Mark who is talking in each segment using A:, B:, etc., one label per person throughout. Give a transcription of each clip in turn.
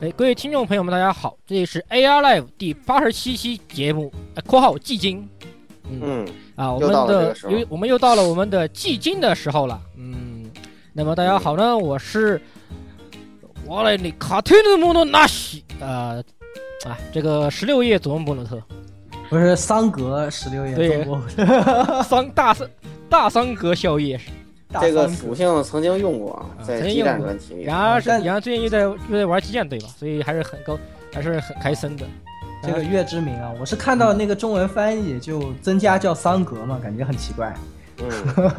A: 哎，各位听众朋友们，大家好，这里是 AR Live 第八十七期节目，哎，括号季经，嗯
B: 嗯，
A: 啊，我
B: 又
A: 们
B: 到了这个
A: 的
B: 时候
A: 又我们又到了我们的季经的时候了，嗯，那么大家
B: 嗯
A: 好呢，我是我嘞，你卡特的莫诺纳西，呃，啊，这个十六页左莫诺特，
C: 不是桑格十六
A: 对
C: 爷，中国
A: 桑大桑大桑格宵夜，
C: 大
B: 这个
C: 桑
B: 属性曾经用过啊，
A: 啊
B: 在
A: 曾经
B: 激战
A: 用过
B: 专题里。
A: 然而是
C: 啊但
A: 然后最近又在又在玩击剑对吧？所以还是很高，还是很开森 的。
C: 这个月之名啊，我是看到那个中文翻译就增加叫桑格嘛，感觉很奇怪。
B: 嗯，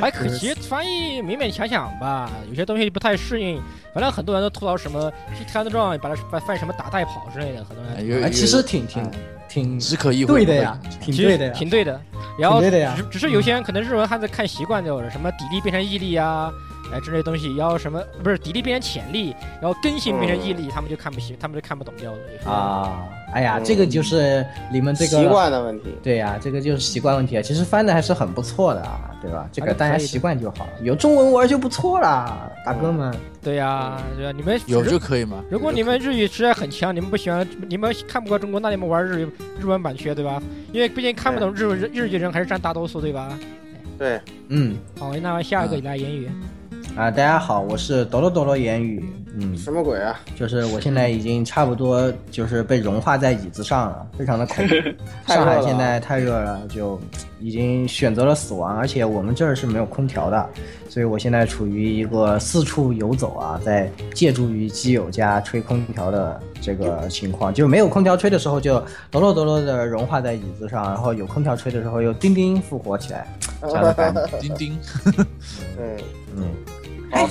A: 还哎可惜翻译勉勉强强吧，有些东西不太适应。反正很多人都吐槽什么去摊子撞，把它把犯什么打带跑之类的，很多人
C: 哎，其实挺挺
D: 哎
C: 挺
D: 只可意
C: 对的呀，挺
A: 其
C: 对的
A: 实
C: 呀。
A: 挺对的。然后
C: 挺对的呀
A: 只只是有些人可能日文汉字看习惯掉了，什么底力变成毅力啊，哎之类的东西，然后什么不是底力变成潜力，然后根性变成毅力，他们就看不习，他们就看不懂掉了。有时候，
C: 嗯啊，哎呀，这个就是你们这个
B: 习。惯的问题。
C: 对呀、这个就是习惯问题啊。其实翻的还是很不错的啊，对吧？这
A: 还
C: 个
A: 是
C: 大家
A: 可以的
C: 习惯就好，有中文玩就不错啦，大
B: 嗯
C: 哥们。
A: 对呀，对呀，啊你们
D: 有就可以吗？
A: 如果你们日语实在很强，你们不喜欢，你们看不惯中国，那你们玩日语日文版缺对吧？因为毕竟看不懂日文日语人还是占大多数对吧？
B: 对，
C: 嗯
A: 好，那么下一个你来言语，
C: 啊，大家好，我是哆啰哆啰言语。嗯，
B: 什么鬼啊？
C: 就是我现在已经差不多就是被融化在椅子上了，非常的恐
B: 太
C: 怖。
B: 热
C: 上
B: 了
C: 海现在太热了，就已经选择了死亡，而且我们这儿是没有空调的，所以我现在处于一个四处游走啊，在借助于基友家吹空调的这个情况，就没有空调吹的时候就哆啰哆啰的融化在椅子上，然后有空调吹的时候又叮叮复活起来，这样的感觉。
D: 钉钉，
B: 嗯，啊
C: 嗯，哎，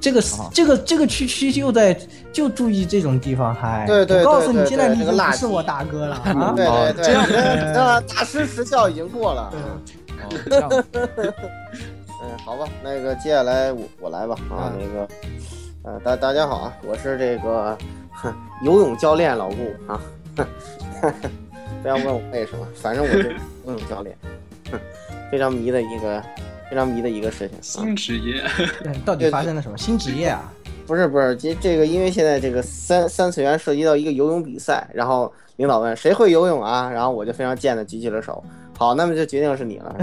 C: 这个这个这个区区就在就注意这种地方，嗨，
B: 对对
C: 我告诉你
B: 对，对
C: 现在
B: 对
C: 你已
B: 这个
C: 经
B: 垃
C: 不
B: 圾
C: 是我大 哥了啊！
B: 对对对，
D: 这样呃
B: 这这大师时效已经过了。啊
D: 哦这样
B: 嗯，好吧，那个接下来我我来吧
D: 嗯
B: 啊，那个，呃，大大家好啊，我是这个哼游泳教练老顾啊，哼哼 不要问我为什么，反正我就是游泳教练，哼非常迷的一个非常迷的一个事情啊，
E: 新职业，
C: 嗯 到底发生了什么新职业 啊？
B: 不是不是，这这个因为现在这个三三次元涉及到一个游泳比赛，然后领导问谁会游泳啊，然后我就非常贱的举起了手，好，那么就决定是你了，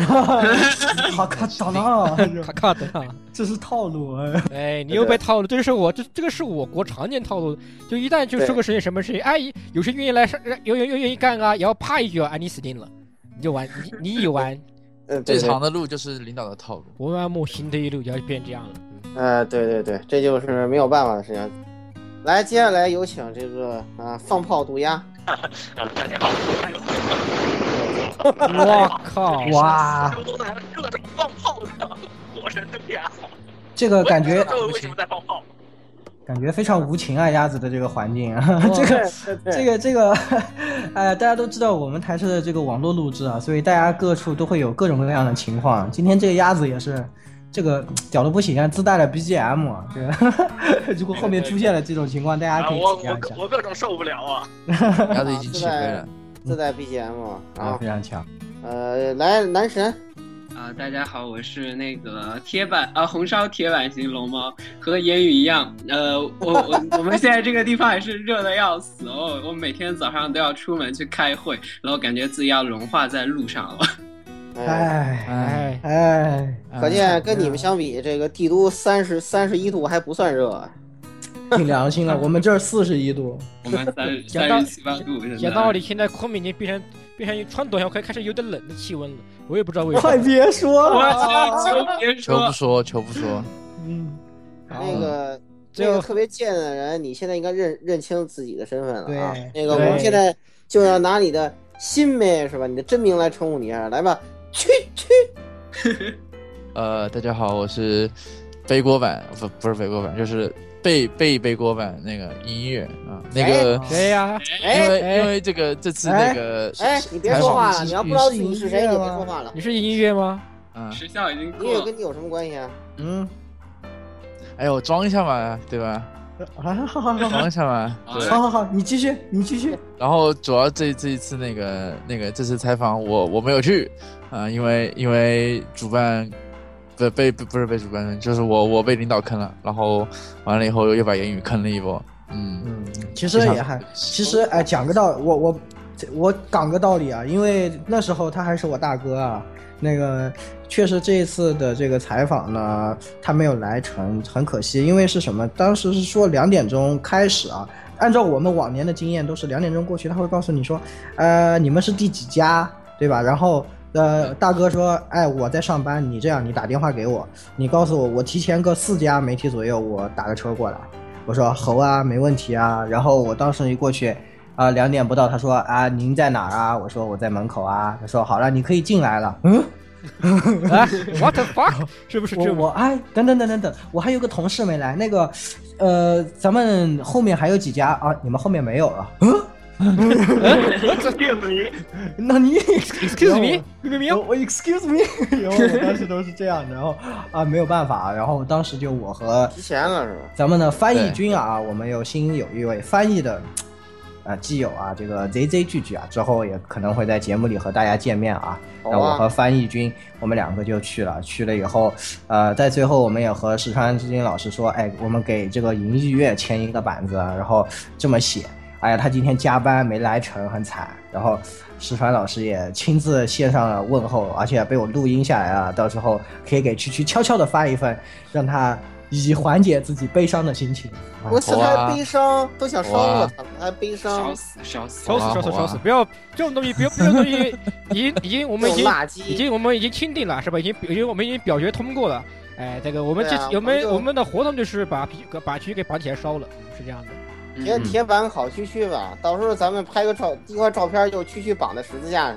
C: 好卡倒了，
A: 卡卡等啊，
C: 这是套路 哎！
A: 哎，你又被套路，这是我这这个是我国常见套路，就一旦就说个事情什么事情，哎，有谁愿意来上，有人愿意干啊，然后啪一句，哎，你死定了，你就完，你你已完，
B: 嗯，对
D: 最
B: 对
D: 长的路就是领导的套路。
A: 我万木新的一路就要变这样了。嗯
B: 呃，对对对，这就是没有办法的事情。来，接下来有请这个啊，放炮毒鸦。
A: 我 靠，
C: 哇，
F: 都在各种放炮的，我是真呀！
C: 这个感觉
F: 这为什么在放炮？
C: 感觉非常无情啊，鸭子的这个环境啊， 这个这个这个，哎，大家都知道我们台是这个网络录制啊，所以大家各处都会有各种各样的情况。今天这个鸭子也是，这个屌的不行啊，自带了 BGM 啊。这个 如果后面出现了这种情况，大家
F: 啊，
C: 可以
F: 我
C: 体谅
F: 我
C: 一下，
F: 我各种受不了啊！
D: 鸭子已经起飞了，
B: 自带 BGM
C: 啊，
B: 啊
C: 非，常强。
B: 呃，来男神，
E: 啊，大家好，我是那个铁板啊，红烧铁板型龙猫，和言语一样。呃，我我我们现在这个地方还是热的要死哦，我每天早上都要出门去开会，然后感觉自己要融化在路上了。
B: 哎，
C: 哎
A: 哎，
C: 哎，
B: 可见跟你们相比，这个帝都三十三十一度还不算热啊。
C: 哎挺凉性的。我们这儿四十一度，
E: 我们三
A: 讲道
E: 三十七八度，真的
A: 讲道理，现在昆明已经变成变成穿短袖可以开始有点冷的气温了，我也不知道为啥。
C: 快别说
E: 我
C: 了。
E: 求别
D: 求
E: 说
D: 不，说，求不说，
F: 嗯
C: 嗯
B: 那个
A: 最
B: 那
A: 后
B: 个特别贱的人，你现在应该认认清自己的身份了啊
C: 对！
B: 那个我们
C: 对
B: 现在就要拿你的新妹是吧？你的真名来称呼你啊，来吧，去去，
D: 呃，大家好，我是背锅版，不不是背锅版，就是背背背锅版那个音乐啊，那个。
A: 谁呀？
D: 因
B: 哎
D: 为因为这个这次那个
B: 哎，你别说话了，你要不知道自己
C: 你是
B: 是谁，你
C: 音
B: 别
C: 乐吗
B: 说话了。
A: 你是音乐吗？
D: 嗯，
E: 时效已经
B: 音乐
E: 过，
B: 跟你有什么关系啊？
C: 嗯
D: 哎呦，我装一下嘛，对吧？
C: 啊，好好好好
D: 装一下嘛。
E: 好
C: 好好好，你继续，你继续。
D: 然后主要这这一次那个那个这次采访我我没有去啊、因为因为主办不被不不是被主办人，就是我我被领导坑了，然后完了以后又把言语坑了一波，嗯，
C: 嗯，其实也还，其实哎，讲个道，我我我讲个道理啊，因为那时候他还是我大哥啊。那个确实这一次的这个采访呢，他没有来成，很可惜。因为是什么？当时是说两点钟开始啊，按照我们往年的经验，都是两点钟过去，他会告诉你说，呃，你们是第几家，对吧？然后。呃，大哥说，哎，我在上班，你这样，你打电话给我，你告诉我，我提前个四家媒体左右，我打个车过来。我说猴啊，没问题啊。然后我当时一过去，啊、两点不到，他说啊，您在哪儿啊？我说我在门口啊。他说好了，你可以进来了。嗯，
A: 啊，What the fuck？是不是这
C: 我我哎，等等等等等，我还有个同事没来，那个，呃，咱们后面还有几家啊？你们后面没有了？ 嗯，那你
A: Excuse me，明明
C: 我我哦 excuse me，然后 我当时都是这样的，然后啊没有办法，然后当时就我和
B: 提前了是吧？
C: 咱们的翻译
D: 对
C: 君啊，我们有新有一位翻译的啊基友啊，这个 Z Z 聚聚啊，之后也可能会在节目里和大家见面啊。
B: 好
C: 那我和
B: 啊，
C: 翻译君，我们两个就去了。去了以后，呃，在最后我们也和石川之金老师说，哎，我们给这个银玉月签一个板子，然后这么写。哎呀，他今天加班没来成，很惨。然后石川老师也亲自献上了问候，而且被我录音下来啊，到时候可以给区区悄悄的发一份，让他以缓解自己悲伤的心情。啊
B: 我是
D: 好啊
B: 还悲伤，都想烧
D: 好
B: 了
D: 啊
B: 他们，还悲
E: 烧
B: 伤，
E: 死烧死
A: 烧死烧死烧死！不要这种东西，不要这种东西，已经已经我
B: 我
A: 们已经
B: 垃
A: 已
B: 圾。
A: 经我们已经钦定了是吧？已经已经我们已经表决通过了。哎，这个我们
B: 对
A: 这
B: 啊我
A: 我们
B: 们就
A: 我们的活动就是把皮把区给绑起来烧了，是这样的。
B: 铁
D: 嗯
B: 铁板烤蛐蛐吧，到时候咱们拍个照，第一块照片就蛐蛐绑在十字架上，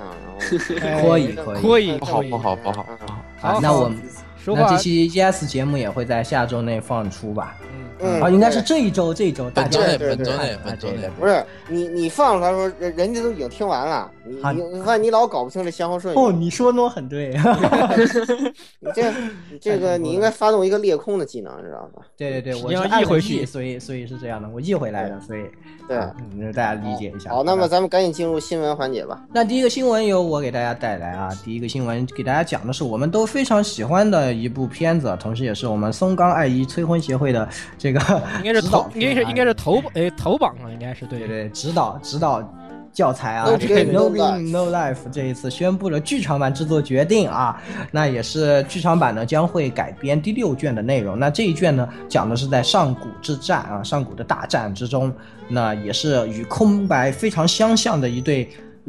B: 然后
C: 可以可以
A: 可以
D: 不好不好不好，
B: 嗯
A: 好，
C: 啊那
A: 好
C: 我们
A: 说
C: 那
A: 话
C: 这，期 ES 节目也会在下周内放出吧？
A: 嗯，
B: 嗯，
C: 啊，应该是这一周，这一周大
D: 本
C: 家
D: 周内
B: 对对
D: 本周
C: 对啊
D: 内
C: 对
D: 本周内
C: 对，
B: 不是你你放出来说，人人家都已经听完了，你
C: 啊
B: 你你看你老搞不清这先后顺序，
C: 哦，你说的很对，啊
B: 你这你这
C: 太恐怖了
B: 个你应该发动一个裂空的技能，知道吧？
C: 对对对，
A: 你
C: 我是
A: 要
C: 按
A: 译
C: 了
A: 回去
C: 所以所以是这样的，我译回来的，所以
B: 对，
C: 啊嗯大家理解一下。
B: 好，那么
C: 吧
B: 咱们赶紧进入新闻环节吧。
C: 那第一个新闻由我给大家带来啊，第一个新闻给大家讲的是我们都非常喜欢的一部片子，同时也是我们松冈爱一催婚协会的这个
A: 应该是
C: 指导
A: 头，应
C: 片
A: 该
C: 啊
A: 是应该是头，哎，头榜啊，应该是
C: 对
A: 对。
C: 对，指导指导教材啊
B: No
C: 这个
B: Game,
C: No
B: No
C: Game No Life 这一次宣布了剧场版制作决定啊，那也是剧场版呢将会改编第六卷的内容。那这一卷呢讲的是在上古之战啊，上古的大战之中，那也是与空白非常相像的一对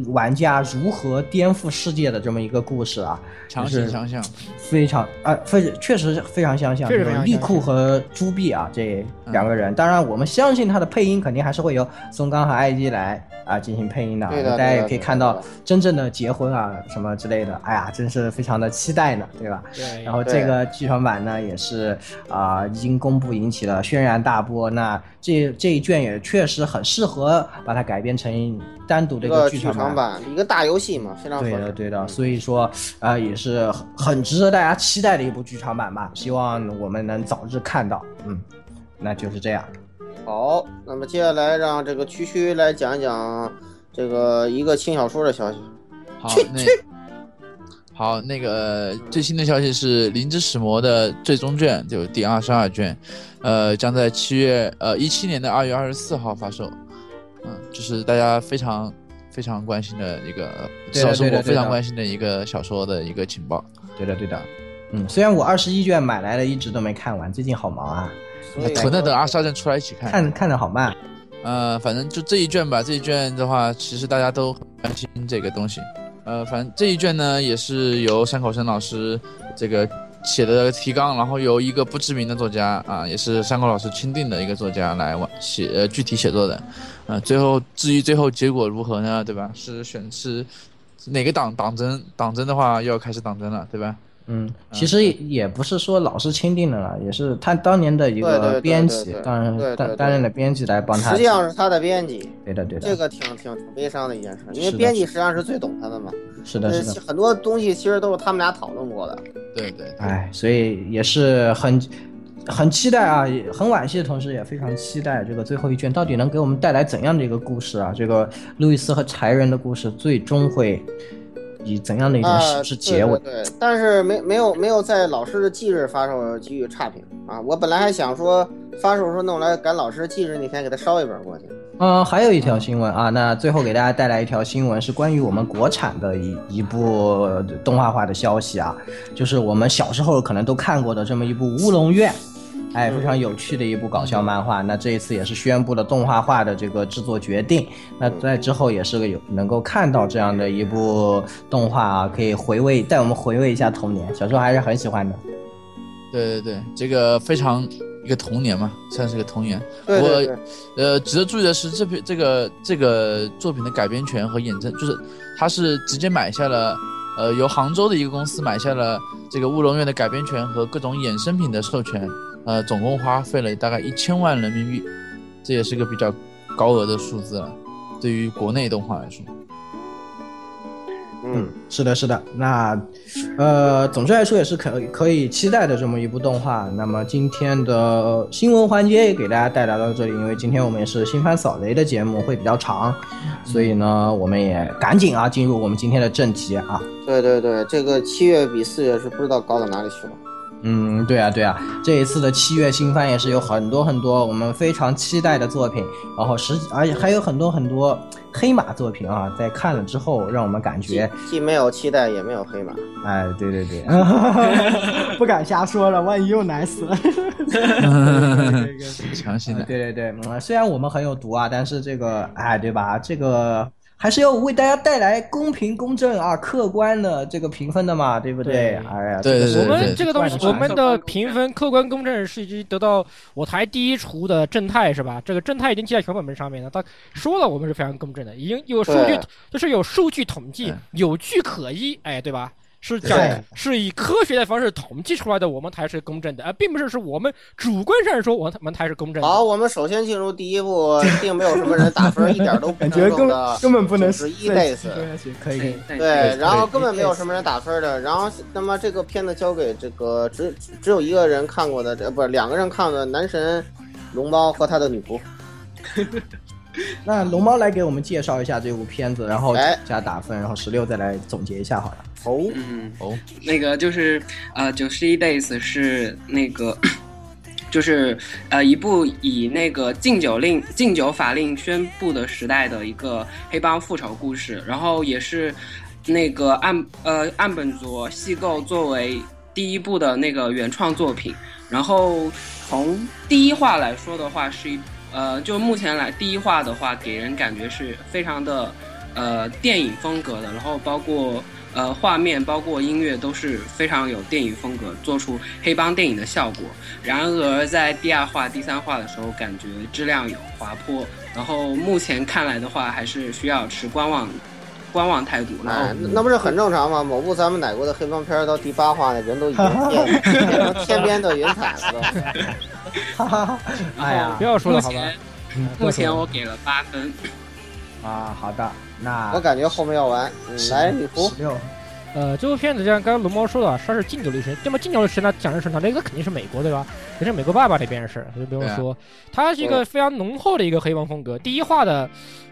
C: 玩家如何颠覆世界的这么一个故事啊。
D: 强
C: 就是
D: 行强项，
C: 非常啊，非确实非常相像，
A: 确实非
C: 就是
A: 常
C: 利
A: 相
C: 库
A: 像
C: 和朱碧啊这两个人。当然，我们相信他的配音肯定还是会由松冈和爱姬来啊进行配音的啊。
B: 对的
C: 大家
B: 对
C: 也
B: 的
C: 可以
B: 对的
C: 看到
B: 对的
C: 真正的结婚啊什么之类的，哎呀，真是非常的期待呢，对吧？
A: 对
C: 然后这个剧场版呢，也是啊、已经公布，引起了轩然大波。那这这一卷也确实很适合把它改编成单独
B: 这
C: 的一个
B: 个
C: 剧
B: 剧
C: 场
B: 场
C: 版。
B: 版一个大游戏嘛，非常合
C: 对
B: 适嗯
C: 的，对的，所以说，呃，也是很很值得大家期待的一部剧场版吧，希望我们能早日看到。嗯，那就是这样。
B: 好，那么接下来让这个区区来讲一讲这个一个轻小说的消息。
D: 好，那好，那个呃最新的消息是《灵之使魔》的最终卷，就是第二十二卷，呃，将在七月呃一七年的二月二十四号发售，嗯，就是大家非常非常关心的一个，至
C: 对的
D: 少是
C: 对的
D: 我
C: 对
D: 非
C: 的
D: 常关心的一个小说的一个情报。
C: 对的，对的。嗯，虽然我二十一卷买来了，一直都没看完，最近好忙啊。
B: 所以
D: 囤着等阿沙卷出来一起看。
C: 看看着好慢。
D: 呃，反正就这一卷吧。这一卷的话，其实大家都很关心这个东西。呃，反正这一卷呢，也是由山口生老师这个写的提纲，然后由一个不知名的作家啊、也是山口老师钦定的一个作家来完写、呃、具体写作的。呃，最后至于最后结果如何呢？对吧？是选是哪个党党争？党争的话，又要开始党争了，对吧？
C: 嗯，其实也也不是说老师钦定的了，也是他当年的
B: 对
C: 一
B: 对对
C: 个
B: 对
C: 编辑
B: 对，对
C: 当
B: 对对
C: 然担担任了编辑来帮他。
B: 实际上是他的编辑，
C: 对的对的，
B: 这个挺挺挺悲伤的一件事，因为
C: 是的
B: 编辑实际上是最懂他的嘛。
C: 是的是
B: 呃
C: 的，
B: 很多东西其实都是他们俩讨论过的。
D: 对对对。
C: 哎，所以也是很很期待啊，也很惋惜的同时也非常期待这个最后一卷到底能给我们带来怎样的一个故事啊？这个路易斯和柴人的故事最终会以怎样的一种
B: 啊，
C: 形式结尾？
B: 对对对，但是没没有没有在老师的忌日发售给予差评啊！我本来还想说发售时候弄来赶老师忌日那天给他捎一本过去。
C: 嗯，还有一条新闻啊，那最后给大家带来一条新闻，是关于我们国产的一一部动画化的消息啊，就是我们小时候可能都看过的这么一部《乌龙院》，哎，非常有趣的一部搞笑漫画。那这一次也是宣布了动画化的这个制作决定，那在之后也是个有能够看到这样的一部动画啊，可以回味带我们回味一下童年，小时候还是很喜欢的。
D: 对对对，这个非常一个童年嘛，算是个童年。
B: 对对对，
D: 我呃，值得注意的是，这篇这个这个作品的改编权和衍生，就是他是直接买下了，呃，由杭州的一个公司买下了这个《乌龙院》的改编权和各种衍生品的授权，呃，总共花费了大概一千万人民币，这也是个比较高额的数字了，对于国内动画来说。
B: 嗯，
C: 是的，是的。那，呃，总之来说也是可可以期待的这么一部动画。那么今天的新闻环节也给大家带来到这里，因为今天我们也是新番扫雷的节目会比较长，所以呢，我们也赶紧啊进入我们今天的正题啊。
B: 对对对，这个七月比四月是不知道高到哪里去了。
C: 嗯，对啊，对啊，这一次的七月新番也是有很多很多我们非常期待的作品，然后实而且还有很多很多黑马作品啊，在看了之后让我们感觉
B: 既没有期待，也没有黑马。
C: 哎，对对对， 不敢瞎说了，万一又奶死了。
D: 强行的，
C: 对对对，嗯虽然我们很有毒啊，但是这个哎，对吧？这个还是要为大家带来公平公正啊、客观的这个评分的嘛，对不对？
A: 对
C: 哎呀，
D: 对对
C: 这
A: 我
C: 个
D: 对
A: 们这个东西，
C: 对
A: 我们的评分客观公正是已经得到我台第一厨的正太是吧？这个正太已经记在小本本上面了。他说了，我们是非常公正的，已经有数据
B: 对，
A: 就是有数据统计
D: 嗯，
A: 有据可依，哎，对吧？是
C: 对
A: 讲是以科学的方式统计出来的，我们才是公正的，而并不是是我们主观上说我们才是公正的。
B: 好，我们首先进入第一步，并没有什么人打分，一点都不
C: 感觉
B: 能
C: 根
B: 动
C: 本
B: 的。
C: 根本不能
B: 十一
C: 对
B: days
C: 对对对可以可以。
E: 但
B: 对，然后根本没有
C: 对
B: 什么人打分的。然后，那么这个片子交给这个只只有一个人看过的，这呃不是两个人看过的男神龙猫和他的女仆。
C: 那龙猫来给我们介绍一下这部片子，然后
B: 哎
C: 加打分，然后十六再来总结一下好了。
B: 哦，
E: 嗯，
D: 哦，
E: 那个就是呃，九十一 days 是那个。 就是呃，一部以那个禁酒令、禁酒法令宣布的时代的一个黑帮复仇故事，然后也是那个岸呃岸本卓戏构作为第一部的那个原创作品，然后从第一话来说的话是一呃，就目前来第一话的话，给人感觉是非常的呃电影风格的，然后包括呃画面，包括音乐都是非常有电影风格，做出黑帮电影的效果。然而在第二话、第三话的时候，感觉质量有滑坡，然后目前看来的话，还是需要持观望观望态度。然后
C: 哦
B: 哎，那那不是很正常吗？某部咱们奶过的黑帮片儿到第八话呢，人都已经变变成天边的云彩了。
C: 哈哈哈，哎呀
A: 不，要说了，
E: 目
A: 好吧
E: 前？目前我给了八分。
C: 啊，好的，那
B: 都我感觉后面要完。嗯，来，女仆
C: 十，六，
A: 呃，这部片子就像刚刚龙猫说的，啊，它是禁酒律神。那么禁酒律神呢，讲的是哪？那个肯定是美国对吧？也是美国爸爸这边的事，就不
D: 对
A: 用
D: 啊
A: 说。它是一个非常浓厚的一个黑帮风格。第一话的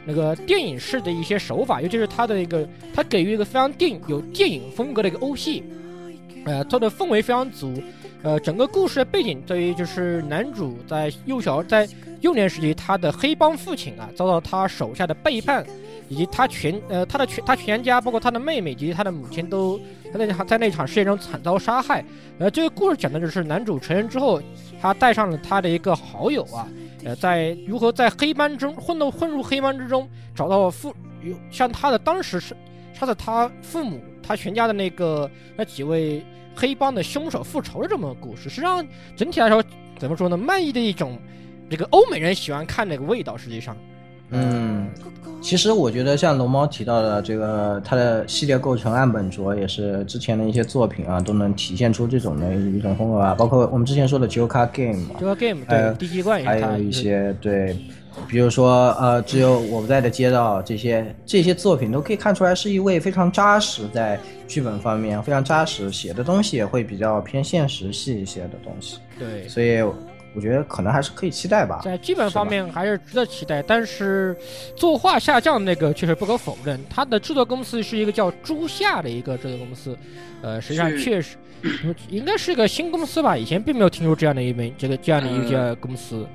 A: 那个电影式的一些手法，尤其是它的一个，它给予一个非常电影有电影风格的一个欧系，呃，它的氛围非常足。呃，整个故事的背景对于就是男主在幼小在幼年时期，他的黑帮父亲啊遭到他手下的背叛，以及他全呃他的全他全家，包括他的妹妹以及他的母亲都他在那场在那场事件中惨遭杀害。呃，这个故事讲的就是男主成人之后，他带上了他的一个好友啊，呃，在如何在黑帮中混到混入黑帮之中，找到父有像他的当时是杀死他父母他全家的那个那几位黑帮的凶手复仇的这么个故事。实际上整体来说，怎么说呢？漫溢的一种这个欧美人喜欢看那个味道，实际上。
C: 嗯，其实我觉得像龙猫提到的这个，它的系列构成岸本卓也是之前的一些作品啊，都能体现出这种的一种风格啊，包括我们之前说的 Joker Game 啊
A: 这个 game
C: 还有
A: 对低级怪也
C: 还
A: 是
C: 有
A: 他
C: 一些对，比如说呃，只有我不在的街道这些这些作品都可以看出来，是一位非常扎实在剧本方面非常扎实写的东西，也会比较偏现实系一些的东西，
A: 对，
C: 所以我觉得可能还是可以期待吧。
A: 在剧本方面还是值得期待，但是作画下降那个确实不可否认，它的制作公司是一个叫朱夏的一个制作公司，呃，实际上
E: 是
A: 确实应该是个新公司吧，以前并没有听说这样的一名这个这样的一家公司。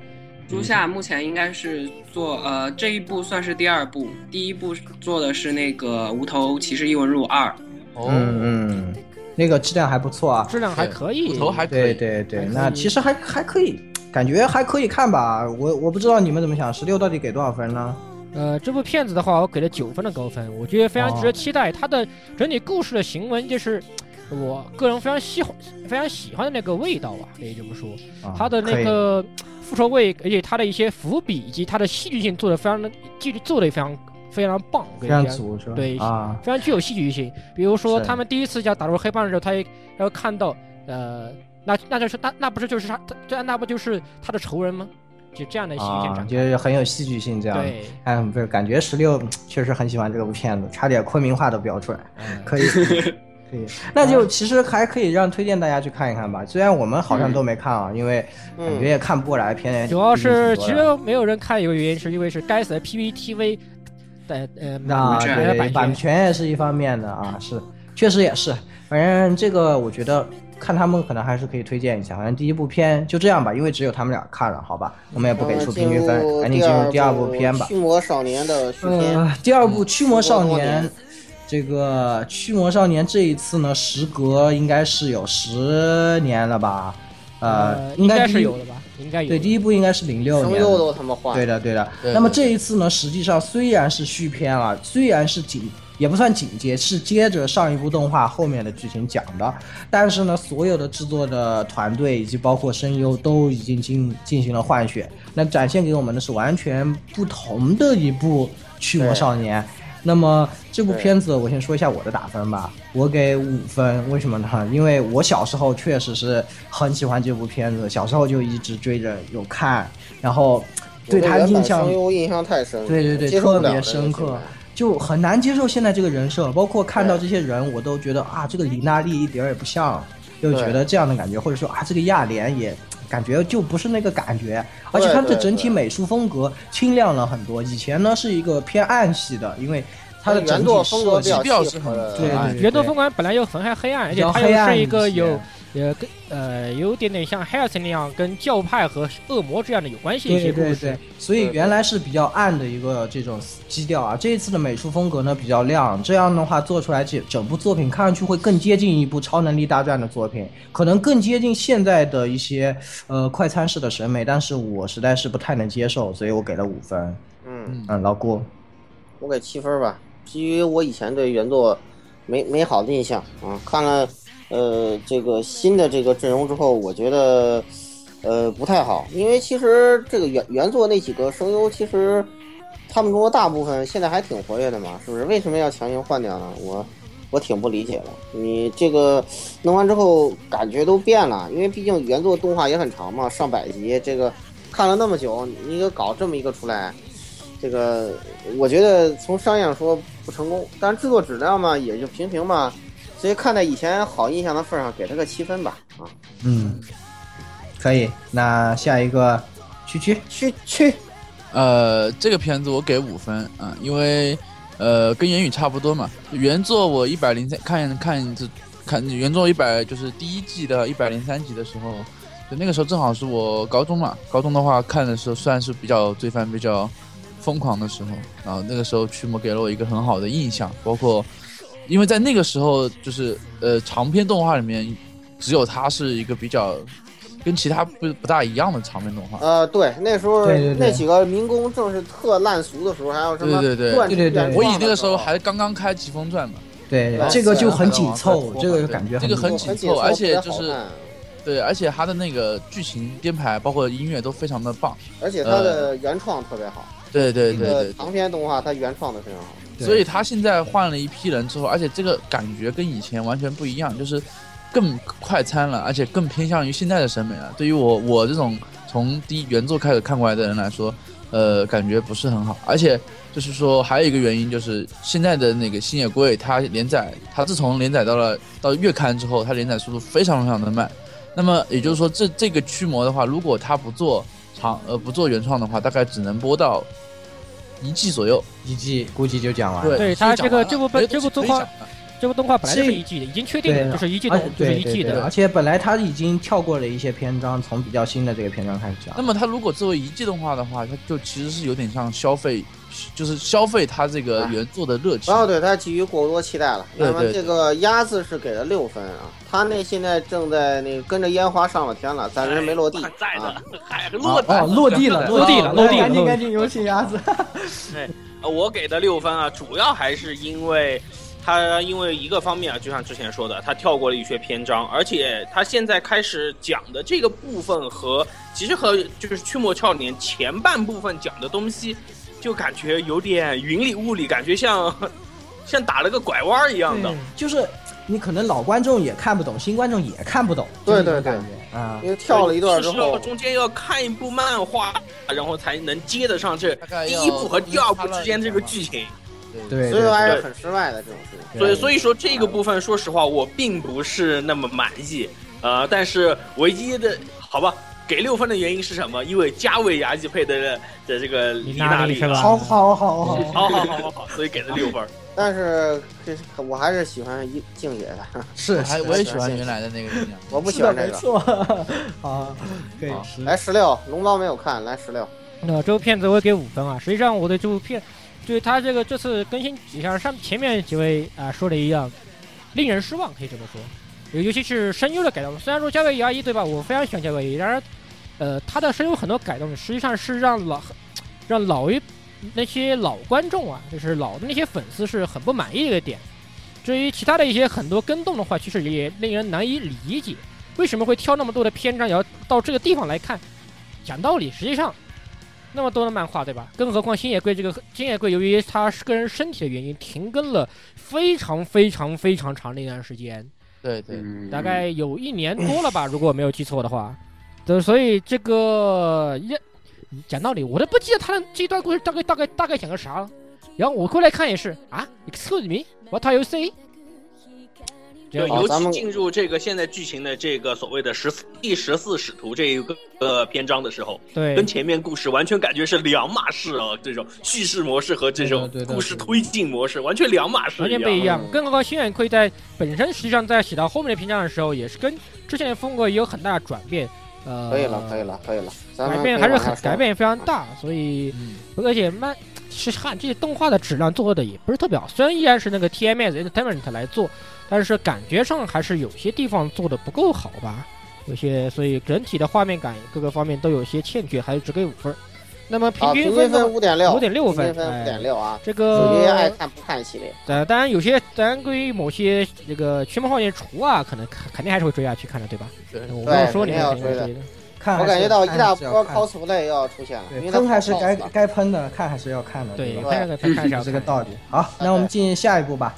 E: 朱夏目前应该是做呃这一部算是第二部，第一部做的是那个《无头骑士异闻录二》，
D: 哦，
C: 嗯嗯，那个质量还不错啊，
A: 质量还可以
D: 骨，头还可
C: 对
D: 以，
C: 对对，
A: 还
C: 那
A: 可以
C: 其实还还可以，感觉还可以看吧。我我不知道你们怎么想，十六到底给多少分呢？
A: 呃，这部片子的话，我给了九分的高分，我觉得非常值得
C: 哦
A: 期待。它的整体故事的行文就是我个人非常喜欢、非常喜欢的那个味道吧，可以这么说。
C: 啊
A: 它的
C: 可
A: 那
C: 以
A: 个复仇味，而且它的一些伏笔以及它的戏剧性做的非常的，剧做的也非常非常棒，我
C: 非
A: 跟你
C: 常
A: 讲。
C: 足是吧？
A: 对
C: 啊，
A: 非常具有戏剧性。比如说，
C: 是
A: 他们第一次要打入黑帮的时候，他也要看到，呃，那那就是那那不是就是他，这那不就是他的仇人吗？就这样的戏剧性
C: 啊，
A: 展
C: 就
A: 开。
C: 是很有戏剧性这样。
A: 对，
C: 哎，不是，感觉十六确实很喜欢这部片子，差点昆明话都飙出来。
A: 嗯
C: 可 以，可以，那就其实还可以让推荐大家去看一看吧。虽然我们好像都没看啊，因为感觉也看不过来片。
A: 嗯主要是
C: 毕
A: 其
C: 竟挺
A: 实
C: 多的
A: 没有人看，有个原因是因为是该死的 PPTV 的呃
C: 啊，
E: 权
A: 买了
C: 对，
A: 版
C: 版。权也是一方面的啊，是，确实也是。反正这个我觉得看他们可能还是可以推荐一下。反正第一部片就这样吧，因为只有他们俩看了，好吧，我们也不给
B: 嗯
C: 出平均分，赶紧进入第二部片吧
B: 驱。魔少年的续篇，
C: 呃，第二部《驱魔少
B: 多多
C: 年》
B: 年
C: 这个《驱魔少年》这一次呢，时隔应该是有十年了吧？呃，
A: 呃，应
C: 该
A: 该
C: 第一
A: 是有的吧？应该有。
C: 对，第一部应该是零六
B: 声
C: 年
B: 优
C: 的。
B: 都他妈换
C: 对
B: 了，
C: 的，对的。
D: 对
C: 那么
D: 对
C: 这一次呢，实际上虽然是续篇啊，虽然是紧，也不算紧接，是接着上一部动画后面的剧情讲的，但是呢，所有的制作的团队以及包括声优都已经进进行了换血，那展现给我们的是完全不同的一部《驱魔
B: 对
C: 少年》。那么这部
B: 对
C: 片子，我先说一下我的打分吧，我给五分，为什么呢？因为我小时候确实是很喜欢这部片子，小时候就一直追着有看，然后
B: 我
C: 对他
B: 原
C: 印
B: 版
C: 象
B: 声优印象太深了，
C: 对对对，
B: 接受
C: 特
B: 不了
C: 别
B: 的
C: 深
B: 那个
C: 刻
B: 现在，
C: 就很难接受现在这个人设。包括看到这些人，我都觉得啊，这个李娜丽一点儿也不像，就觉得这样的感觉，或者说啊，这个亚莲也感觉就不是那个感觉。而且它的
B: 对
C: 整体
B: 对
C: 美术风格清亮了很多，以前呢是一个偏暗系的，因为它的整
B: 原
C: 体
B: 作风格
C: 设
B: 比
C: 计
B: 较。
D: 调
B: 契
D: 是
B: 合
D: 很
B: 的，
C: 对对对
A: 原作风格本来又很还黑暗，而且
C: 比较
A: 它
C: 黑
A: 又
C: 暗
A: 是
C: 一
A: 一个
C: 些
A: 有呃跟呃有点点像 Hell's 那样跟教派和恶魔这样的有关系的一些
C: 对
A: 故
C: 对
A: 事
C: 对。，所以
B: 对
C: 原来是比较暗的一个这种基调啊，这一次的美术风格呢比较亮，这样的话做出来这整部作品看上去会更接近一部超能力大战的作品，可能更接近现在的一些呃快餐式的审美，但是我实在是不太能接受，所以我给了五分。
B: 嗯，
C: 嗯，老顾，
B: 我给七分吧。基于我以前对原作没美好的印象啊，看了呃这个新的这个阵容之后，我觉得呃不太好，因为其实这个原原作那几个声优其实。他们中的大部分现在还挺活跃的嘛，是不是？为什么要强行换掉呢？我我挺不理解的。你这个弄完之后感觉都变了，因为毕竟原作动画也很长嘛，上百集，这个看了那么久，你给搞这么一个出来，这个我觉得从商业上说不成功，但是制作质量嘛也就平平嘛，所以看在以前好印象的份儿上，给他个七分吧。啊，
C: 嗯，可以，那下一个区区，
B: 去去，
D: 呃，这个片子我给五分啊、因为呃跟言语差不多嘛。原作我一百零三看看这看原作一百就是第一季的一百零三集的时候，就那个时候正好是我高中嘛，高中的话看的时候算是比较追番比较。疯狂的时候，然后那个时候驱魔给了我一个很好的印象，包括因为在那个时候就是呃长篇动画里面，只有它是一个比较跟其他不不大一样的长篇动画。
B: 呃，对，那时候
C: 对对对
B: 那几个民工正是特烂俗的时候，还有什么
D: 对对对
B: 乱
C: 对对对
B: 乱
D: 我以
B: 撞的
D: 那个时候还刚刚开《疾风传》嘛，
C: 对
B: 对，
C: 这个就很紧
D: 还有
C: 凑
D: 往，后
C: 这个
D: 对
C: 感觉
D: 这个很
C: 紧
D: 紧
B: 很
D: 凑，
B: 凑，
D: 而且
B: 比较
D: 就
B: 好
D: 是
B: 看
D: 对，而且它的那个剧情编排，包括音乐都非常的棒。
B: 而且它的原创特别好，
D: 对呃对
B: 这
D: 对
B: 个
D: 对，
B: 长篇动画它原创的非常好。
C: 对
D: 所以他现在换了一批人之后，而且这个感觉跟以前完全不一样，就是更快餐了，而且更偏向于现在的审美了。对于我我这种从第一原作开始看过来的人来说，呃，感觉不是很好。而且就是说，还有一个原因就是现在的那个星野圭，他连载，他自从连载到了到月刊之后，他连载速度非常非常的慢。那么也就是说，这这个驱魔的话，如果他不做长呃不做原创的话，大概只能播到一季左右。
C: 一季估计就讲完了。
D: 对，
A: 对
D: 所以
A: 它
D: 啊讲
A: 这个
D: 完了
A: 这部分
D: 没东
A: 这部
D: 西可
A: 动
D: 以
A: 画
D: 讲了
A: 这部动画本来就是
C: 这
A: 一季的，已经确定
C: 对
A: 了，就是一季的
C: 而，
A: 就
C: 对
A: 是
C: 对
A: 一季
C: 对对而
A: 的。
C: 且本来他已经跳过了一些篇章，从比较新的这个篇章开始讲。
D: 那么它如果作为一季动画的话，它就其实是有点像消费，就是消费它这个原作的热
B: 不
D: 情。
B: 要对它给予过多期待了。那么
D: 对对
B: 这个鸭子是给了六分啊，他那现在正在那跟着烟花上了天了，暂时没落地
F: 还在
B: 啊
F: 呢。，还落
D: 落
F: 地。
C: 哦，落地了，
A: 落地了落地了
C: 赶
A: 落
C: 紧
A: 地了
C: 赶紧，有请鸭子。
F: 呃我给的六分啊，主要还是因为他因为一个方面啊，就像之前说的，他跳过了一些篇章，而且他现在开始讲的这个部分和其实和就是《驱魔少年》前半部分讲的东西，就感觉有点云里雾里，感觉像像打了个拐弯儿一样的。
C: 就是你可能老观众也看不懂，新观众也看不懂，
B: 对
C: 就是这种
B: 对对
C: 感觉啊
B: 因，为跳了一段之
F: 就是要
B: 后，
F: 中间要看一部漫画，然后才能接得上这
D: 大概
F: 第
D: 要
F: 一部和第二部之间这个剧情。
C: 对，
B: 所以
C: 对
B: 说还是
F: 对
B: 很失败的这种事情。
F: 所以
C: 对
F: 所以说这个部分，说实话，我并不是那么满意。呃，但是唯一的好吧，给六分的原因是什么？因为加维牙吉配的的这个
A: 你
F: 李
A: 哪
F: 娜
A: 里
F: 丽
A: 是吧？
C: 好好好
B: 嗯
F: 好
C: 好，
F: 好好好好，所以给了六分。
B: 但是这我还是喜欢一静野的，
C: 是
D: 我还
C: 是
D: 我也喜欢原来的那个力量。
B: 我不
C: 是
B: 喜
C: 的，
B: 欢这
C: 没
B: 个。
C: 错， 啊，对，
D: 好
C: 是
B: 来十六，龙猫没有看，来十六。
C: 啊
A: 那这部片子我也给五分啊。实际上我对这部片，对它这个这次更新几下，上前面几位啊、说的一样，令人失望，可以这么说。尤尤其是声优的改动，虽然说加维牙医对吧，我非常喜欢加维牙医，然而，呃，他的声优很多改动实际上是让老让老一那些老观众啊，就是老的那些粉丝是很不满意的一个点。至于其他的一些很多跟动的话，其实也令人难以理解，为什么会挑那么多的篇章，也要到这个地方来看？讲道理，实际上那么多的漫画，对吧？更何况星野贵这个星野贵，由于他个人身体的原因，停更了非常非常非常长的一段时间，
D: 对对，
B: 嗯
A: 大概有一年 多了吧，如果我没有记错的话。对，所以这个也讲道理，我都不记得他的这段故事大概大概大概讲个啥了。然后我过来看也是啊，Excuse me，What are you saying？
F: 就
B: 好
F: 尤
B: 咱
F: 其
B: 们
F: 进入这个现在剧情的这个所谓的十四第十四使徒这一个呃篇章的时候，
A: 对，
F: 跟前面故事完全感觉是两码事啊！这种叙事模式和这种
C: 对的对的
F: 故事
C: 对的
F: 推进模式完全两码事
A: 完全不
F: 一
A: 一
F: 样。
B: 啊
A: 样。更何况星野会在本身实际上在写到后面的篇章的时候，也是跟之前的风格也有很大的转变。呃，
B: 可以了，可以，了，可以了。咱们
A: 改
B: 可以
A: 变还是
B: 往下
A: 很
B: 说
A: 改。变也非常大，所以
D: 嗯，
A: 而且慢。其实看这些动画的质量做的也不是特别好，虽然依然是那个 TMS Entertainment 来做，但是感觉上还是有些地方做的不够好吧，有些所以整体的画面感各个方面都有些欠缺，还是只给五分儿。那么平
B: 啊，
A: 均
B: 平
A: 分
B: 均
A: 呢
B: 分五点六，
A: 5.6分哎
B: 平均分五点六啊。
A: 这
B: 属于
C: 呃
A: 个
B: 爱看不看系列。
A: 呃，当然有些，当然对于某些这个《驱魔少年》除啊，可能肯肯定还是会追下去看的，对吧？
D: 对
A: 我没有说你
B: 肯定要
A: 肯定会
B: 追的
A: 追的。
C: 看还
B: 我
C: 是，
B: 感觉到一大
C: 看还是要
B: 波
C: 看
B: cosplay 又要出现了，因为
C: 对，
B: 它
C: 喷还是
B: 跑
C: 该
B: cos 了
C: 该喷的，看还是要看的，
A: 对，
C: 吧
A: 看看看看一下
C: 有这个道理。好，那我们进行下一步吧。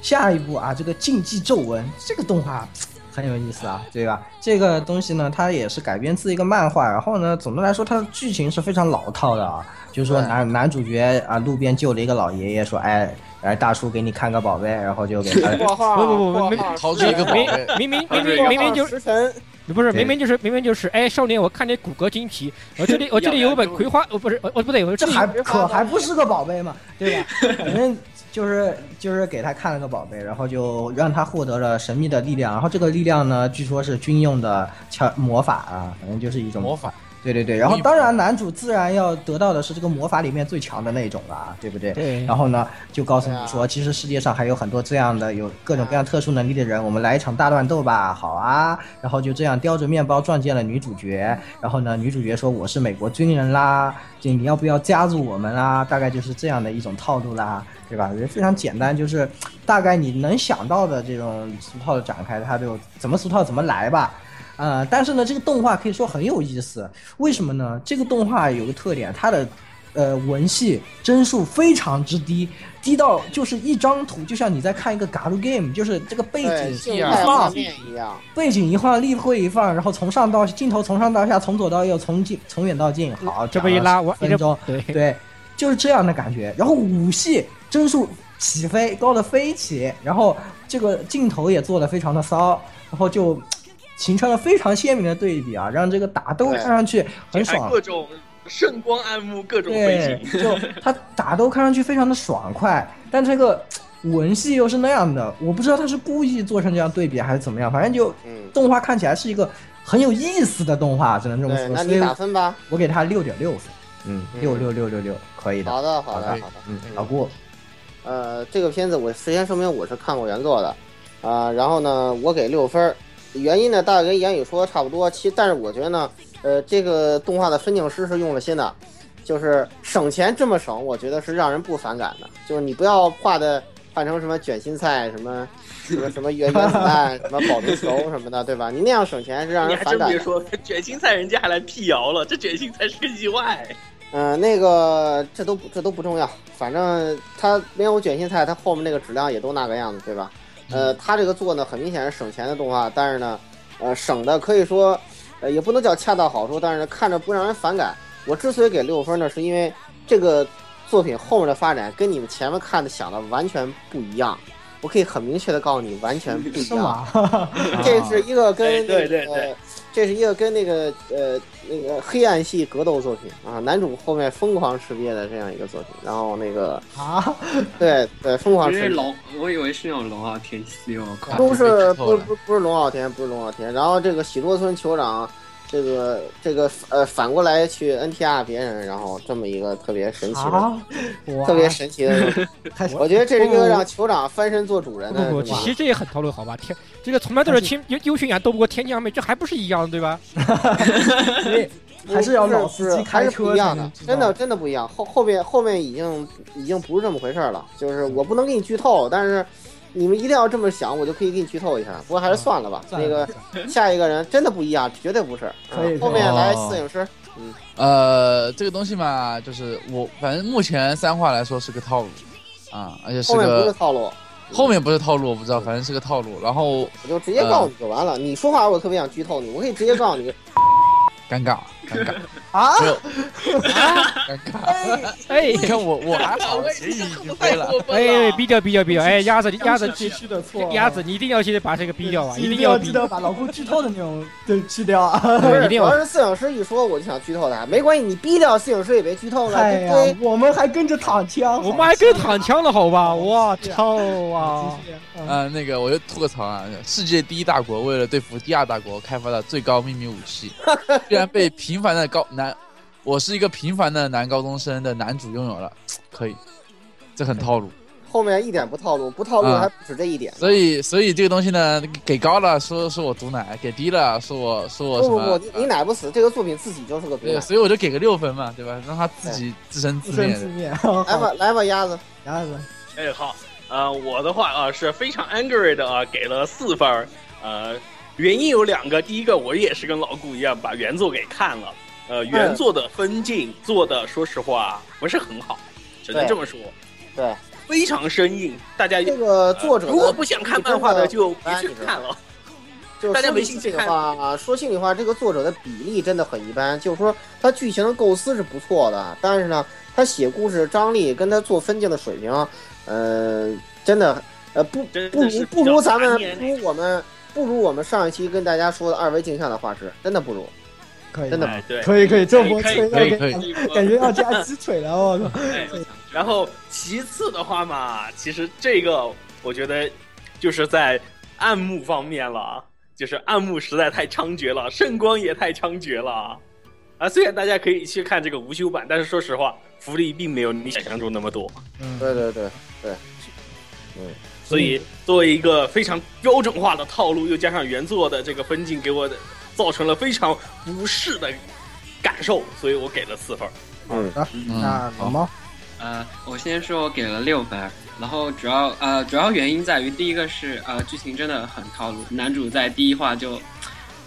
C: 下一步啊，这个《禁忌皱纹》这个动画很有意思啊，对吧？这个东西呢，它也是改编自一个漫画，然后呢，总的来说它的剧情是非常老套的啊，就是说
B: 对
C: 男男主角啊，路边救了一个老爷爷，说哎。哎，大叔给你看个宝贝，然后就给他
B: 括号
A: 不不不
B: 括
A: 没
B: 号
D: 逃出一个宝贝。
A: 明明
F: 还
A: 明
F: 是
A: 明明明就
B: 食神，
A: 是不是
C: 对
A: 明明就是明明就是哎，少年，我看你骨骼惊奇，我这里我这里 有本葵花，哦不是我我不对，我
C: 这
A: 这里
C: 还可还不是个宝贝嘛，对 吧？反正就是就是给他看了个宝贝，然后就让他获得了神
B: 嗯
C: 秘的力量，然后这个力量呢，据说是军用的巧魔法啊，反正就是一 种
D: 魔法，
C: 对对对，然后当然男主自然要得到的是这个魔法里面最强的那种啦，对不对？
A: 对
C: 然后呢，就告诉你说，其实世界上还有很多这样的有各种各样特殊能力的人，我们来一场大乱斗吧，好啊。然后就这样叼着面包撞见了女主角，然后呢，女主角说我是美国军人啦，就你要不要加入我们啦？大概就是这样的一种套路啦，对吧？我觉得非常简单，就是大概你能想到的这种俗套的展开，它就怎么俗套怎么来吧。呃，但是呢，这个动画可以说很有意思，为什么呢？这个动画有个特点，它的呃文戏帧数非常之低，低到就是一张图，就像你在看一个 g a l game，就是这个背
B: 对，
C: 景啊
B: 静
C: 一
B: 态画
C: 放，
B: 面一样，
C: 背景一放，立绘一放，然后从上到镜头从上到下，从左到右，从近从远到近，好，
A: 这么一拉，我一
C: 分钟，
A: 对
C: 对，就是这样的感觉。然后武戏帧数起飞，高的飞起，然后这个镜头也做的非常的骚，然后就嘖形成了非常鲜明的对比啊，让这个打斗
B: 对
C: 看上去很
G: 还
C: 爽
G: 各。种圣光暗幕，各种飞
C: 对
G: 行，，
C: 就他打斗看上去非常的爽快，但这个嘖文戏又是那样的，我不知道他是故意做成这样对比还是怎么样，反正就
B: 嗯，
C: 动画看起来是一个很有意思的动画，只能这么
B: 对，
C: 说。
B: 那
C: 所
B: 你
C: 以
B: 打分吧。
C: 我给他六点六分，嗯，
B: 嗯
C: 六六六六六，可以的。
B: 好的，好的，
C: 好的
B: 好的。
C: 嗯，老顾，
B: 呃，这个片子我事先声明我是看过原作的，啊、然后呢，我给六分儿，原因呢大概跟言语说的差不多，其但是我觉得呢，呃，这个动画的分镜师是用了心的，就是省钱这么省，我觉得是让人不反感的，就是你不要画的画成什么卷心菜什么。什么什么圆圆子弹，什么保龄球什么的，对吧？你那样省钱是让
F: 你
B: 人
F: 还
B: 反
F: 真
B: 感
F: 别
B: 的。
F: 说， 卷心菜人家还来辟谣了，这卷心菜是个意外。
B: 嗯、那个这都不这都不重要，反正它没有卷心菜，它后面那个质量也都那个样子，对吧？
C: 嗯
B: 呃，它这个做呢，很明显是省钱的动画，但是呢，呃，省的可以说，呃，也不能叫恰到好处，但是呢看着不让人反感。我之所以给六分呢，是因为这个作品后面的发展跟你们前面看的想的完全不一样。我可以很明确的告诉你，完全不一
C: 是
B: 样。
C: 吗？啊
D: 啊
B: 这是一个跟、
F: 啊哎
B: 那个
F: 对对对
B: 呃这是一个跟那个呃那个黑暗系格斗作品啊，男主后面疯狂吃瘪的这样一个作品，然后那个
C: 啊，
B: 对对疯
E: 我
B: 狂
E: 以为
B: 吃
E: 是
B: 瘪，
E: 龙，我以为是那种龙傲天哦系，我靠！
B: 都是
D: 被剧透
B: 不
D: 了
B: 不不是龙傲天，不是龙傲天，然后这个喜多村酋长。这个这个呃，反过来去 NTR 别人，然后这么一个特别神奇的、
C: 啊，
B: 特别神奇的，
C: 太
B: 我觉得这是一个让酋长翻身做主人
A: 不
B: 的
A: 不不，
B: 这么一个
A: 其实这也很套路，好吧？天，这个从来都是天优优驯羊斗不过天降妹，这还不是一样，对吧？
C: 还是要老
B: 是
C: 司机
B: 还
C: 开
B: 是
C: 车
B: 不一样
C: 才
B: 的
C: 能，知道
B: 真的真的不一样。后后边后面已经已经不是这么回事儿了，就是我不能给你剧透，但是你们一定要这么想，我就可以给你剧透一下。不过
C: 嗯
B: 还是算了吧，那个 下一个人真的不一样，绝对不是。
C: 可以
B: 嗯后面来
D: 哦
B: 摄影师，
D: 呃，这个东西嘛，就是我反正目前三话来说是个套路啊，而且是
B: 后面不是
D: 个
B: 套路，嗯
D: 后面不呃是套路，我不知道，反正是个套路。然后
B: 我就直接告诉你就完了。你说话我特别想剧透你，我可以直接告诉你。
D: 尴尬，尴尬，
C: 啊，
D: 没有，尴尬。
A: 哎
D: 你看我我还好，结语已经飞了。
A: 哎，逼掉逼掉逼掉！哎，鸭子鸭子这
C: 去的错啊
A: 鸭子，你一定要记得把这个逼掉啊！
C: 一
A: 定
C: 定
A: 要
C: 要
A: 逼
C: 记，得把老顾剧透的那种对去掉 啊！
B: 不
A: 对
B: 是，
A: 一
B: 主
A: 定
B: 要
A: 要。
B: 是摄影师一说我就想剧透他，没关系，你逼掉摄影师也别剧透了，
C: 哎
B: 对
C: 呀
B: 不对？，
C: 我们还跟着躺枪，
A: 我们还跟躺枪了，好吧？ 我操啊！
C: 啊，
D: 啊、那个我就吐个槽啊，世界第一大国为了对付第二大国开发了最高秘密武器，居然被平凡的高男，我是一个平凡的男高中生的男主拥有了，可以，这很套路。
B: 后面一点不套路，不套路
D: 嗯
B: 还不止这一点。
D: 所以所以这个东西呢，给高了说说我毒奶，给低了说我说我
B: 不
D: 什
B: 不
D: 么，呃
B: 不，
F: 啊
B: 你你奶不死，这个作品自己就是个毒
D: 对，
B: 奶。
D: 所以我就给个六分嘛，对吧？让他自己自生
C: 自
D: 自
C: 生
D: 灭
C: 自
D: 的。
C: 灭。
B: 来吧来吧，鸭子，
C: 鸭子，
F: 哎，好，呃，我的话啊是非常 angry 的啊，给了四分儿，呃，原因有两个，第一个我也是跟老顾一样把原作给看了，呃，
B: 嗯
F: 原作的分镜做的，说实话不是很好，只能
B: 对
F: 这么说，
B: 对
F: 非常生硬，大家。
B: 这个
F: 呃
B: 作者呢
F: 如果不想看漫画的，就别
B: 哎
F: 去
B: 你说
F: 看了。
B: 就是
F: 大家
B: 说
F: 没
B: 心
F: 兴
B: 里
F: 趣看
B: 话，说心里话，这个作者的比例真的很一般。就是说，他剧情的构思是不错的，但是呢，他写故事张力跟他做分镜的水平，呃，真的，呃，不
F: 真
B: 不
F: 的
B: 如
F: 是
B: 不
F: 比较
B: 如咱
F: 杂
B: 们，
F: 念
B: 不如我们，不如我们上一期跟大家说的二维镜像的画质，真的不如。
C: 可以，
B: 真的
F: 哎，对，
C: 可以，可以，这波
F: 可以
C: 吹
F: 可以
C: 要
D: 可以
C: 给
F: 可以
C: 感觉要加鸡腿了，哦我 操！
F: 哎然后其次的话嘛，其实这个我觉得就是在暗幕方面了，就是暗幕实在太猖獗了，圣光也太猖獗了。啊、啊，虽然大家可以去看这个无修版，但是说实话，福利并没有你想象中那么多。
C: 哎
B: 对对对对，嗯，
F: 所以作为一个非常标准化的套路，又加上原作的这个分镜，给我的造成了非常不适的感受，所以我给了四分。
B: 嗯，
C: 啊，那老猫，
E: 呃，我先说我给了六分儿，然后主要呃主要原因在于第一个是呃剧情真的很套路，男主在第一话就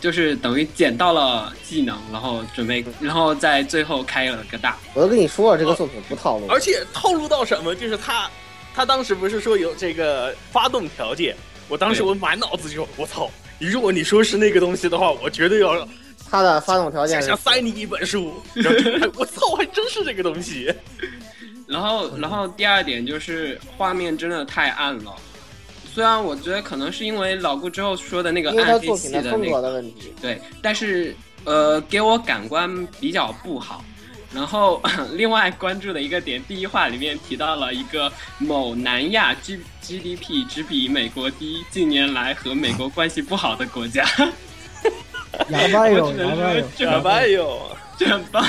E: 就是等于捡到了技能，然后准备然后在最后开了个大，
B: 我都跟你说了，这个作品不套路。
F: 而且套路到什么，就是他，他当时不是说有这个发动条件，我当时
E: 对
F: 我满脑子就我操，你如果你说是那个东西的话，我绝对要
B: 它的发动条件
F: 想
B: 是
F: 想塞你一本 书，然后就哎我操，还真是这个东西。
E: 然后然后第二点就是画面真的太暗了，虽然我觉得可能是因为老顾之后说的那个
B: 因为它
E: 暗黑
B: 作品
E: 系
B: 的
E: 的
B: 风
E: 那个
B: 格的问题。
E: 对，但是呃，给我感官比较不好。然后 另外关注的一个点，第一话里面提到了一个某南亚 G GDP 只比美国低，近年来和美国关系不好的国家，
C: 哑巴
E: 我
C: 有，
E: 只
C: 哑巴
E: 能
C: 有
E: 说，
F: 怎么哟？
E: 这很棒。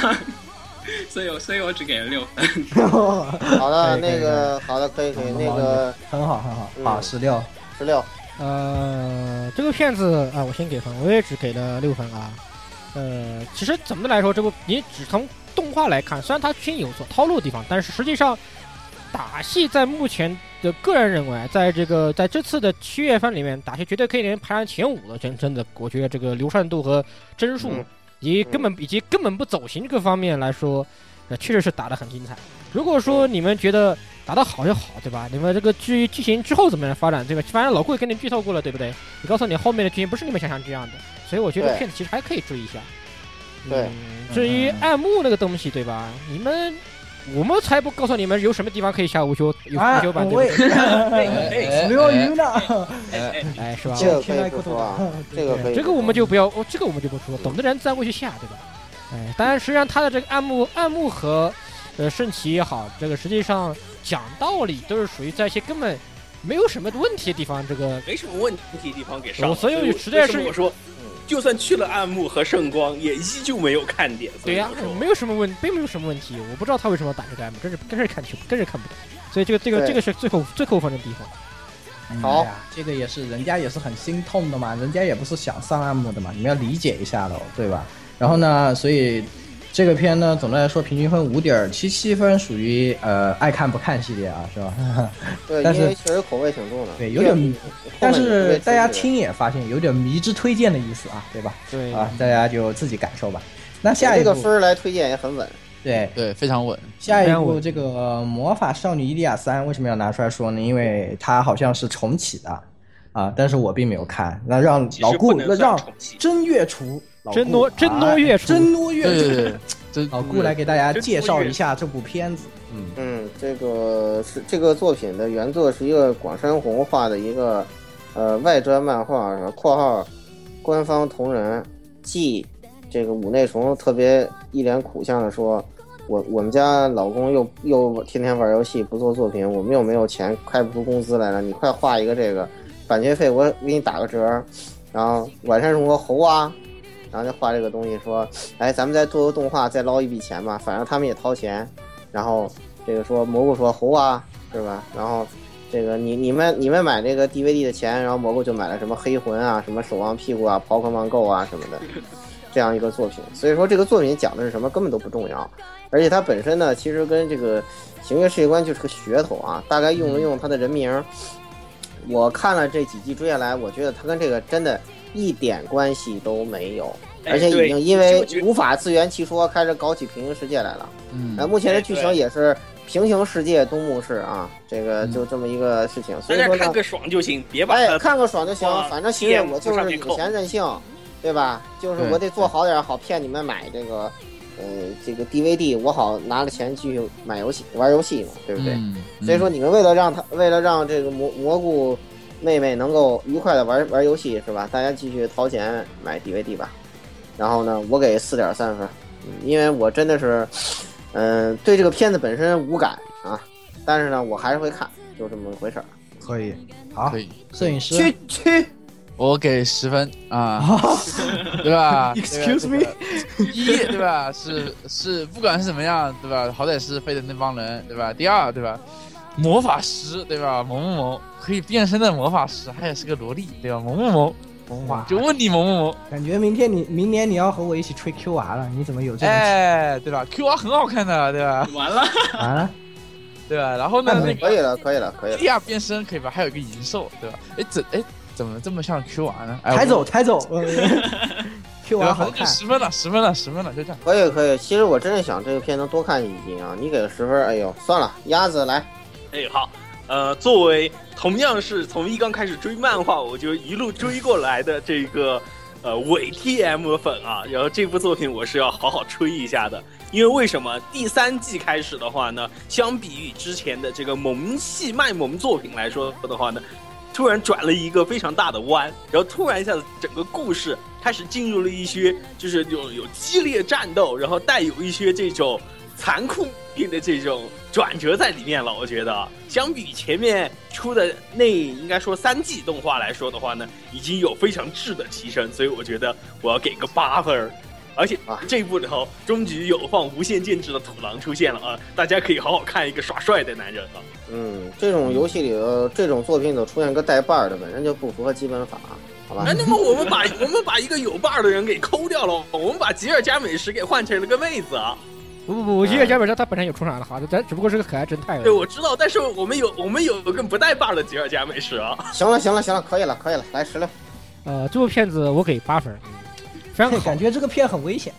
E: 所以我，所以我只给了六分。
B: 好的，
C: 可以可以
B: 那个好的，可以可以，
C: 嗯
B: 那个
C: 很好很好，
B: 嗯
C: 好十六，
B: 十六，
A: 呃，这个片子啊，我先给分，我也只给了六分啊。呃，其实总的来说，这部你只从动画来看，虽然它剧情有所套路的地方，但是实际上打戏在目前的个人认为，在这个在这次的七月份里面，打戏绝对可以连排上前五了。真真的，我觉得这个流畅度和帧数
B: 嗯
A: 以及根本以及根本不走形各方面来说，呃，确实是打得很精彩。如果
B: 嗯
A: 说你们觉得打得好就好，对吧？你们这个至于剧情之后怎么样发展，对吧？反正老顾也跟你剧透过了，对不对？你告诉你后面的剧情不是你们想象这样的，所以我觉得
B: 对
A: 片子其实还可以追一下。
B: 对
A: 嗯，至于暗幕那个东西，对吧？你们我们才不告诉你们有什么地方可以下无休有
C: 啊
A: 无休版，，
C: 我
A: 对
C: 也
A: 吧？
D: 哎
C: 没有鱼呢，
D: 哎
A: 哎，是吧？
B: 这个
C: 听
B: 可
C: 来
B: 以不
C: 不
B: 说啊
C: 懂，
B: 这个可以不说。
A: 这个我们就不要，哦这个我们就不说，懂的人自然会去下，对吧？哎，当然，实际上他的这个暗幕、暗幕和呃圣骑也好，这个实际上讲道理都是属于在一些根本没有什么问题的地方，这个
F: 没什么问题地方给上
A: 我
F: 了，
A: 所以
F: 以
A: 实在是
F: 为什么我说，就算去了暗幕和圣光，也依旧没有看点。所
A: 对
F: 以
A: 呀、嗯
F: 我说
A: 没有什么问，并没有什么问题，我不知道他为什么要打这个 M，真是真是看去，真是看不懂。所以这个这个
B: 对
A: 这个是最扣最扣分的地方。
B: 好
C: 哎呀，这个也是人家也是很心痛的嘛，人家也不是想上岸幕的嘛，你们要理解一下喽，对吧？然后呢，所以这个片呢，总的来说平均分五点七七分，属于呃爱看不看系列啊，是吧？
B: 嗯对，
C: 但是
B: 因为确实口味挺重的。
C: 对有点
B: 这个
C: 但是大家，听也发现有点迷之推荐的意思啊，对吧？
A: 对
C: 啊，大家就自己感受吧。那
B: 后
C: 下
B: 面
C: 一
B: 嗯这
C: 步
B: 个，分儿来推荐也很稳。
C: 对，
D: 对，非常稳。
C: 下一
A: 非常
C: 部
A: 稳
C: 这个呃《魔法少女伊利亚三》为什么要拿出来说呢？因为它好像是重启的啊，但是我并没有看。那让
F: 其
C: 老
F: 实不
C: 顾，
F: 能
C: 那
F: 算
C: 让
F: 重启
C: 真月厨，老顾
A: 真多
C: 啊
A: 真多月厨
C: 真多
D: 对
C: 月
D: 对
C: 厨，
D: 对，这
C: 老顾来给大家介绍一下这部片子。嗯，
B: 嗯，这个是这个作品的原作是一个广山弘画的一个呃外传漫画（括号官方同人），即这个五内虫特别一脸苦相的说：“我我们家老公又又天天玩游戏不做作品，我们又没有钱，开不出工资来了，你快画一个这个，版权费我给你打个折。”然后晚山说：“猴啊！”然后就画这个东西说：“哎，咱们再做个动画，再捞一笔钱吧，反正他们也掏钱。”然后这个说蘑菇说猴啊，是吧？然后这个你你们你们买这个 DVD 的钱，然后蘑菇就买了什么黑魂啊、什么守望屁股啊、p o k e m o n Go 啊什么的，这样一个作品。所以说这个作品讲的是什么根本都不重要，而且它本身呢，其实跟这个行月世界观就是个噱头啊，大概用了用它的人名儿。我看了这几季追下来，我觉得它跟这个真的一点关系都没有，
F: 哎
B: 而且已
F: 对
B: 经因
F: 就
B: 为
F: 我觉得
B: 无法自圆其说，开始搞起平行世界来了。
D: 嗯
B: 呃，，目前的
F: 哎
B: 剧
F: 对
B: 情也是平行世界东幕市啊，这个
D: 嗯
B: 就这么一个事情。所
F: 大
B: 以
F: 家
B: 说
F: 看
B: 呢，
F: 个爽就行，别把
B: 哎，
F: 它
B: 看个爽就行
F: 哇，
B: 反正行业
F: 骗
B: 我
F: 不
B: 就
F: 上
B: 是
F: 面
B: 有
F: 扣嗯
B: 钱任性，对吧？就是
D: 对
B: 我得做好点儿，好骗你们买这个，呃，这个 DVD，我好拿了钱继续买游戏玩游戏嘛，对不对？
D: 嗯
B: 所以说，你们为了让他，为了让这个蘑蘑菇妹妹能够愉快的玩玩游戏，是吧？大家继续掏钱买 DVD 吧。然后呢，我给四点三分，嗯因为我真的是，嗯、对这个片子本身无感啊，但是呢，我还是会看，就这么回事儿。
C: 可以，好
D: 可，以，
C: 摄影师
B: 去去，
D: 我给十分啊，对吧
C: Excuse
D: 这个一对吧？是是，不管是怎么样，对吧？好歹是飞的那帮人，对吧？第二，对吧？魔法师，对吧？某某某可以变身的魔法师，还也是个萝莉，对吧？某某某，
C: 萌娃，
D: 就问你某某某，
C: 感觉明天你明年你要和我一起吹 QR 了，你怎么有这种情
D: 哎，对吧？Q R 很好看的，对吧？
E: 完了，
C: 况啊？
D: 对吧？然后呢，那
B: 可以
D: 个
B: 了，可以了，可以了。
D: 第二变身可以吧？还有一个银兽，对吧？哎，怎哎怎么这么像 Q R 呢？哎，
C: 抬
D: 我
C: 走，抬 走
D: 对吧？
C: ，QR 好
D: 反正就
C: 看，
D: 十分了，十分了，十分了，就这样。
B: 可以可以，其实我真的想这个片能多看几集啊！你给个十分，哎呦，算了，鸭子来，
F: 哎，好，呃，作为同样是从一刚开始追漫画，我就一路追过来的这个呃伪 TM 的粉啊，然后这部作品我是要好好吹一下的，因为为什么第三季开始的话呢，相比于之前的这个萌系卖萌作品来说的话呢，突然转了一个非常大的弯，然后突然一下子整个故事开始进入了一些就是有有激烈战斗，然后带有一些这种残酷性的这种转折在里面了。我觉得相比前面出的那应该说三季动画来说的话呢，已经有非常质的提升，所以我觉得我要给个八分儿。而且
B: 啊
F: 这部的后，终于有放无限剑制的土狼出现了啊！大家可以好好看一个耍帅的男人啊了。
B: 嗯，这种游戏里头，这种作品里头出现个带伴儿的，本身就不符合基本法，好吧
F: 哎，？那么我们把我们把一个有伴儿的人给抠掉了，我们把吉尔加美什给换成了个妹子啊！
A: 不不不，吉尔加美什他本身有出场的好，咱只不过是个可爱侦探而
F: 对，
A: 已。
F: 我知道，但是我们有我们有个不带把的吉尔加美什啊！
B: 行了行了行了，可以了可以了，来十六，
A: 呃，这部片子我给八分，嗯非常好
C: 感。觉这个片很危险。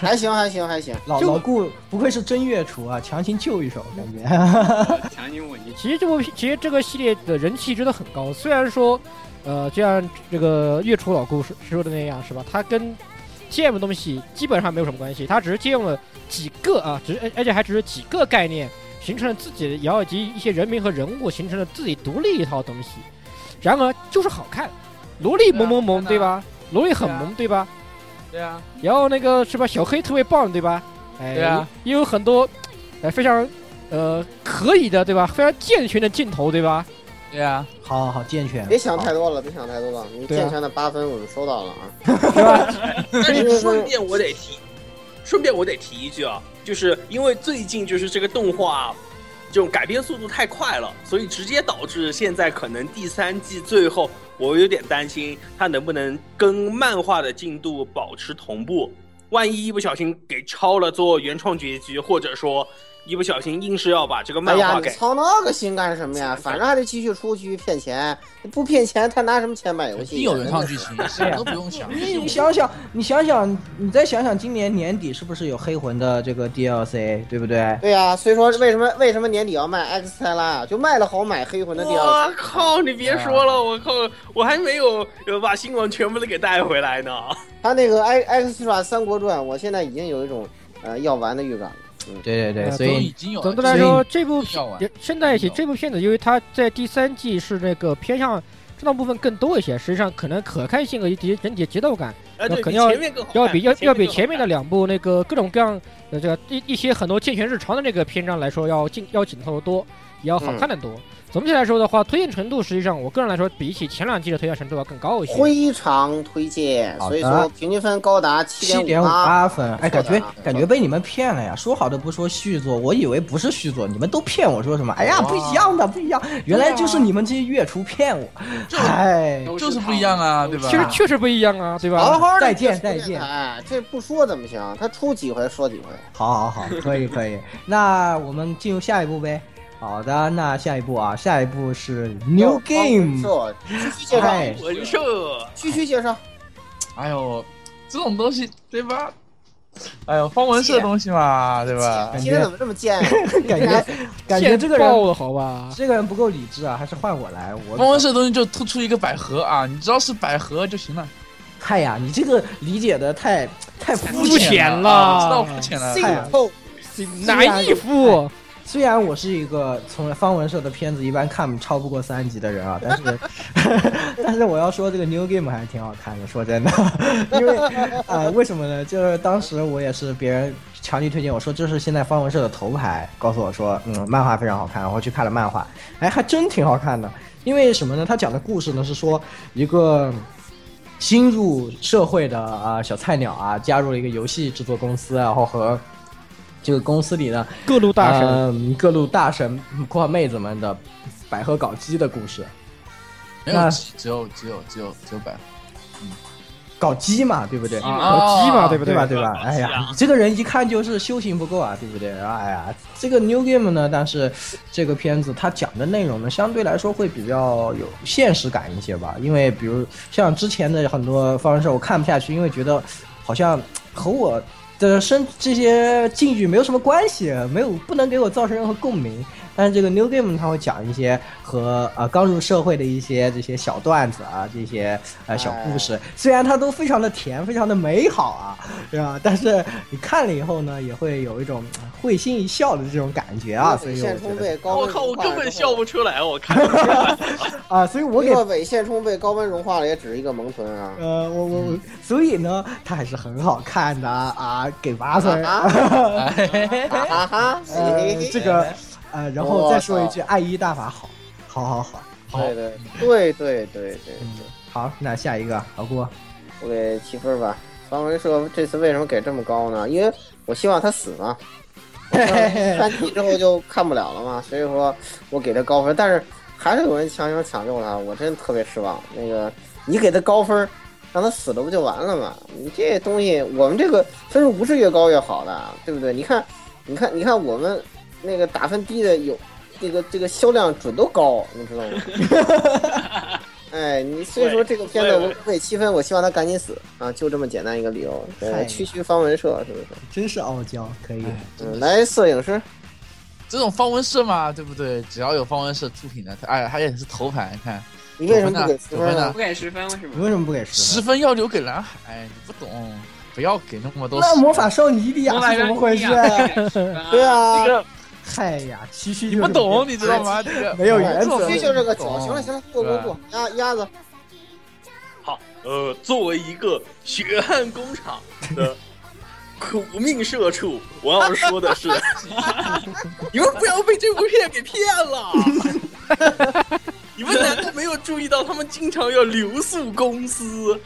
B: 还行还行还行，
C: 老
A: 就
C: 老顾不愧是真月厨啊，强行救一手，感觉
E: 强行我 一
A: 其实这部其实这个系列的人气真的很高，虽然说，呃，就像这个月初老顾说的那样，是吧？它跟 TM 东西基本上没有什么关系，它只是借用了几个啊，只而而且还只是几个概念，形成了自己的，然后以及一些人名和人物，形成了自己独立一套东西。然而就是好看，萝莉萌萌萌，对
D: 对啊
A: 吧？萝莉很
D: 对啊
A: 萌，对吧？
D: 对啊，
A: 然后那个是吧，小黑特别棒，对吧？哎，
D: 对啊，
A: 也有很多，哎，非常，呃，可以的，对吧？非常健全的镜头，对吧？
D: 对啊，
C: 好好好健全。
B: 别想太多了，别想太多了，你
A: 对啊
B: 健全的八分我们收到了啊，
A: 对吧？
B: 哎
F: 但是顺便我得提，顺便我得提一句啊，就是因为最近就是这个动画这种改编速度太快了，所以直接导致现在可能第三季最后我有点担心它能不能跟漫画的进度保持同步，万一一不小心给超了做原创结局，或者说一不小心硬是要把这个
B: 哎
F: 漫
B: 呀，
F: 画
B: 你
F: 给。
B: 操那个心干什么呀？反正还得继续出，继续骗钱，不骗钱他拿什么钱买游
D: 肯
B: 戏
D: 定
B: 呀？
D: 有原创剧情，什么都不用想。
C: 你你想想，你想想，你再想想，今年年底是不是有黑魂的这个 DLC，对不对？
B: 对呀、所以说为什么为什么年底要卖 X 塞拉啊？就卖了好买黑魂的第二
F: 我靠！你别说了，我靠，我还没有呃把新闻全部都给带回来呢。
B: 他那个 X X 传三国传，我现在已经有一种呃要玩的预感了。
C: 对对对，
A: 呃
C: 所
D: 都
C: 以
D: 已经有
F: 哦
D: 了，
A: 总的来
C: 所以
A: 说，这部
D: 要玩
A: 也现在一起这部片子，因为它在第三季是那个偏向震荡部分更多一些，实际上可能可看性和以及整体的节奏感
F: 啊，
A: 那
F: 对，
A: 肯
F: 比
A: 定要
F: 前面更好看
A: 要比要要比前面的
F: 更好
A: 两部那个各种各样的这个一一些很多健全日常的那个篇章来说，要紧要紧凑得多，也要好看的
F: 嗯
A: 多。总体来说的话，推荐程度实际上我个人来说，比起前两季的推荐程度要更高一些。
B: 非常推荐，
C: 好的
B: 所以说平均分高达
C: 七
B: 七
C: 点
B: 点
C: 五
B: 八。
C: 八分，哎，
B: 不错
C: 感
B: 的
C: 觉
B: 啊
C: 感觉被你们骗了呀！说好的不说续作，我以为不是续作，你们都骗我说什么？哎呀，
D: 哇
C: 不一样的，不一样，原来就是你们这些月厨骗我，哎，
E: 都
D: 就是
E: 套
D: 不一样啊，对吧？
A: 其实确实不一样啊，对吧？
B: 好好的
C: 再见
B: 这出电台，啊这不说怎么行？他出几回说几回。
C: 好好好，可以可以，那我们进入下一步呗。好的，那下一步啊，下一步是 New
B: 哦是
C: Game，
B: 我继续介绍，
C: 哎，
F: 文啊社
B: 继续介绍。
D: 哎呦，这种东西对吧？哎呦，方
C: 啊
D: 文社东西嘛，对吧？
B: 今天怎么这么 贱啊？
C: 感觉感觉
A: 现
C: 这个
A: 爆
C: 人
A: 了，好吧？
C: 这个人不够理智啊，还是换我来，
D: 方
C: 我
D: 文社东西就突出一个百合啊，你知道是百合就行了，
C: 太哎呀，你这个理解的太太肤
A: 肤
C: 浅
A: 浅
C: 了。
A: 了
D: 啊知道肤浅了。
C: 哎呀
B: 性臭
A: 男义夫，
C: 虽然我是一个从方文社的片子一般看超不过三集的人啊，但是 但是我要说这个 New Game 还是挺好看的，说真的， 因为啊、呃为什么呢？就是当时我也是别人强力推荐，我说这是现在方文社的头牌，告诉我说嗯漫画非常好看，然后去看了漫画，哎还真挺好看的。因为什么呢？他讲的故事呢是说一个新入社会的啊、小菜鸟啊，加入了一个游戏制作公司，然后和这个公司里的
A: 各路大神
C: 嗯各路大神嗯括号妹子们的百合搞基的故事。
D: 没有
C: 那
D: 几，只有只有只有只有百合。
C: 搞基嘛，对不对？
A: 啊
D: 嘛搞基嘛对不对
C: 对吧？对吧？哎呀，你这个人一看就是修行不够啊，对不对？哎呀，这个 New Game 呢，但是这个片子它讲的内容呢，相对来说会比较有现实感一些吧，因为比如像之前的很多方式，我看不下去，因为觉得好像和我。的身这些境遇没有什么关系，没有不能给我造成任何共鸣。但是这个 New Game 它会讲一些和啊、呃刚入社会的一些这些小段子啊，这些呃小故事，虽然它都非常的甜，非常的美好啊，是吧？但是你看了以后呢，也会有一种呃会心一笑的这种感觉啊。所以我
B: 线
C: 觉
B: 冲
C: 得
B: 被高
F: 我
B: 温
F: 靠，
B: 融
F: 我
B: 化
F: 根本
B: 了之
F: 笑
B: 后
F: 不出来，我看不出来。
C: 啊，所以我
B: 一
C: 给
B: 个纬线冲被高温融化了，也只是一个萌豚 啊。
C: 呃我我我，所以呢，它还是很好看的啊，给八分。
B: 啊哈
C: 哎
B: 哈，
C: 呃
B: 嘿嘿嘿
C: 这个呃，然后再说一句，
B: 我
C: 爱一大法好，好好好。
B: 对对对对对对
C: 嗯
B: 对，
C: 好，那下一个老郭，
B: 我给七分吧。防卫社这次为什么给这么高呢？因为我希望他死嘛。三体之后就看不了了嘛，所以说我给他高分，但是还是有人强行抢救他，我真的特别失望。那个你给他高分，让他死了不就完了嘛？你这东西，我们这个分数不是越高越好的，对不对？你看，你看，你看我们那个打分低的有这个这个销量准都高，你知道吗？ 哎，你所以说这个片子
F: 对
B: 我
F: 对
B: 给七分，我希望他赶紧死啊，就这么简单一个理由。
C: 嗨
B: 对，区区方文社是不是？
C: 真是傲娇，可以。
D: 哎
B: 嗯，来摄影师，
D: 这种方文社嘛，对不对？只要有方文社出品的，他哎，他也是头牌。看
B: 你为什么不给十
D: 九分
B: 分啊
D: 呢
B: 呢
E: 不？给十分，为什
C: 你
E: 么？
C: 为什么不给十
D: 十
C: 分？
D: 分要留给蓝海，你不懂，不要给那么多。
C: 那魔法少女伊利
E: 我
C: 亚
E: 晚
C: 是怎
E: 上
C: 么回事？
B: 啊 对，啊
F: 这，个
C: 嗨呀，区区
D: 你不懂，你知道？吗？这个
C: 没有原则
B: 必须哎就是个酒。
D: 懂
B: 行了行了，过过过，鸭鸭子，
F: 好，呃，作为一个血汗工厂的苦命社畜，我要说的是， 你们不要被这部片给骗了。你们难道没有注意到他们经常要留宿公司，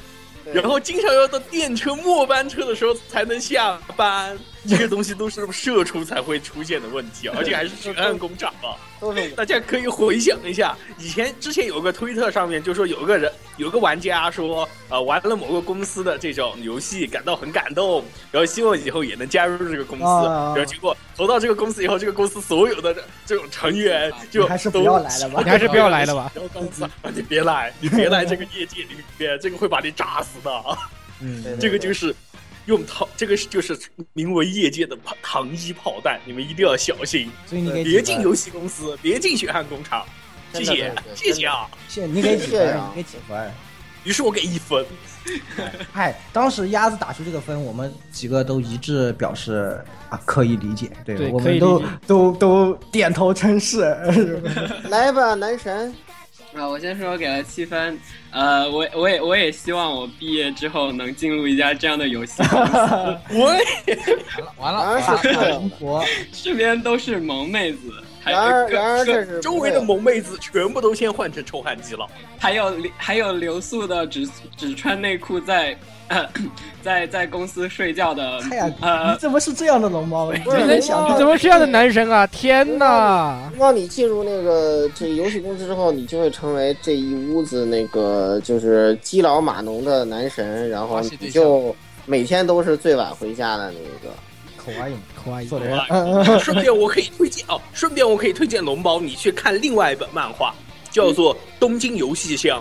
B: 对
F: 然后经常要到电车末班车的时候才能下班？这个东西都是社畜才会出现的问题，而且还是血汗工厂啊！
B: 都是我
F: 大家可以回想一下，以前之前有个推特上面就说有个人有个玩家说，呃，玩了某个公司的这种游戏感到很感动，然后希望以后也能加入这个公司，
C: 啊
F: 然后结果投到这个公司以后，这个公司所有的这种成员就
C: 你还是
F: 都
C: 不要来了吧
A: 你还是不要来了吧。
F: 然后公司啊，你别来，你别来这个业界里面，这个会把你炸死的。
C: 嗯，
F: 这个就是用糖，这个是就是名为业界的糖衣炮弹，你们一定要小心。
C: 所以你给
F: 别
C: 几
F: 进
C: 分
F: 游戏公司，别进血汗工厂。谢谢，谢谢啊！
C: 谢你给几
B: 谢谢
C: 分
B: 啊？
C: 你给几分？
F: 于是我给一分，
C: 嗨，当时鸭子打出这个分，我们几个都一致表示啊，可以理解，对
A: 对
C: 我
A: 可以理
C: 们都
A: 解
C: 都都点头称是。
B: 来吧，男神，
E: 啊，我先说，我给了七分。呃，我我也我也希望我毕业之后能进入一家这样的游戏 公司，
F: 我
B: 然
C: 啊
D: 完了，
B: 而是漂亮
C: 中
B: 的，
C: 国
E: 身边都是萌妹子，还
B: 然而然而这
E: 有
B: 是
F: 周围的萌妹子全部都先换成臭汗机 了。
E: 还有还有留宿的只只穿内裤在 在在公司睡觉的
C: 哎 呀，
E: 呃
C: 你怎么是这样的龙猫？
B: 不是
C: 没想
A: 你
C: 到
A: 怎么是这样的男神啊？天哪！
B: 让你进入那个这游戏公司之后，你就会成为这一屋子那个就是基佬码农的男神，然后
D: 发泄对
B: 你
D: 象
B: 就每天都是最晚回家的那一个。
C: 口啊影
A: 可爱一
C: 做
A: 点
C: 的人，嗯嗯
F: 顺便我可以推荐哦，顺便我可以推荐龙猫你去看另外一本漫画，叫做《东京游戏箱》。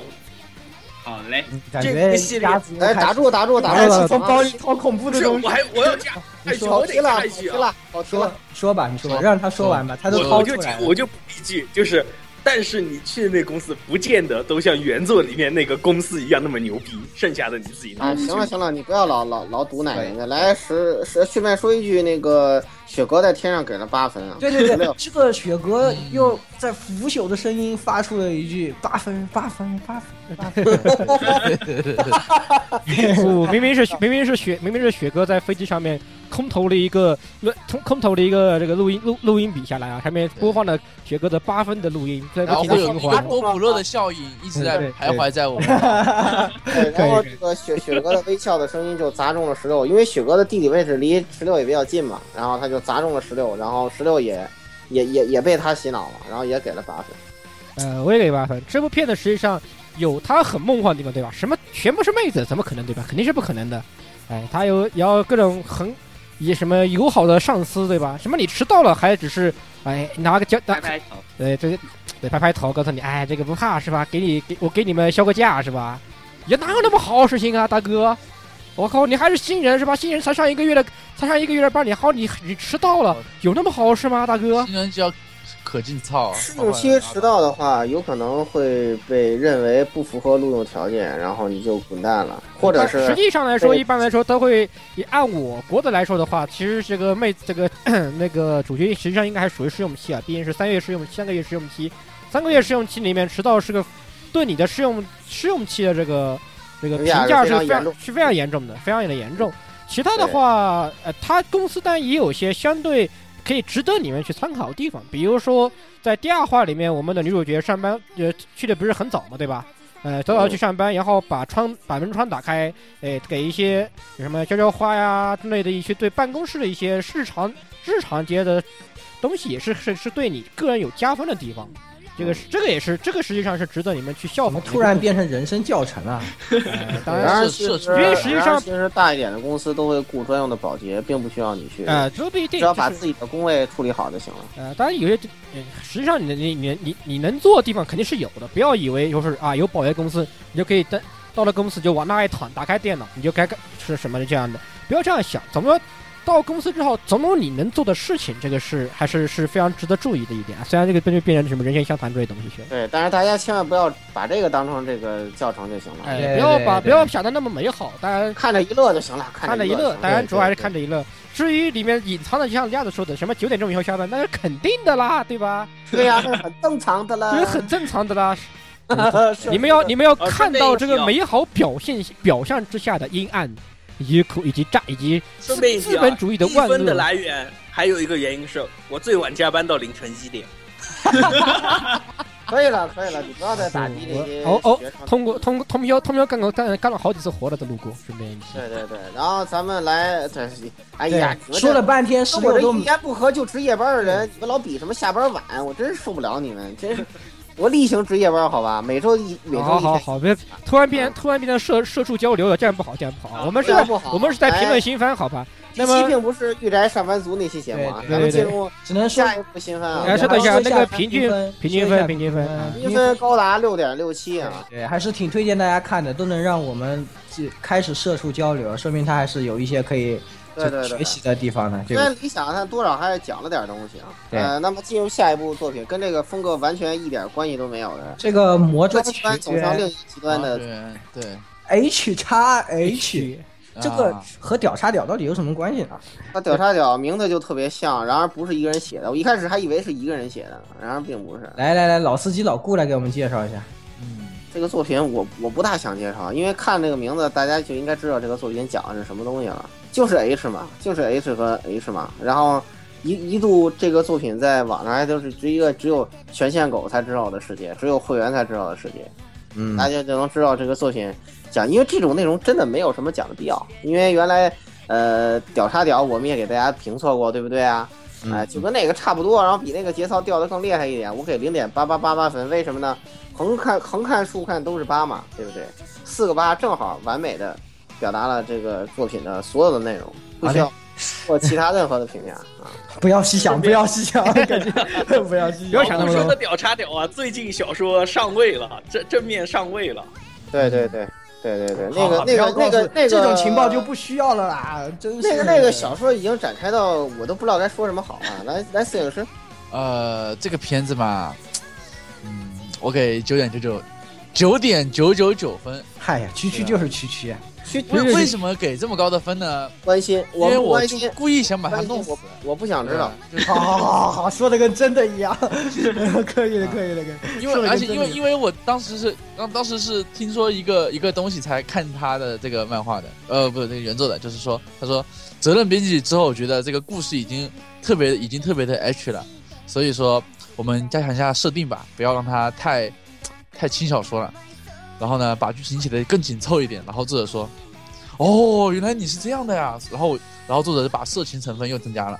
E: 好嘞，
C: 嗯 感
F: 这
C: 觉
F: 个系列
C: 鸭子又
B: 哎，
C: 开
B: 打
C: 始
B: 住打住打
C: 开
B: 住！
C: 始
B: 打
C: 从
B: 住
C: 包里掏恐怖的
F: 是，
C: 嗯东
F: 我
C: 西。
F: 还我要加下一句，我
B: 跑题
F: 得
B: 了，
F: 加
B: 跑
F: 一句
B: 题
F: 啊！
B: 了，跑题
C: 说
B: 了。
C: 说吧，你说吧，
D: 说
C: 让他说完吧，他都
F: 我
C: 掏
F: 我
C: 出
F: 就
C: 来了。
F: 我就补一句，就是，但是你去那公司，不见得都像原作里面那个公司一样那么牛逼，剩下的你自己拿。
C: 嗯
B: 哎，行了行了，你不要老老老毒奶人家。来十十，顺便说一句，那个雪哥在天上给了八分啊。
C: 对对对
B: 16，
C: 这个雪哥又在腐朽的声音发出了一句八分八分八分八分，
A: 哦不，明明是明明是雪，明明是雪哥在飞机上面空投了一个录，从空投了一个这个录音录录音笔下来啊，下面播放了学哥的八分的录音，在
D: 然
A: 不
D: 后
A: 停的
D: 哦会有
A: 循
D: 一个
A: 环。
D: 波不落的效应一直在
A: 对
D: 徘徊在我们。
B: 对，然后这个雪雪哥的微笑的声音就砸中了石榴，因为雪哥的地理位置离石榴也比较近嘛，然后他就砸中了石榴，然后石榴也也也也被他洗脑了，然后也给了八分。
A: 呃，我也给八分。这部片子实际上有它很梦幻的地方，对吧？什么全部是妹子，怎么可能对吧？肯定是不可能的。哎，它有也要各种很也什么友好的上司，对吧？什么你迟到了还只是哎拿个胶拿
E: 拍拍头，
A: 对，这对拍拍头，告诉你，哎，这个不怕是吧？给你给我给你们销个价是吧？也哪有那么好事情啊，大哥！我靠，你还是新人是吧？新人才上一个月的，才上一个月的班，你好，你你迟到了，有那么好事吗，大哥？
D: 新人就要可劲操，
B: 试用期迟到的话，有可能会被认为不符合录用条件，然后你就滚蛋了，或者
A: 但实
B: 是
A: 际上来说，
B: 对
A: 一般来说都会，也按我国的来说的话，其实这个妹这个 那个主角实际上应该还属于试用期啊，毕竟是三月试用三个月试用期，三个月试用期里面迟到是个对你的试用试用期的这个这个
B: 评
A: 评
B: 价
A: 价
B: 是
A: 是
B: 非常
A: 非
B: 严
A: 常
B: 重
A: 是非常严重的，非常的严重。其他的话，呃，它公司单也有些相对可以值得你们去参考的地方，比如说在第二话里面，我们的女主角上班呃去的不是很早嘛，对吧？呃，早早去上班，然后把窗把门窗打开，哎，给一些什么浇浇花呀之类的一些对办公室的一些日常日常街的东西，也是是是对你个人有加分的地方。这个是这个也是这个实际上是值哦得你们去效
C: 怎
A: 仿
C: 么
A: 的。
C: 突然变成人生教程啊呃了？
A: 哎，当然
B: 然
A: 是
B: 而
D: 是
B: 其实
D: 因
A: 为实际上
B: 然而其实大一点的公司都会雇专用的保洁，并不需要你去，
A: 呃，这不一定，
B: 只要
A: 就
B: 把
A: 是
B: 自己的工位处理好就行了。
A: 呃，当然有些地，呃实际上你你你你你能做的地方肯定是有的，不要以为就是啊有保洁公司你就可以到到了公司就往那一躺，打开电脑你就该干是什么这样的，不要这样想。怎么到公司之后，总有你能做的事情，这个是还是是非常值得注意的一点啊。虽然这个变变成什么人间相谈之类的东西去了。
B: 对，但是大家千万不要把这个当成这个教程就行了。
A: 哎，
C: 对
A: 不要
C: 对
A: 把
C: 对
A: 不要想的那么美好，当然
B: 看着一乐就行了，
A: 看着
B: 一
A: 一
C: 哎
A: 乐，
B: 就行
A: 当然
B: 了
A: 主要还是看着一乐。至于里面隐藏的，就像鸭子说的，什么九点钟以后下班，那是肯定的啦，对吧？
B: 对呀，这是很正常
C: 啊
B: 的啦
A: 这是。很正常的 啦。
B: 是
A: 你们要
B: 是
A: 你们要
F: 啊
A: 看到这
F: 顺便一提
A: 个美
F: 啊
A: 好表现表象之下的阴暗，以及苦以及诈以及
F: 顺便一提
A: 资
F: 啊
A: 本主义的
F: 一
A: 万
F: 分的
A: 恶。
F: 来源还有一个原因是我最晚加班到凌晨一点。
B: 可以了，可以了，你不要再打击这些
A: 哦哦
B: 学生
A: 通过通过通宵通宵干过干干了好几次活了的路过，顺便一提。
B: 对对对，然后咱们来，对，哎
C: 对
B: 呀，，
C: 说了半天十
B: 我
C: 六
B: 这
C: 都
B: 一言不合就值夜班的人，你们老比什么下班晚，我真是受不了你们，真是。我例行值夜班，好吧，每周一每周一
A: 好好
B: 天，
A: 好，别突然变突然变成社社畜交流了，这样不好，这样不好。我们是在
B: 不好，
A: 我们是在评
B: 哎
A: 论。新番，好吧？
B: 这
A: 那
B: 期
A: 么
B: 并不是御宅上班族那期节目啊，
C: 对
B: 咱们
A: 对对
B: 进入
C: 只能说
B: 下一部新番啊。
A: 哎稍等一下那个平均平均分平均分啊
C: 嗯
B: 评分啊高达六点六七啊，
C: 对，还是挺推荐大家看的，都能让我们这开始社畜交流，说明他还是有一些可以
B: 对对
C: 就
B: 对
C: 学习的地方的，
B: 虽
C: 对吧
B: 然理想它多少还是讲了点东西啊。
C: 对
B: 呃，那么进入下一部作品，跟这个风格完全一点关系都没有的，
C: 这个魔
B: 这
C: 咒
B: 个极端走向另一个极端的。
D: 啊对对，
C: H 叉 H，这个
D: 啊
C: 和屌叉屌到底有什么关系呢？
B: 它屌叉屌名字就特别像，然而不是一个人写的。我一开始还以为是一个人写的，然而并不是。
C: 来来来，老司机老顾来给我们介绍一下。
D: 嗯，
B: 这个作品我我不大想介绍，因为看这个名字，大家就应该知道这个作品讲的是什么东西了，就是 H 嘛，就是 H 和 H 嘛。然后一一度这个作品在网上还都是只一个只有权限狗才知道的世界，只有会员才知道的世界。
C: 嗯
B: 大家就能知道这个作品讲，因为这种内容真的没有什么讲的必要，因为原来呃屌叉屌我们也给大家评测过，对不对啊？哎、
C: 嗯
B: 就跟那个差不多，然后比那个节操掉的更厉害一点，我给零点八八八八分，为什么呢？横看横看竖看都是八嘛，对不对？四个八正好完美的表达了这个作品的所有的内容，不需要做其他任何的评价啊。
C: 不要细想，不要细想，感觉 不要细
A: 不要想那
F: 我
A: 么
F: 说
A: 多
F: 的。屌叉屌啊，最近小说上位了，正正面上位了。
B: 对对对对对对， 那
C: 好
B: 个
C: 好
B: 那
C: 不要
B: 个
C: 告
B: 那
C: 诉
B: 个那个
C: 这种情报就不需要了啦，真是
B: 那个那个小说已经展开到我都不知道该说什么好了。来来，摄影师，
D: 呃，这个片子嘛，嗯，我给九点九九九点九九九分。
C: 哎嗨呀，区区就是区区，啊
B: 去
D: 为为什么给这么高的分呢？
B: 关心，
D: 因
B: 我
D: 为
B: 不
D: 我
B: 关
D: 就
B: 心，
D: 故意想把它
B: 关心
D: 弄死
B: 我。我不想知道。
D: 就是
C: 好好好好哦好，说的跟真的一样，可以的，可以的，可以的。
D: 因为而且因为因为我当时是当当时是听说一个一个东西才看他的这个漫画的，呃，不是那个原作的，就是说他说责任编辑之后，觉得这个故事已经特别已经特别的 H 了，所以说我们加强一下设定吧，不要让它太太轻小说了，然后呢把剧情写得更紧凑一点，然后作者说，哦，原来你是这样的呀，然后然后作者就把色情成分又增加了，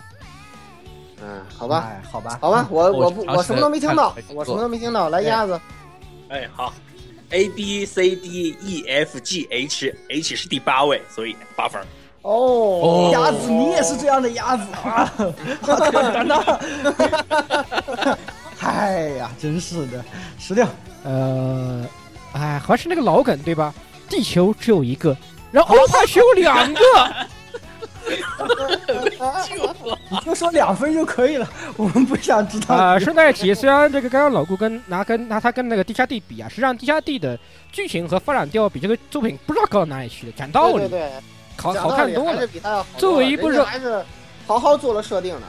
B: 嗯，好
C: 好
B: 吧，，
C: 哎好吧，
B: 好吧，我
D: 我
B: 我不我什么都没听到
D: 看了，
B: 我什么都没听到。来，鸭子，
F: 哎，好，A B C D E F G H H 是第八位，所以八分。
B: 哦，
C: 鸭子，你也是这样的鸭子啊！好可怜呐！ 哎呀，真是的，十六，
A: 呃，哎，还是那个老梗对吧？地球只有一个，然后欧派只有两个，
C: 你就说两分就可以了，我们不想知 道。
A: 啊，顺带一提，虽然这个刚刚老顾跟拿跟拿他跟那个地下地比啊，实际上地下地的剧情和发展调比这个作品不知道高到哪里去了，讲道
B: 对
A: 理，
B: 对对，
A: 好
B: 讲
A: 好
B: 道
A: 看
B: 理
A: 多
B: 还
A: 了
B: 是。比他要好多了。
A: 作为一部
B: 人
A: 热
B: 家还是好好做了设定的。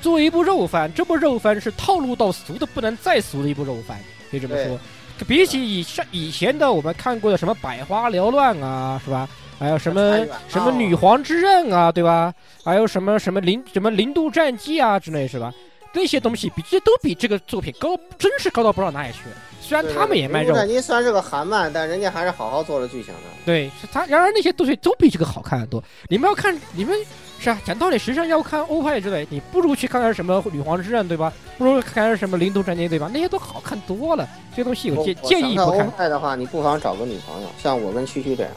A: 作为一部肉番，这部肉番是套路到俗的不能再俗的一部肉番，可以这么说。比起以上以前的我们看过的什么百花缭乱啊，是吧？还有什
B: 差
A: 么
B: 远了
A: 什么女皇之刃啊，对吧？还有什么什么零什么零度战记啊之类，是吧？那些东西比这都比这个作品高，真是高到不知道哪里去了。虽然他们也卖肉
B: 对对对，人家虽然是个韩漫，但人家还是好好做了剧情的。
A: 对，是他。然而那些东西都比这个好看的多。你们要看，你们是啊，讲道理，实际上要看欧派之类，你不如去看看什么女皇之刃，对吧？不如看看什么零度战舰，对吧？那些都好看多了。这些东西我建
B: 我
A: 建议
B: 想
A: 不
B: 看
A: 看
B: 欧。派的话，你不妨找个女朋友，像我跟区区这样。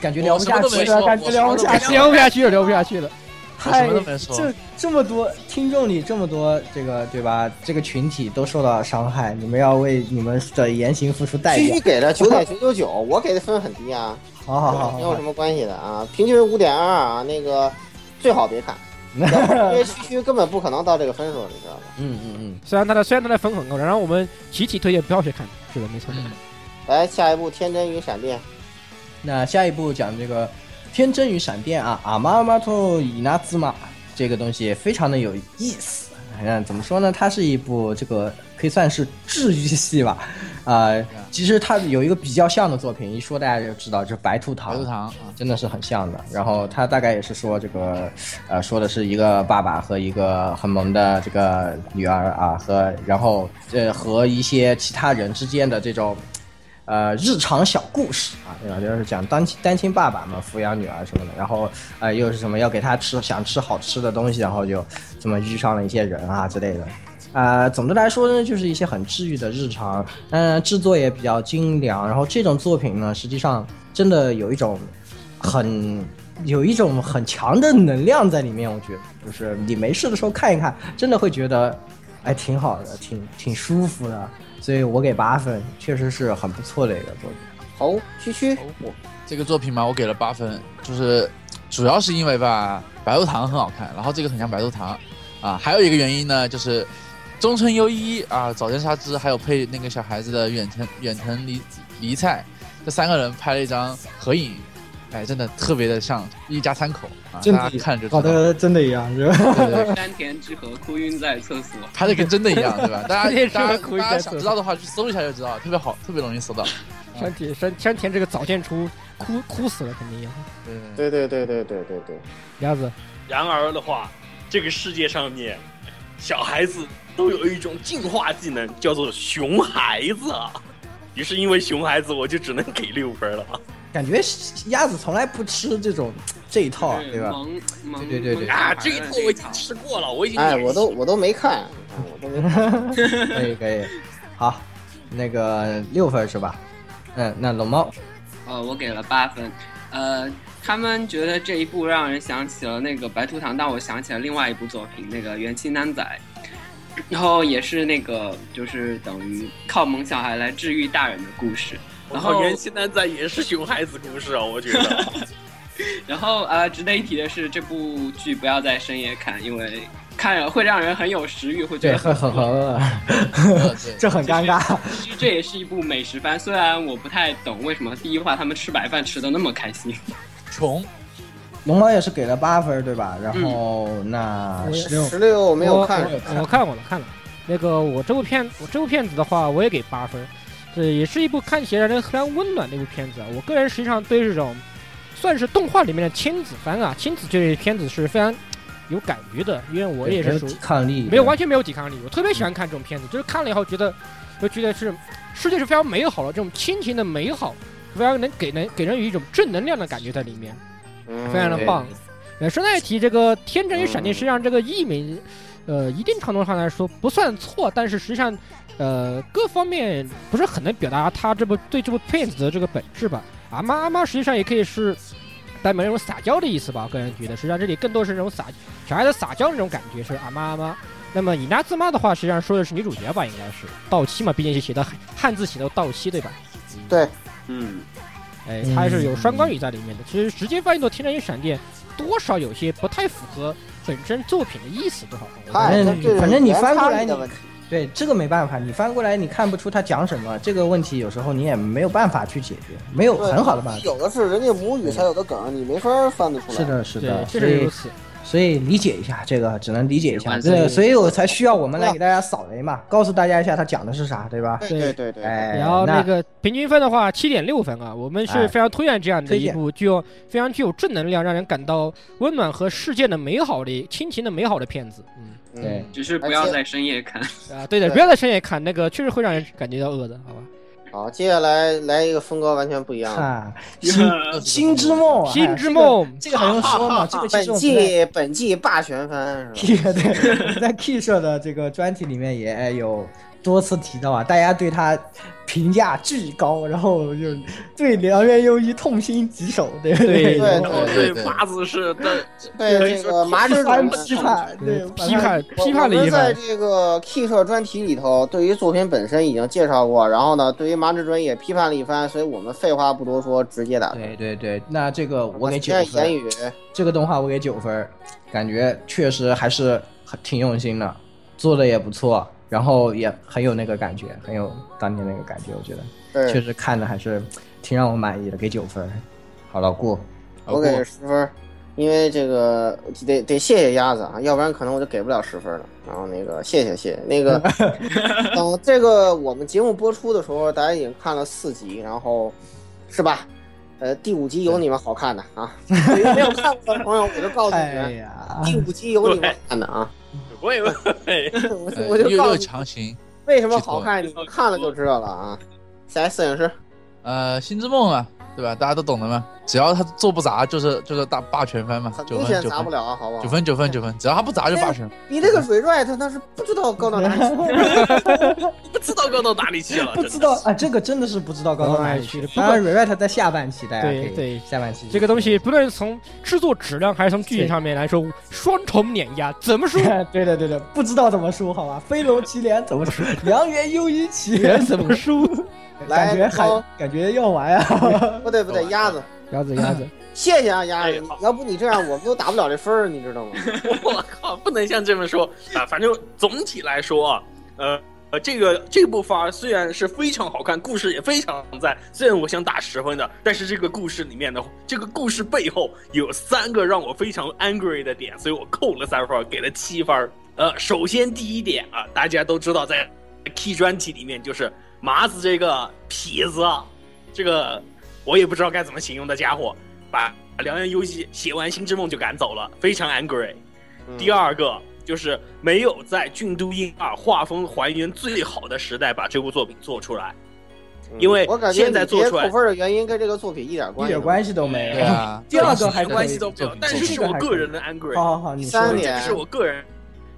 C: 感觉聊不下
D: 我什
C: 去
D: 么都没
C: 了，
D: 说
C: 感觉聊不下去了。
A: 聊不下去了，聊不下去了。
D: 我什
C: 太
D: 么都没说，
C: 这这么多听众里这么多这个对吧？这个群体都受到伤害，你们要为你们的言行付出代
B: 区
C: 价
B: 区。给了九点九九九，我给的分很低啊，
C: 好好好
B: 没
C: 好
B: 有什，么关系的啊，平均五点二啊，那个最好别看， 因为区区根本不可能到这个分数，你知道吧？
C: 嗯嗯嗯，
A: 虽然他的虽然他的分很高，然后我们集体推荐不要去看。是的，没错。
B: 来，下一步《天真与闪电》
C: 那下一步讲这个《天真与闪电》啊，阿玛阿玛托伊纳兹玛这个东西非常的有意思。嗯，怎么说呢？它是一部这个可以算是治愈系吧，啊、其实它有一个比较像的作品，一说大家就知道，就是白兔
D: 白
C: 糖
D: 鹿。堂啊，
C: 真的是很像的。然后他大概也是说这个，呃，说的是一个爸爸和一个很萌的这个女儿啊，和然后呃和一些其他人之间的这种。呃，日常小故事啊，对吧？就是讲单亲单亲爸爸嘛，抚养女儿什么的，然后呃，又是什么要给他吃想吃好吃的东西，然后就怎么遇上了一些人啊之类的。呃，总的来说呢，就是一些很治愈的日常，嗯、制作也比较精良。然后这种作品呢，实际上真的有一种很有一种很强的能量在里面，我觉得就是你没事的时候看一看，真的会觉得哎挺好的，挺挺舒服的。所以我给八分，确实是很不错的一个作品。
B: 好，区区，
D: 这个作品嘛，我给了八分，就是主要是因为吧，白鹿堂很好看，然后这个很像白鹿堂啊，还有一个原因呢，就是中村优一啊、早间沙织，还有配那个小孩子的远藤远藤梨梨菜，这三个人拍了一张合影，哎，真的特别的像一家三口啊，
C: 真的
D: 大家看着就
C: 好
D: 知道，
C: 的，真的一样是吧？
D: 对对对
E: 山田智和哭晕在厕所。
D: 拍的跟真的一样，对吧？大
A: 这也
D: 家
A: 是
D: 大
A: 个
D: 家
A: 苦
D: 大家
A: 一
D: 想
A: 点
D: 知道的话，去搜一下就知道，特别好，特别容易搜到。
A: 山田山山田这个早见出哭哭死了，肯定要。
D: 对对
B: 对
D: 对。
B: 对对对对对对，
A: 鸭子，
F: 然而的话，这个世界上面，小孩子都有一种进化技能，叫做熊孩子啊。于是因为熊孩子，我就只能给六分了。
C: 感觉鸭子从来不吃这种这一套，哦对吧？
E: 萌萌
C: 对对对
F: 啊，这一套我已经吃过了，我已经
B: 哎，我都我都没看，啊，我都没 看。
C: 可以可以，好，那个六分是吧？嗯，那龙猫
E: 呃，我给了八分。呃，他们觉得这一部让人想起了那个《白兔糖》，但我想起了另外一部作品，那个《元气男仔》，然后也是那个就是等于靠萌小孩来治愈大人的故事。然
F: 然
E: 后
F: 后哦元气男仔也是熊孩子故事啊，我觉得。
E: 然后呃，值得一提的是，这部剧不要在深夜看，因为看了，会让人很有食欲，会觉
C: 对，
E: 得
C: 很很很饿，这很尴尬。
E: 其实这也是一部美食番，虽然我不太懂为什么第一话他们吃白饭吃的那么开心。
D: 穷，
C: 龙猫也是给了八分，对吧？然后那
A: 我也
C: 十六
B: 十六我没有
A: 我
B: 看，
A: 我我看过了，看了。那个我这部片，我这部片子的话，我也给八分儿。这也是一部看起来非常温暖的一部片子啊。我个人实际上对这种算是动画里面的亲子番啊，亲子这类片子是非常有感觉的，因为我也
C: 没
A: 是
C: 有
A: 属于
C: 抵抗力，
A: 没有完全没有抵抗力，我特别喜欢看这种片子，就是看了以后觉得，就觉得是世界是非常美好的，这种亲情的美好，非常能给能给人有一种正能量的感觉在里面。
B: 嗯
A: 非常的
C: 对
A: 棒。呃，顺带一提，这个《天战与闪电》
B: 嗯
A: 实际上这个译名，呃，一定程度上来说不算错，但是实际上，呃，各方面不是很能表达他这部对这部片子的这个本质吧。阿妈阿妈实际上也可以是代表那种撒娇的意思吧，我个人觉得，实际上这里更多是那种撒小孩子撒娇那种感觉，是阿妈阿妈。那么以娜自妈的话，实际上说的是女主角吧，应该是道妻嘛，毕竟是写的汉汉字写的道妻，对吧？
B: 对，
E: 嗯，
A: 哎，
C: 嗯
A: 它还是有双关语在里面的。其实直接翻译作“天战与闪电”，多少有些不太符合本身作品的意思，多少？
B: 嗨，
C: 嗨
B: 这是
C: 反正你
B: 原
C: 翻过
B: 创
C: 来
B: 意的
C: 你
B: 问题，
C: 对这个没办法，你翻过来你看不出他讲什么，这个问题有时候你也没有办法去解决，没有
B: 对
C: 很好的办法。
B: 有的是人家母语才有的梗，你没法翻得出来。
C: 是，的，是
A: 对
C: 的，，
A: 确
C: 所
A: 实
C: 以
A: 如此。
C: 所以理解一下这个，只能理解一下，
E: 万岁
C: 对，所以我才需要我们来给大家扫雷嘛，告诉大家一下他讲的是啥，对吧？
B: 对
A: 对
B: 对对对，
C: 哎，
A: 然后那
C: 那
A: 个平均分的话，七点六分啊，我们是
C: 哎
A: 非常推荐这样的
C: 推
A: 一
C: 荐
A: 部具有非常具有正能量、让人感到温暖和世界的美好的亲情的美好的片子。嗯
B: 嗯
C: 对，
E: 只是不要在深夜看。
A: 啊，对的，
B: 对
A: 不要在深夜看，那个确实会让人感觉到饿的，好吧？
B: 好，接下来来一个风格完全不一样的。
C: 啊，心心之梦啊，
A: 心之
C: 哎
A: 梦
C: 这个这个还用说吗？这个其
B: 本
C: 实我们在
B: 季本季霸权番是吧？
C: Key 对，我们在 Key 社的这个专题里面也哎有多次提到啊，大家对他评价巨高，然后就对梁元优一痛心疾首，对不 对？
A: 对
B: 对
C: 然后
D: 对对对
F: 麻子是的，
B: 对这个麻之
C: 翻
B: 种
C: 批判，对
A: 批判
B: 我
A: 批判了
B: 我们
A: 一
B: 在
A: 番，
B: 这个 K 社专题里头，对于作品本身已经介绍过，然后呢，对于麻之准也批判了一番，所以我们废话不多说，直接打分。
C: 对对对，那这个我给九
B: 现在言
C: 分，
B: 语
C: 这个动画我给九分，感觉确实还是很挺用心的，做的也不错，然后也很有那个感觉，很有当年那个感觉，我觉得
B: 对，
C: 确实看的还是挺让我满意的，给九分。好，老顾，
D: 啊
B: 我给十分儿，因为这个得得谢谢鸭子啊，要不然可能我就给不了十分了。然后那个谢谢谢谢那个，等这个我们节目播出的时候，大家已经看了四集，然后是吧？呃，第五集有你们好看的啊！ 对于没有看过的朋友，我就告诉你
C: 哎
B: 们，
C: 呀，
B: 第五集有你们好看的啊！
F: 我以为
B: 我就
D: 呃
B: 我就
D: 又
B: 告诉
D: 又
B: 你
D: 强行。
B: 为什么好看，你们看了就知道了啊！下一摄影师，
D: 呃，心之梦啊，对吧？大家都懂的嘛。只要他做不砸，就是就是大霸权番嘛
B: 很。
D: 九
B: 明
D: 分
B: 显
D: 九
B: 砸不
D: 分
B: 了啊，好不好？
D: 九分九分九分，只要他不砸就霸权。
B: 你这个水 r i g 那是不知道高到哪里去。
F: 不知道搁到哪里去了，
C: 不
F: 真
C: 知
F: 的
C: 道啊，这个真的是不知道高到哪里去了。
A: 不过
C: 当然 r e r e t 在下半期，大家可以
A: 对对
C: 下半期
A: 这个东西，不论从制作质量还是从剧情上面来说，双重碾压，怎 么说？
C: 对的对的，不知道怎么输好吧？飞龙祁连怎么输？良缘优一祁连怎么输？
B: 来
C: 感觉
B: 高
C: 很感觉要完啊！
B: 不对不对，鸭子，
A: 鸭子鸭子，
B: 谢谢啊鸭
F: 哦嗯哎
B: 子，你
F: 好
B: 要不你这样我们都打不了这分儿，啊你知 道吗？
F: 我靠，不能像这么说啊！反正总体来说啊，呃呃，这个这部番儿虽然是非常好看，故事也非常赞，虽然我想打十分的，但是这个故事里面的这个故事背后有三个让我非常 angry 的点，所以我扣了三分儿，给了七分儿。呃，首先第一点啊，大家都知道，在 Key 专题里面就是麻子这个痞子啊，这个我也不知道该怎么形容的家伙，把良缘游戏写完《心之梦》就赶走了，非常 angry。第
B: 嗯
F: 二个就是没有在俊都英二画风还原最好的时代把这部作品做出来，
B: 嗯，
F: 因为
B: 我感觉
F: 现
B: 你
F: 在
B: 别
F: 做出来
B: 扣分儿的原因跟这个作品一点
C: 一
B: 关系
C: 点
B: 都没有。
C: 关系都没
D: 对
C: 有。
D: 啊，
C: 第二个还
D: 是
F: 关系都没有，但是是我个人的 angry。
C: 好好好，你说
B: 三
F: 这
B: 点
F: 个是我个人。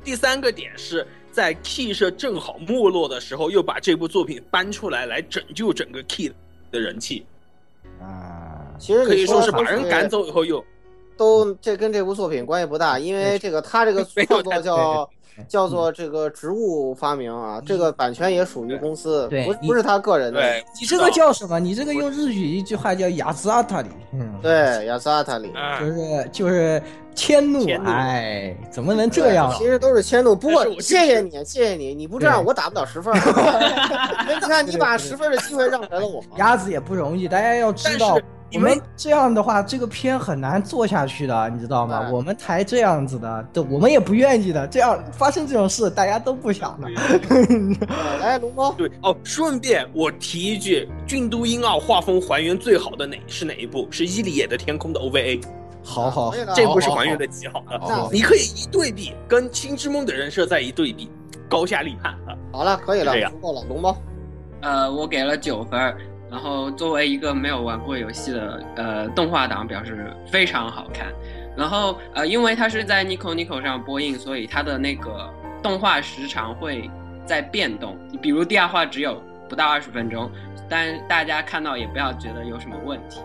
F: 第三个点是在 Key 社正好没落的时候，又把这部作品搬出来来拯救整个 Key 的人气，
C: 啊，
B: 其实
F: 可以
B: 你
F: 说
B: 说
F: 是把人赶走以后又
C: 嗯
B: 都这跟这部作品关系不大，因为这个他这个
F: 没有
B: 创作
F: 太
B: 叫叫做这个植物发明啊，这个版权也属于公司，
C: 对
B: 不
C: 你
B: 不是他个人的。
F: 对，
C: 你这个叫什么？你这个用日语一句话叫“雅兹阿塔里”，嗯，
B: 对，亚斯阿塔里。
F: 啊
C: 就，是就是迁怒
F: 迁，怒
C: 哎，怎么能这样啊？
B: 其实都是迁怒。不过
F: 但是我
B: 谢谢你，谢谢你，你不这样
C: 对
B: 我打不了十分儿。啊 你看你把十分儿的机会让给了我。
C: 鸭子也不容易，大家要知
F: 但
C: 道
F: 是，
C: 我
F: 你们
C: 们这样的话，这个片很难做下去的，你知道吗？
B: 哎
C: 我们台这样子的，对，我们也不愿意的。这样发生这种事，大家都不想的。
B: 来，龙猫，
F: 对哦，顺便我提一句，俊都英奥画风还原最好的哪是哪一部？是伊里野的《天空》的 OVA，
C: 好啊好，
B: 可以了
F: 这部是还原的极好的。
D: 好
F: 你可以一对比，跟《青之梦》的人设再一对比，高下立判啊！
B: 好了，可以了
F: 这，样
B: 足够了。龙猫，
E: 呃，我给了九分儿。然后作为一个没有玩过游戏的呃动画党，表示非常好看。然后呃，因为它是在 Nico Nico 上播映，所以它的那个动画时长会在变动。比如第二话只有不到二十分钟，但大家看到也不要觉得有什么问题。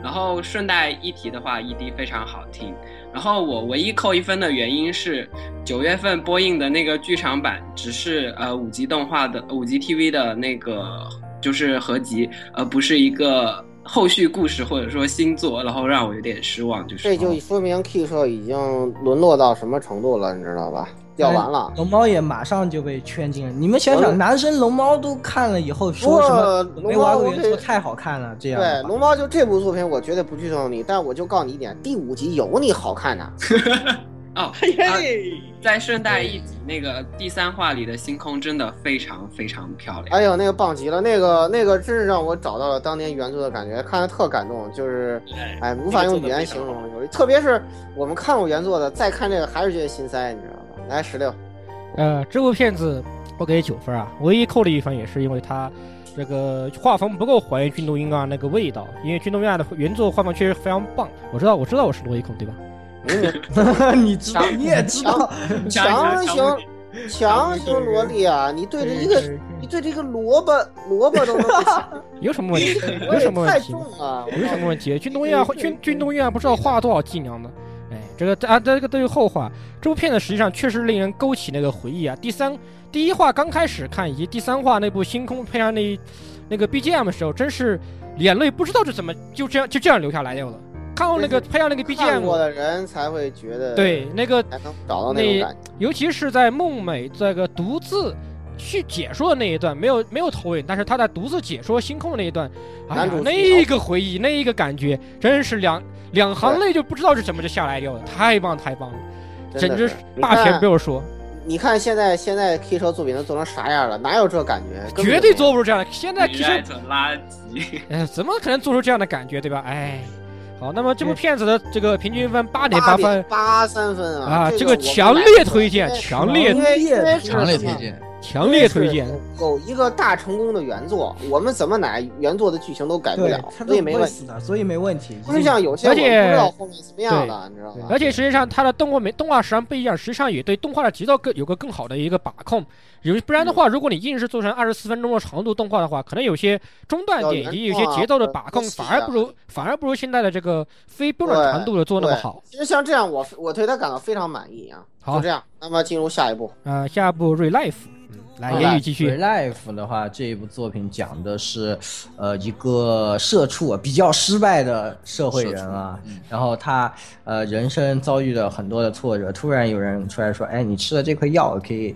E: 然后顺带一提的话，ED 非常好听。然后我唯一扣一分的原因是，九月份播映的那个剧场版只是呃五集动画的五集 TV 的那个就是合集，而不是一个后续故事或者说新作，然后让我有点失望，就是
B: 这
C: 啊
B: 就说明 K 社已经沦落到什么程度了，你知道吧？掉
C: 哎
B: 完了。
C: 龙猫也马上就被圈进了。你们想
B: 我
C: 想，男生龙猫都看了以后说什
B: 不
C: 么？
B: 过
C: 没玩过
B: 龙猫
C: 原
B: 这
C: 作太好看了，这样的
B: 对，
C: 话
B: 龙猫就这部作品，我绝对不剧透你，但我就告诉你一点，第五集有你好看 的。
E: 哦，
F: 嘿，
E: 在顺带一提，那个第三话里的星空真的非常非常漂亮。
B: 哎呦，那个棒极了，那个那个真是让我找到了当年原作的感觉，看的特感动，就是
F: 哎
B: 哎无法用语言形容，有特别是我们看过原作的，再看这个还是觉得心塞，你知道吗？来十六，
A: 呃，这部片子我给九分啊，唯一扣的一分也是因为它这个画风不够还原《军东英啊那个味道，因为《军东英啊的原作画风确实非常棒。我知道，我知道我是罗一控对吧？
B: 明明
C: 你知道，你也
B: 哦
C: 知道，
B: 强
E: 强
B: 行强行萝莉啊！你对着一个你对着一个萝卜萝卜都能不行，
A: 有什么 问题？
B: 我
A: 有
B: 也
A: 什么
B: 太
A: 问题
B: 重？了，
A: 有什么问题？军东英啊，军军东英啊，不知道花了多少伎俩呢？哎，这个啊，这个都是后话。这部片子实际上确实令人勾起那个回忆啊。第三第一话刚开始看，以及第三话那部星空配上那一那个 BGM 的时候，真是眼泪不知道是怎么就这样就这样流下来掉了。看到那个
B: 这
A: 配上那个
B: 看过
A: BGM，
B: 的人才会觉得
A: 对，那个
B: 才能找到那种感觉。
A: 尤其是在梦美这个独自去解说的那一段，没有没有投影，但是他在独自解说星空的那一段，哎
B: 男
A: 呀
B: 主，
A: 那个回忆，那一个感觉，真是两两行泪就不知道是怎么就下来掉了，太棒太棒了，
B: 真
A: 简
B: 的
A: 直
B: 是你
A: 大前
B: 看
A: 不用说，
B: 你看现在现在 K 车作品都做成啥样了？哪有这感觉？根本
A: 绝
B: 就没
A: 对
B: 有
A: 做不出这样的。现在其
E: 女
A: 实
E: 爱的垃 圾，
C: 啊
A: 哎，怎么可能做出这样的感觉，对吧？哎，好，那么这部片子的这个平均分八点
B: 八
A: 八分
B: 八三分啊！
A: 啊，
B: 这
A: 这
B: 个
A: 个强烈推荐，
B: 哎
A: 强烈
B: 因为因为是
D: 强烈
B: 什么
D: 推荐。
A: 强烈推荐。
B: 有一个大成功的原作，我们怎么奶原作的剧情都改不
C: 对
B: 了，，
C: 他
B: 所以
C: 都
B: 没
C: 不
B: 问
C: 会
B: 题。
C: 死的，所以没问题。
B: 不是像有些我
A: 而
B: 不
A: 且
B: 知道后面怎么样了，你知道吧
A: 而？且实际上，它的动画没动画时长不一样，实际上也对动画的节奏更有个更好的一个把控。有不然的话，如果你硬是做成二十四分钟的长度动画的话，可能有些中断点以及有些节奏的把控，反而不如反而不如现在的这个非标准长度的做那么好。
B: 其实像这样，我我对他感到非常满意啊。
A: 好
B: 就这样，那么进入下一步，
A: 呃，下一步《Re Life》，来
B: 嗯
A: 言语继续。
C: Life 的话，这一部作品讲的是，呃，一个社畜啊比较失败的社会人啊，
D: 社畜嗯
C: 然后他呃人生遭遇了很多的挫折，突然有人出来说，哎，你吃了这颗药可以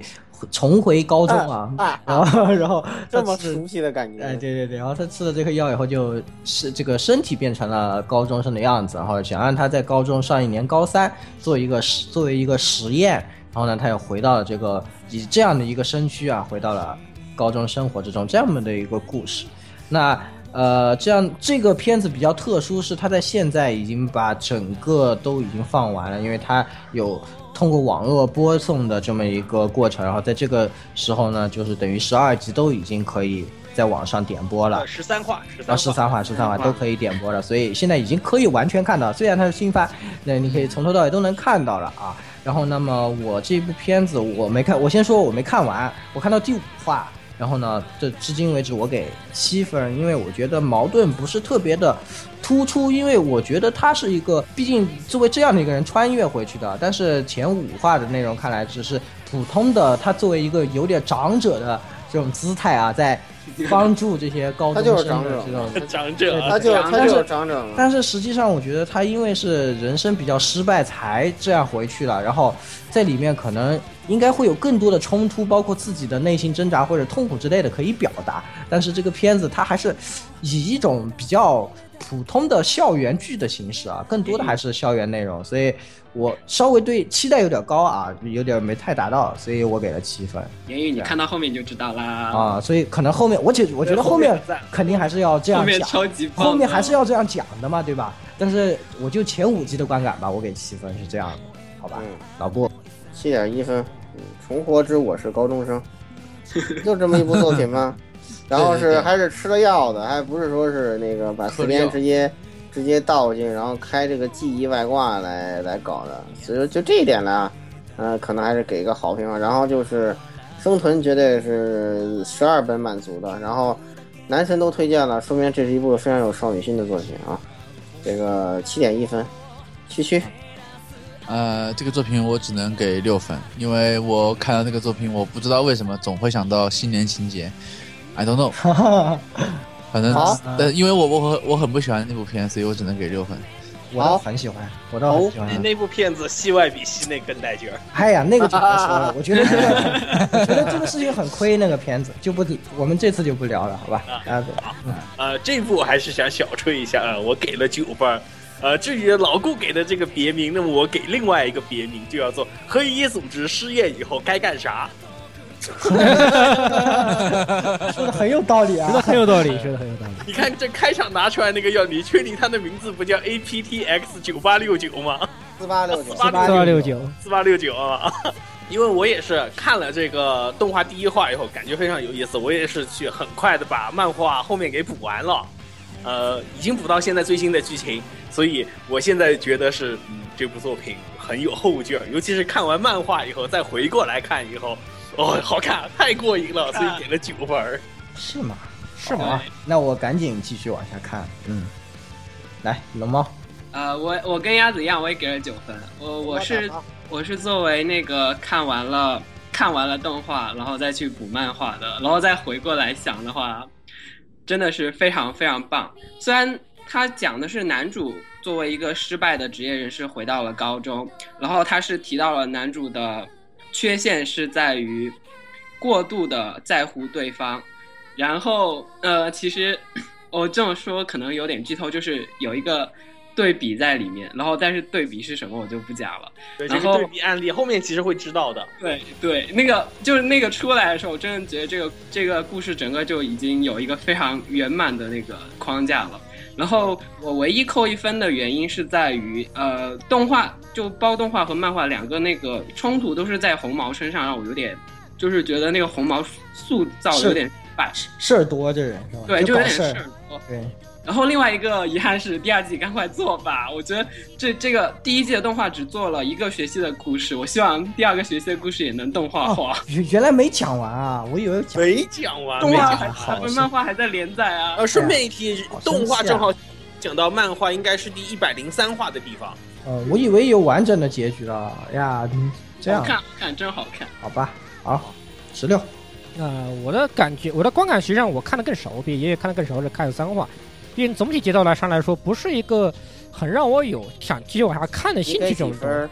C: 重回高中啊，
B: 啊，
C: 然后然后
B: 这么
C: 他吃
B: 熟悉的感觉，
C: 哎，对对对，然后他吃了这个药以后，就是这个身体变成了高中生的样子，然后想让他在高中上一年高三做一个实作为一个实验，然后呢，他又回到了这个以这样的一个身躯啊，回到了高中生活之中，这样的一个故事。那呃，这样这个片子比较特殊，是它在现在已经把整个都已经放完了，因为它有通过网络播送的这么一个过程，然后在这个时候呢，就是等于十二集都已经可以在网上点播了。
F: 十三话，十三
C: 然后 十三话、十三话都可以点播了，所以现在已经可以完全看到。虽然它是新番，那你可以从头到尾都能看到了啊。然后，那么我这部片子我没看，我先说我没看完，我看到第五话，然后呢，这至今为止我给七分，因为我觉得矛盾不是特别的突出，因为我觉得他是一个，毕竟作为这样的一个人穿越回去的。但是前五话的内容看来，只是普通的他作为一个有点长者的这种姿态啊，在帮助这些高
B: 他
C: 中
B: 就是
C: 生
B: 长
C: 的
B: 者
C: 这种
F: 长者
B: 他就他就是长者嘛，
C: 但是实际上，我觉得他因为是人生比较失败才这样回去了，然后在里面可能应该会有更多的冲突，包括自己的内心挣扎或者痛苦之类的可以表达。但是这个片子它还是以一种比较普通的校园剧的形式啊，更多的还是校园内容，所以我稍微对期待有点高啊，有点没太达到，所以我给了七分。
E: 言语你看到后面你就知道啦，
C: 啊，所以可能后面，我觉我觉得后面肯定还是要这样
E: 后面
C: 讲，
E: 超级棒的
C: 后面还是要这样讲的嘛，对吧？但是我就前五集的观感吧，我给七分是这样的，好吧？
B: 嗯
C: 老顾，
B: 七点一分，嗯重活之我是高中生， 就这么一部作品 吗？然后
D: 对对
B: 是
D: 对
B: 还是吃了药的，还不是说是那个把
D: 喝
B: 时
D: 了药
B: 间直接直接倒进，然后开这个记忆外挂来来搞的，所以说就这一点呢，呃，可能还是给一个好评吧。然后就是生存绝对是十二本满足的，然后男神都推荐了，说明这是一部非常有少女心的作品啊。这个七点一分，区区
D: 呃，这个作品我只能给六分，因为我看到这个作品，我不知道为什么总会想到新年情节，I don't know。反正
B: 好，
D: 呃，因为我我很我很不喜欢那部片，所以我只能给六分。
C: 我倒很喜欢，我倒很喜欢。
F: 那部片子戏外比戏内更带劲儿。
C: 哎呀，那个就别说了，我觉得这个，我觉得这个事情很亏，那个片子就不，我们这次就不聊了，好吧？啊，
F: 呃，这部我还是想小吹一下啊，我给了九分儿。呃，至于老顾给的这个别名，那么我给另外一个别名，就叫做黑衣组织失业以后该干 啥。
C: 说的很有道理
A: 觉得
C: 啊。
A: 很有道理，觉得很有道理。
F: 你看这开场拿出来那个药，你确定它的名字不叫 APTX 九八六九吗？
B: 啊四八六九
F: 4869
A: 四二六九，
F: 四八六九啊， 因为我也是看了这个动画第一话以后，感觉非常有意思，我也是去很快的把漫画后面给补完了，呃，已经补到现在最新的剧情，所以我现在觉得是嗯这部作品很有后劲儿，尤其是看完漫画以后再回过来看以后，哦，好看，太过瘾了，所以给了九分儿。
C: 是吗？是吗？那我赶紧继续往下看。嗯，来，龙猫，
E: 呃，我我跟鸭子一样，我也给了九分，我我是我是作为那个看完了看完了动画，然后再去补漫画的，然后再回过来想的话，真的是非常非常棒。虽然他讲的是男主作为一个失败的职业人士回到了高中，然后他是提到了男主的缺陷是在于过度的在乎对方，然后呃，其实我哦这么说可能有点剧透，就是有一个对比在里面，然后但是对比是什么我就不讲了。
F: 对，这
E: 然
F: 是
E: 后
F: 对比案例，后面其实会知道的。
E: 对对，那个就是那个出来的时候，我真的觉得这个这个故事整个就已经有一个非常圆满的那个框架了。然后我唯一扣一分的原因是在于，呃，动画就包动画和漫画两个那个冲突都是在红毛身上，让我有点就是觉得那个红毛塑造的有点失败，
C: 事儿多这人是吧？
E: 对，就有
C: 搞
E: 点
C: 事
E: 事
C: 儿
E: 儿。多。
C: 对，
E: 然后另外一个遗憾是第二季赶快做吧，我觉得这这个第一季的动画只做了一个学期的故事，我希望第二个学期的故事也能动画化。
C: 哦，原原来没讲完啊，我以为讲
F: 没讲完，
E: 动
F: 没
E: 画
F: 讲
E: 还
F: 完。
E: 还不是漫画还在连载啊
C: 哦
F: 呃，。顺便一提
C: 好，生
F: 动画
C: 气啊
F: 正好讲到漫画，应该是第一百零三话的地方。
C: 呃，我以为有完整的结局了呀。嗯这样
E: 好看好看，真好看。
C: 好吧，好，十六
A: 呃，我的感觉，我的观感实际上我看得更熟，比爷爷看得更熟是看三话，毕竟总体节奏来上来说，不是一个很让我有想继续往下看的
B: 你
A: 兴
B: 给
A: 趣
B: 几
A: 这种
B: 分儿？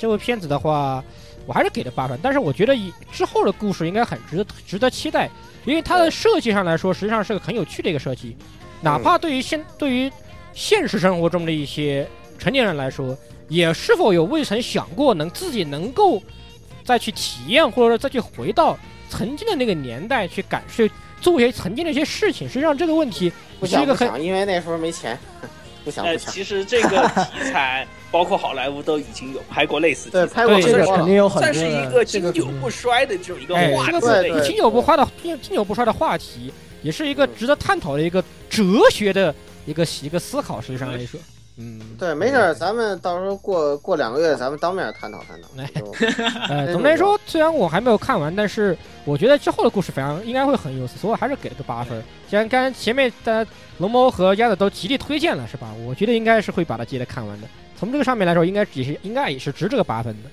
A: 这部片子的话，我还是给了八分，但是我觉得以之后的故事应该很值得值得期待，因为它的设计上来说，实际上是个很有趣的一个设计，哪
B: 嗯
A: 怕对于现对于现实生活中的一些成年人来说，也是否有未曾想过能自己能够再去体验，或者说再去回到曾经的那个年代去感受。做一些曾经的一些事情，实际上这个问题
B: 不
A: 是
B: 想
A: 一个
B: 不
A: 很
B: 想，因为那时候没钱，不想
F: 呃，
B: 不想。
F: 其实这个题材，包括好莱坞都已经有拍过类似
B: 对，
F: 题材，
B: 拍过
A: 对
C: 这
B: 很
C: 个
B: 多
C: 肯
B: 了。
C: 定有很多
F: 算
C: 的，
F: 是一个
C: 这
F: 经
C: 个
F: 久
C: 肯定
F: 不衰的这种一个
A: 哎
F: 话
A: 这个
F: 题
B: 对
F: 类
B: 对
F: 型。
A: 经久不衰的经经久不衰的话题，也是一个值得探讨的一个哲学的一个一个思考。实际上来说，
D: 嗯，
B: 对，没事儿，咱们到时候过过两个月，咱们当面探讨探讨。
C: 哎
A: 呃，总的来说，虽然我还没有看完，但是我觉得之后的故事反而应该会很有意思，所以我还是给了个八分。既然刚才前面大家龙猫和鸭子都极力推荐了，是吧？我觉得应该是会把它接着看完的。从这个上面来说，应该也是应该也是值这个八分的。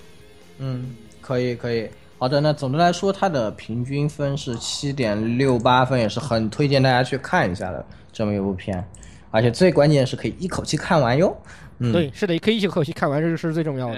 C: 嗯，可以可以。好的，那总的来说，它的平均分是七点六八分，也是很推荐大家去看一下的这么一部片，而且最关键是可以一口气看完哟。嗯，
A: 对，是的，可以一口气看完，这个是最重要的。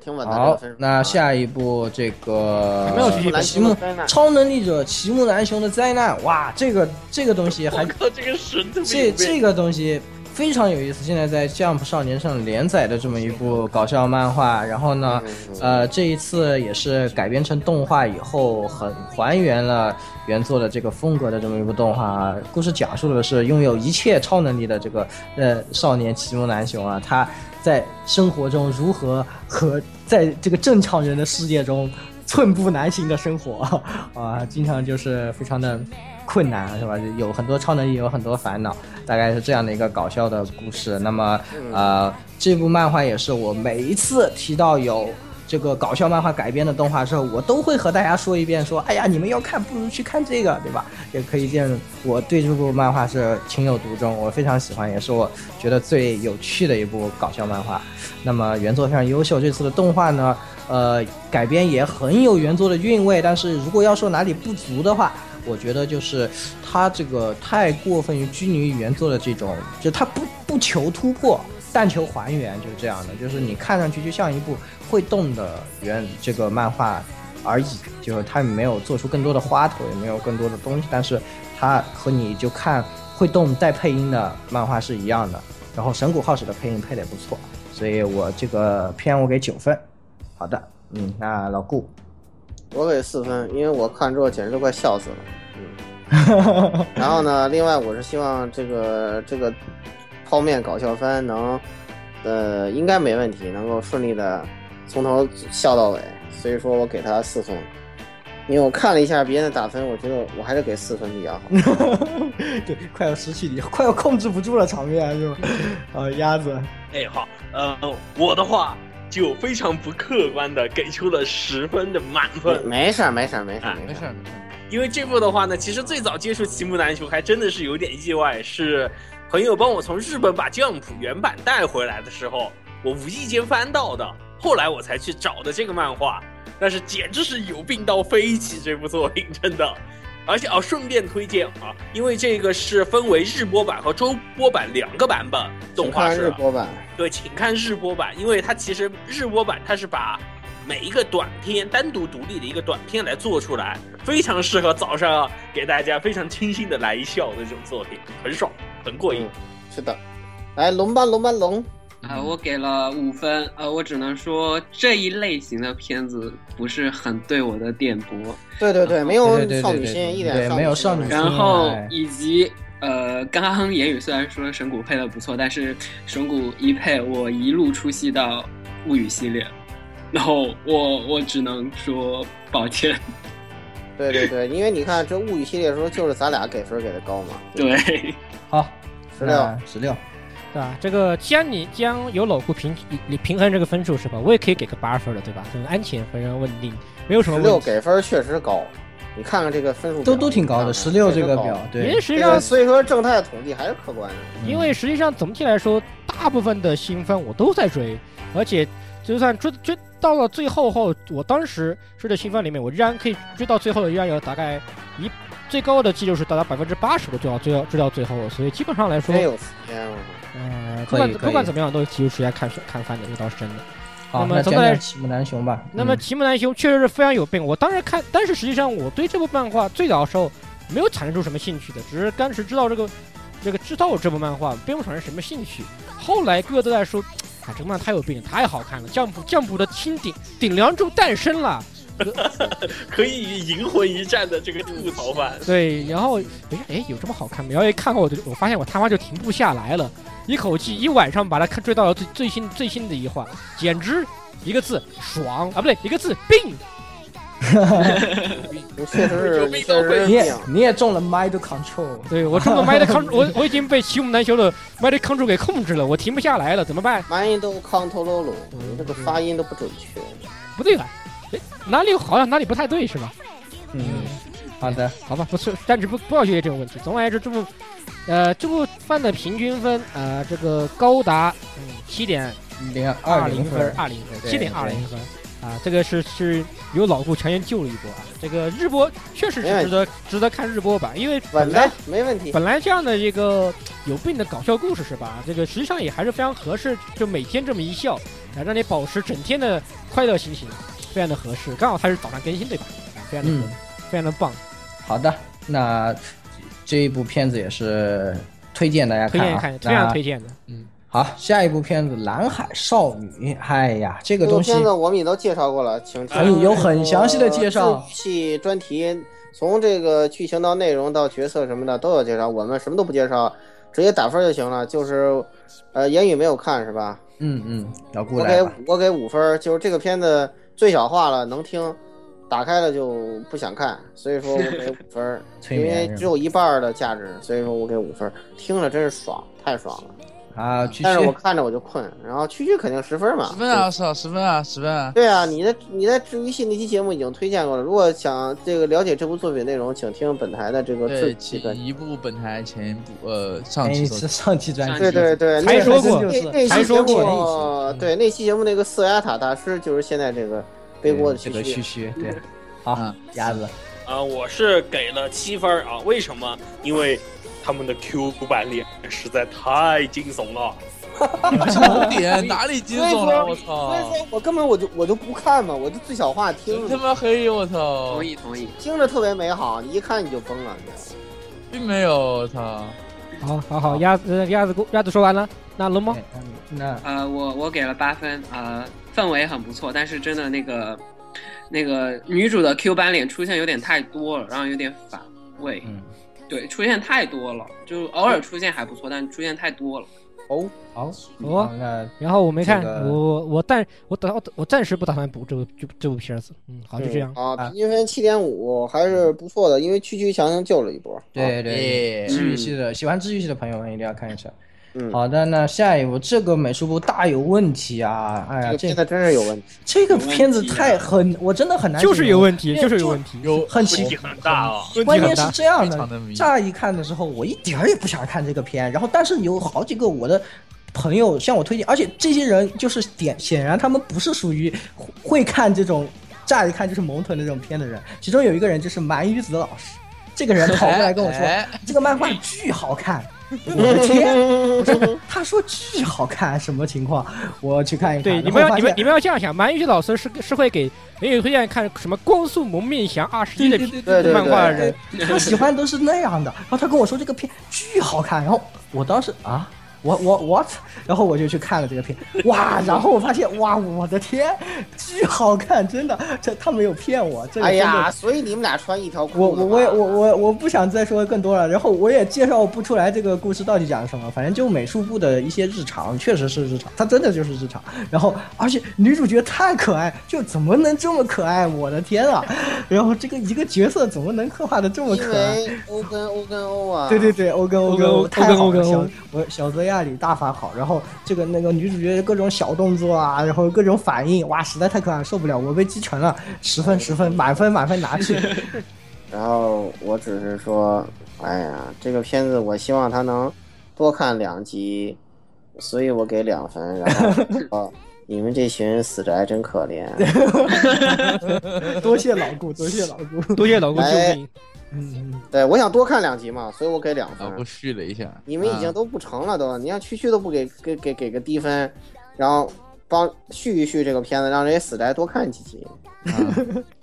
B: 挺稳
C: 好，
B: 啊
C: 那下一部这个
A: 还没有继续
B: 来
C: 奇木超能力者奇木南雄的灾难，哇，这个这个东西还
G: 靠，这个神特别
C: 这
G: 有
C: 这
G: 病
C: 个东西非常有意思，现在在 Jump 少年上连载的这么一部搞笑漫画，然后呢，呃，这一次也是改编成动画以后，很还原了原作的这个风格的这么一部动画啊。故事讲述的是拥有一切超能力的这个呃少年奇木南雄啊，他在生活中如何和在这个正常人的世界中寸步难行的生活 啊，经常就是非常的困难，是吧？有很多超能力，有很多烦恼，大概是这样的一个搞笑的故事。那么，呃，这部漫画也是我每一次提到有。这个搞笑漫画改编的动画之后，我都会和大家说一遍，说，哎呀，你们要看，不如去看这个，对吧？也可以见我对这部漫画是情有独钟，我非常喜欢，也是我觉得最有趣的一部搞笑漫画。那么原作非常优秀，这次的动画呢，呃，改编也很有原作的韵味，但是如果要说哪里不足的话，我觉得就是它这个太过分于拘泥于原作的这种，就它不不求突破，但求还原，就是这样的，就是你看上去就像一部会动的原这个漫画而已，就是它没有做出更多的花头，也没有更多的东西，但是它和你就看会动带配音的漫画是一样的。然后神谷浩史的配音配的也不错，所以我这个片我给九分。好的，嗯，那老顾，
B: 我给四分，因为我看之后简直都快笑死了。 嗯，然后呢，另外我是希望这个这个泡面搞笑番能，呃，应该没问题，能够顺利的从头笑到尾，所以说我给他四分。因为我看了一下别人的打分，我觉得我还是给四分比较好。
C: 对，快要失去你，快要控制不住了场面是吧？呃，鸭子，
F: 哎，好，呃，我的话就非常不客观的给出了十分的满分。
B: 没事儿，没事儿，
C: 哎
B: 没事儿，没
D: 没
B: 事
D: 事
B: 儿。
D: 儿没事儿。
F: 因为这部的话呢，其实最早接触《奇木难求》还真的是有点意外，是朋友帮我从日本把《Jump》原版带回来的时候，我无意间翻到的，后来我才去找的这个漫画。但是简直是有病到飞起这部作品，真的。而且啊，顺便推荐啊，因为这个是分为日播版和周播版两个版本，动画
B: 请看
F: 是
B: 日播版，
F: 对，请看日播版，因为它其实日播版它是把每一个短片单独独立的一个短片来做出来，非常适合早上给大家非常清新的来一笑的这种作品，很爽，很过瘾。
B: 是的。来，龙吧，龙吧，龙。
E: 呃，我给了五分，呃，我只能说这一类型的片子不是很对我的点拨，
B: 对对对，没有
C: 啊对对
B: 少
C: 对
B: 女心，一
C: 对
B: 点
C: 对，没有少
B: 心
C: 女心，
E: 然后
C: 哎
E: 以及呃，刚刚言语虽然说神谷配的不错，但是神谷一配我一路出戏到物语系列，然后我我只能说抱歉，
B: 对对对，因为你看这物语系列的时候，就是咱俩给分给的高嘛。
E: 对，
C: 好，
B: 十六，
C: 十六，
A: 对吧？这个既然你将有老顾平你平衡这个分数是吧？我也可以给个八分的，对吧？很安全，非常稳定，没有什么
B: 十六
A: 问题。
B: 给分确实高，你看看这个分数
C: 都都挺高的，十六这个。
B: 你看
C: 表
B: 看，
A: 因
C: 对
A: 为，实
B: 这
A: 际
B: 个
A: 上，
B: 所以说正态统计还是客观的，
A: 因为实际上总体来说，大部分的新番我都在追，而且就算追追到了最后后，我当时追的新番里面，我仍然可以追到最后的，依然有大概一最高的记录是达到百分之八十的追到追到追到最后了，所以基本上来说
B: 真，有时间我操
A: 呃，不
C: 哎可
A: 管
C: 以
A: 不管
C: 可
A: 怎么样，都是记录时间看看番的，这倒是真的。
C: 好，
A: 那么
C: 那
A: 总
C: 讲
A: 的来
C: 讲奇木南雄吧。
A: 那么《
C: 嗯
A: 奇木南雄》确实是非常有病。我当时看，但是实际上我对这部漫画最早的时候没有产生出什么兴趣的，只是当时知道这个这个知道这部漫画，并不产生什么兴趣。后来各都在说，啊，这个漫画太有病，太好看了，降谱降谱的新顶顶梁柱诞生了。
F: 可以银魂一战的这个吐槽版，
A: 对，然后哎哎，有这么好看吗？然后一看后，我就我发现我他妈就停不下来了，一口气一晚上把它看追到了最最新最新的一话，简直一个字爽啊，不对，一个字病。
B: 你确实是，你确实是这
C: 你也
B: 样。
C: 你也中了 mind control，
A: 对我中了 Mind Control，我我已经被骑虎难修的 Mind Control 给控制了，我停不下来了，怎么办？
B: Mind control，你
C: 嗯
B: 这个发音都不准确。
A: 不对吧？哎，哪里好像哪里不太对是吧？
C: 嗯，好的，
A: 好吧，不是，暂时不不要纠结这个问题。总而言之，这部呃这部番的平均分呃这个高达嗯七点
C: 零
A: 二
C: 二
A: 零
C: 零
A: 分
C: 分，
A: 二零分，
C: 对
A: 七点二零分啊，这个是是由老顾强行救了一波啊。这个日播确实
B: 没
A: 是
B: 问
A: 值得值得看日播版，因为
B: 稳
A: 本来
B: 的，没问题。
A: 本来这样的一个有病的搞笑故事是吧？这个实际上也还是非常合适，就每天这么一笑，啊，让你保持整天的快乐心情，非常的合适。刚好它是早上更新对吧？啊，非常的、
C: 嗯，
A: 非常的棒，
C: 好的，那这一部片子也是推荐大家
A: 推
C: 看
A: 荐
C: 啊，
A: 看，非
C: 那
A: 常推荐的。
C: 好，下一部片子《蓝海少女》。哎呀，这个
B: 这
C: 东西
B: 片子我们也都介绍过了，请
C: 哎有很详细的介绍
B: 系专题，从这个剧情到内容到角色什么的都有介绍，我们什么都不介绍，直接打分就行了。就是，呃，言语没有看是吧？
C: 嗯嗯，老顾
B: 我
C: 来
B: 给
C: 吧。
B: 我给五分儿，就是这个片子最小化了，能听，打开了就不想看，所以说我给五分儿，
C: 催
B: 因
C: 眠
B: 为
C: 是吧
B: 只有一半儿的价值，所以说我给五分儿，听着真是爽，太爽了。
C: 啊，去
B: 但是我
C: 去，
B: 看着我就困，然后区区肯定十分儿嘛，
D: 十分啊，少十分啊，十分啊。
B: 对啊，你的你在治愈系那期节目已经推荐过了。如果想这个了解这部作品内容，请听本台的这个
D: 对，
B: 最这
D: 其
B: 个。
D: 一部本台前一部呃上
C: 哎，
D: 期
C: 是
D: 说
C: 上期专
E: 上
C: 辑
B: 对对对，
A: 才
B: 那
A: 说过
C: 就
B: 那
C: 是
B: 那
A: 才
B: 期
A: 说
B: 节
A: 过
B: 目，对那期节目那个色雅塔大师就是现在这个背锅的
C: 嗯这
B: 区
C: 个
B: 区
C: 嘘。 嘘，对，好
D: 嗯，
C: 鸭子，
F: 啊，我是给了七分儿啊，为什么？因为他们的 Q 版脸实在太惊悚了。
D: 重点哪里惊悚了？我
B: 啊所以
D: 操！
B: 说我根本我就我就不看嘛，我就最小化听
D: 真他，妈黑！我操
E: 同！意同意。
B: 听着特别美好，你一看你就崩了。你知道吗
D: 并没有，我操！
A: 好好好，鸭子鸭子鸭子说完了，那龙猫
C: 哎嗯那
E: 呃，我我给了八分，呃，氛围很不错，但是真的那个那个女主的 Q 版脸出现有点太多了，然后有点反胃。
C: 嗯，
E: 对，出现太多了，就偶尔出现还不错，但出现太多了。
C: 好，
A: 哦
C: 好，那
A: 然后我没看，
C: 这个
A: 我我暂我打我暂时不打算补这部这部这部片子，嗯，好就这样。
B: 啊，
C: 啊
B: 平均分七点五还是不错的，因为区区强行救了一波。啊
C: 对对，
D: 耶
C: 治愈系的喜欢治愈系的朋友们一定要看一下。
B: 嗯，
C: 好的，那下一部这个美术部大有问题啊！哎呀，
B: 这个
C: 这
B: 片子真是有问题。
C: 这个片子太很，我真的很难形
A: 就
C: 容，
A: 是有问题，
C: 就
A: 就是有问题，
D: 有
C: 很奇
F: 问题很大啊、
A: 问
C: 关
A: 题很
C: 键是
A: 大。
C: 这样
D: 非常
C: 的
D: 的迷，
C: 乍一看的时候，我一点儿也不想看这个片，然后但是有好几个我的朋友向我推荐，而且这些人就是点，显然他们不是属于会会看这种乍一看就是萌臀的这种片的人，其中有一个人就是鳗鱼子老师，这个人跑 过来跟我说，
D: 哎
C: 这个漫画巨好看，我的天！我说他说巨好看，什么情况？我去看一看。
A: 对，你们要你们你们要这样想，鳗鱼老师是是会给美女推荐看什么《光速蒙面侠二十一》的
C: 对
B: 对对
A: 漫画人，
C: 对他喜欢都是那样的。然后他跟我说这个片巨好看，然后我当时啊，我我 what？然后我就去看了这个片，哇！然后我发现哇，我的天，巨好看，真的，这他没有骗我，这个
B: 哎
C: 真的。
B: 呀，所以你们俩穿一条裤子
C: 我我我也
B: 吧
C: 我我我不想再说更多了，然后我也介绍不出来这个故事到底讲什么，反正就美术部的一些日常，确实是日常，它真的就是日常。然后而且女主角太可爱，就怎么能这么可爱？我的天啊！然后这个一个角色怎么能刻画的这么
B: 因
C: 可爱？
B: 为欧跟欧跟欧啊，
C: 对对对，欧跟欧跟
A: 欧
C: 欧
A: 跟
C: 太好
A: 欧跟
C: 了，
A: 欧
C: 小我小泽亚里大法好，然后这个那个女主角各种小动作啊，然后各种反应，哇，实在太可爱了，受不了，我被击沉了，十分十分，满分满分 拿去。
B: 然后我只是说，哎呀，这个片子我希望他能多看两集，所以我给两分。然 后哦，你们这群死宅真可怜。
C: 多谢老顾，多谢老顾。
A: 多谢老公救
B: 哎
A: 命。
C: 嗯，
B: 对，我想多看两集嘛，所以我给两
D: 老
B: 分
D: 顾。续啊了一下，
B: 你们已经
D: 啊
B: 都不成了都，你让区区都不给给给给个低分，然后帮续一续这个片子，让这些死宅多看几集。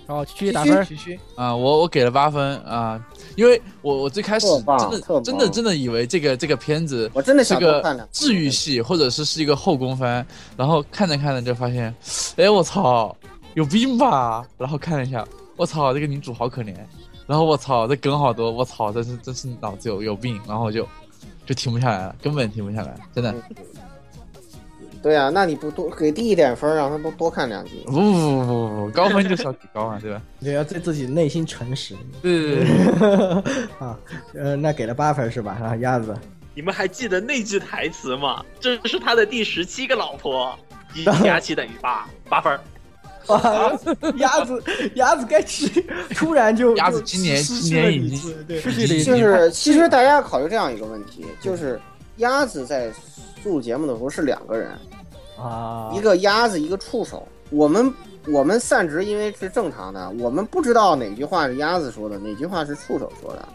A: 好，继续打分。
C: 嘘嘘，
D: 啊，我我给了八分啊，因为我我最开始
B: 特棒
D: 真
B: 特棒
D: 的真的真的以为这个这个片子
B: 我真的
D: 是
B: 想多看
D: 个
B: 两集。
D: 治愈系，或者是是一个后宫番，然后看着看着就发现，哎我操，有病吧？然后看了一下，我操，这个女主好可怜，然后我操，这梗好多，我操，真是真是脑
B: 嗯
D: 子有有病，然后我就就停不下来了，根本停不下来，真的。
B: 对啊，那你不多给弟一点分儿，让他多多看两集。
D: 不不不不不不，高分就是要给高啊，对吧？
C: 你要对自己内心诚 实。
D: 对对对对，
C: 啊，呃，那给了八分是吧？啊，鸭子，
F: 你们还记得那句台词吗？这是他的第十七个老婆，一加七等于八，八分儿。
C: 啊，鸭子，鸭子该吃，突然就
D: 鸭子
C: 就
D: 今年
C: 失
D: 今
C: 去了
D: 年
C: 理
D: 已
C: 智对，
D: 已经
B: 就是其实大家考虑这样一个问题，就是鸭子在录节目的时候是两个人，
C: 啊
B: 一，个鸭子，一个触手。我们我们散值因为是正常的，我们不知道哪句话是鸭子说的，哪句话是触手说的，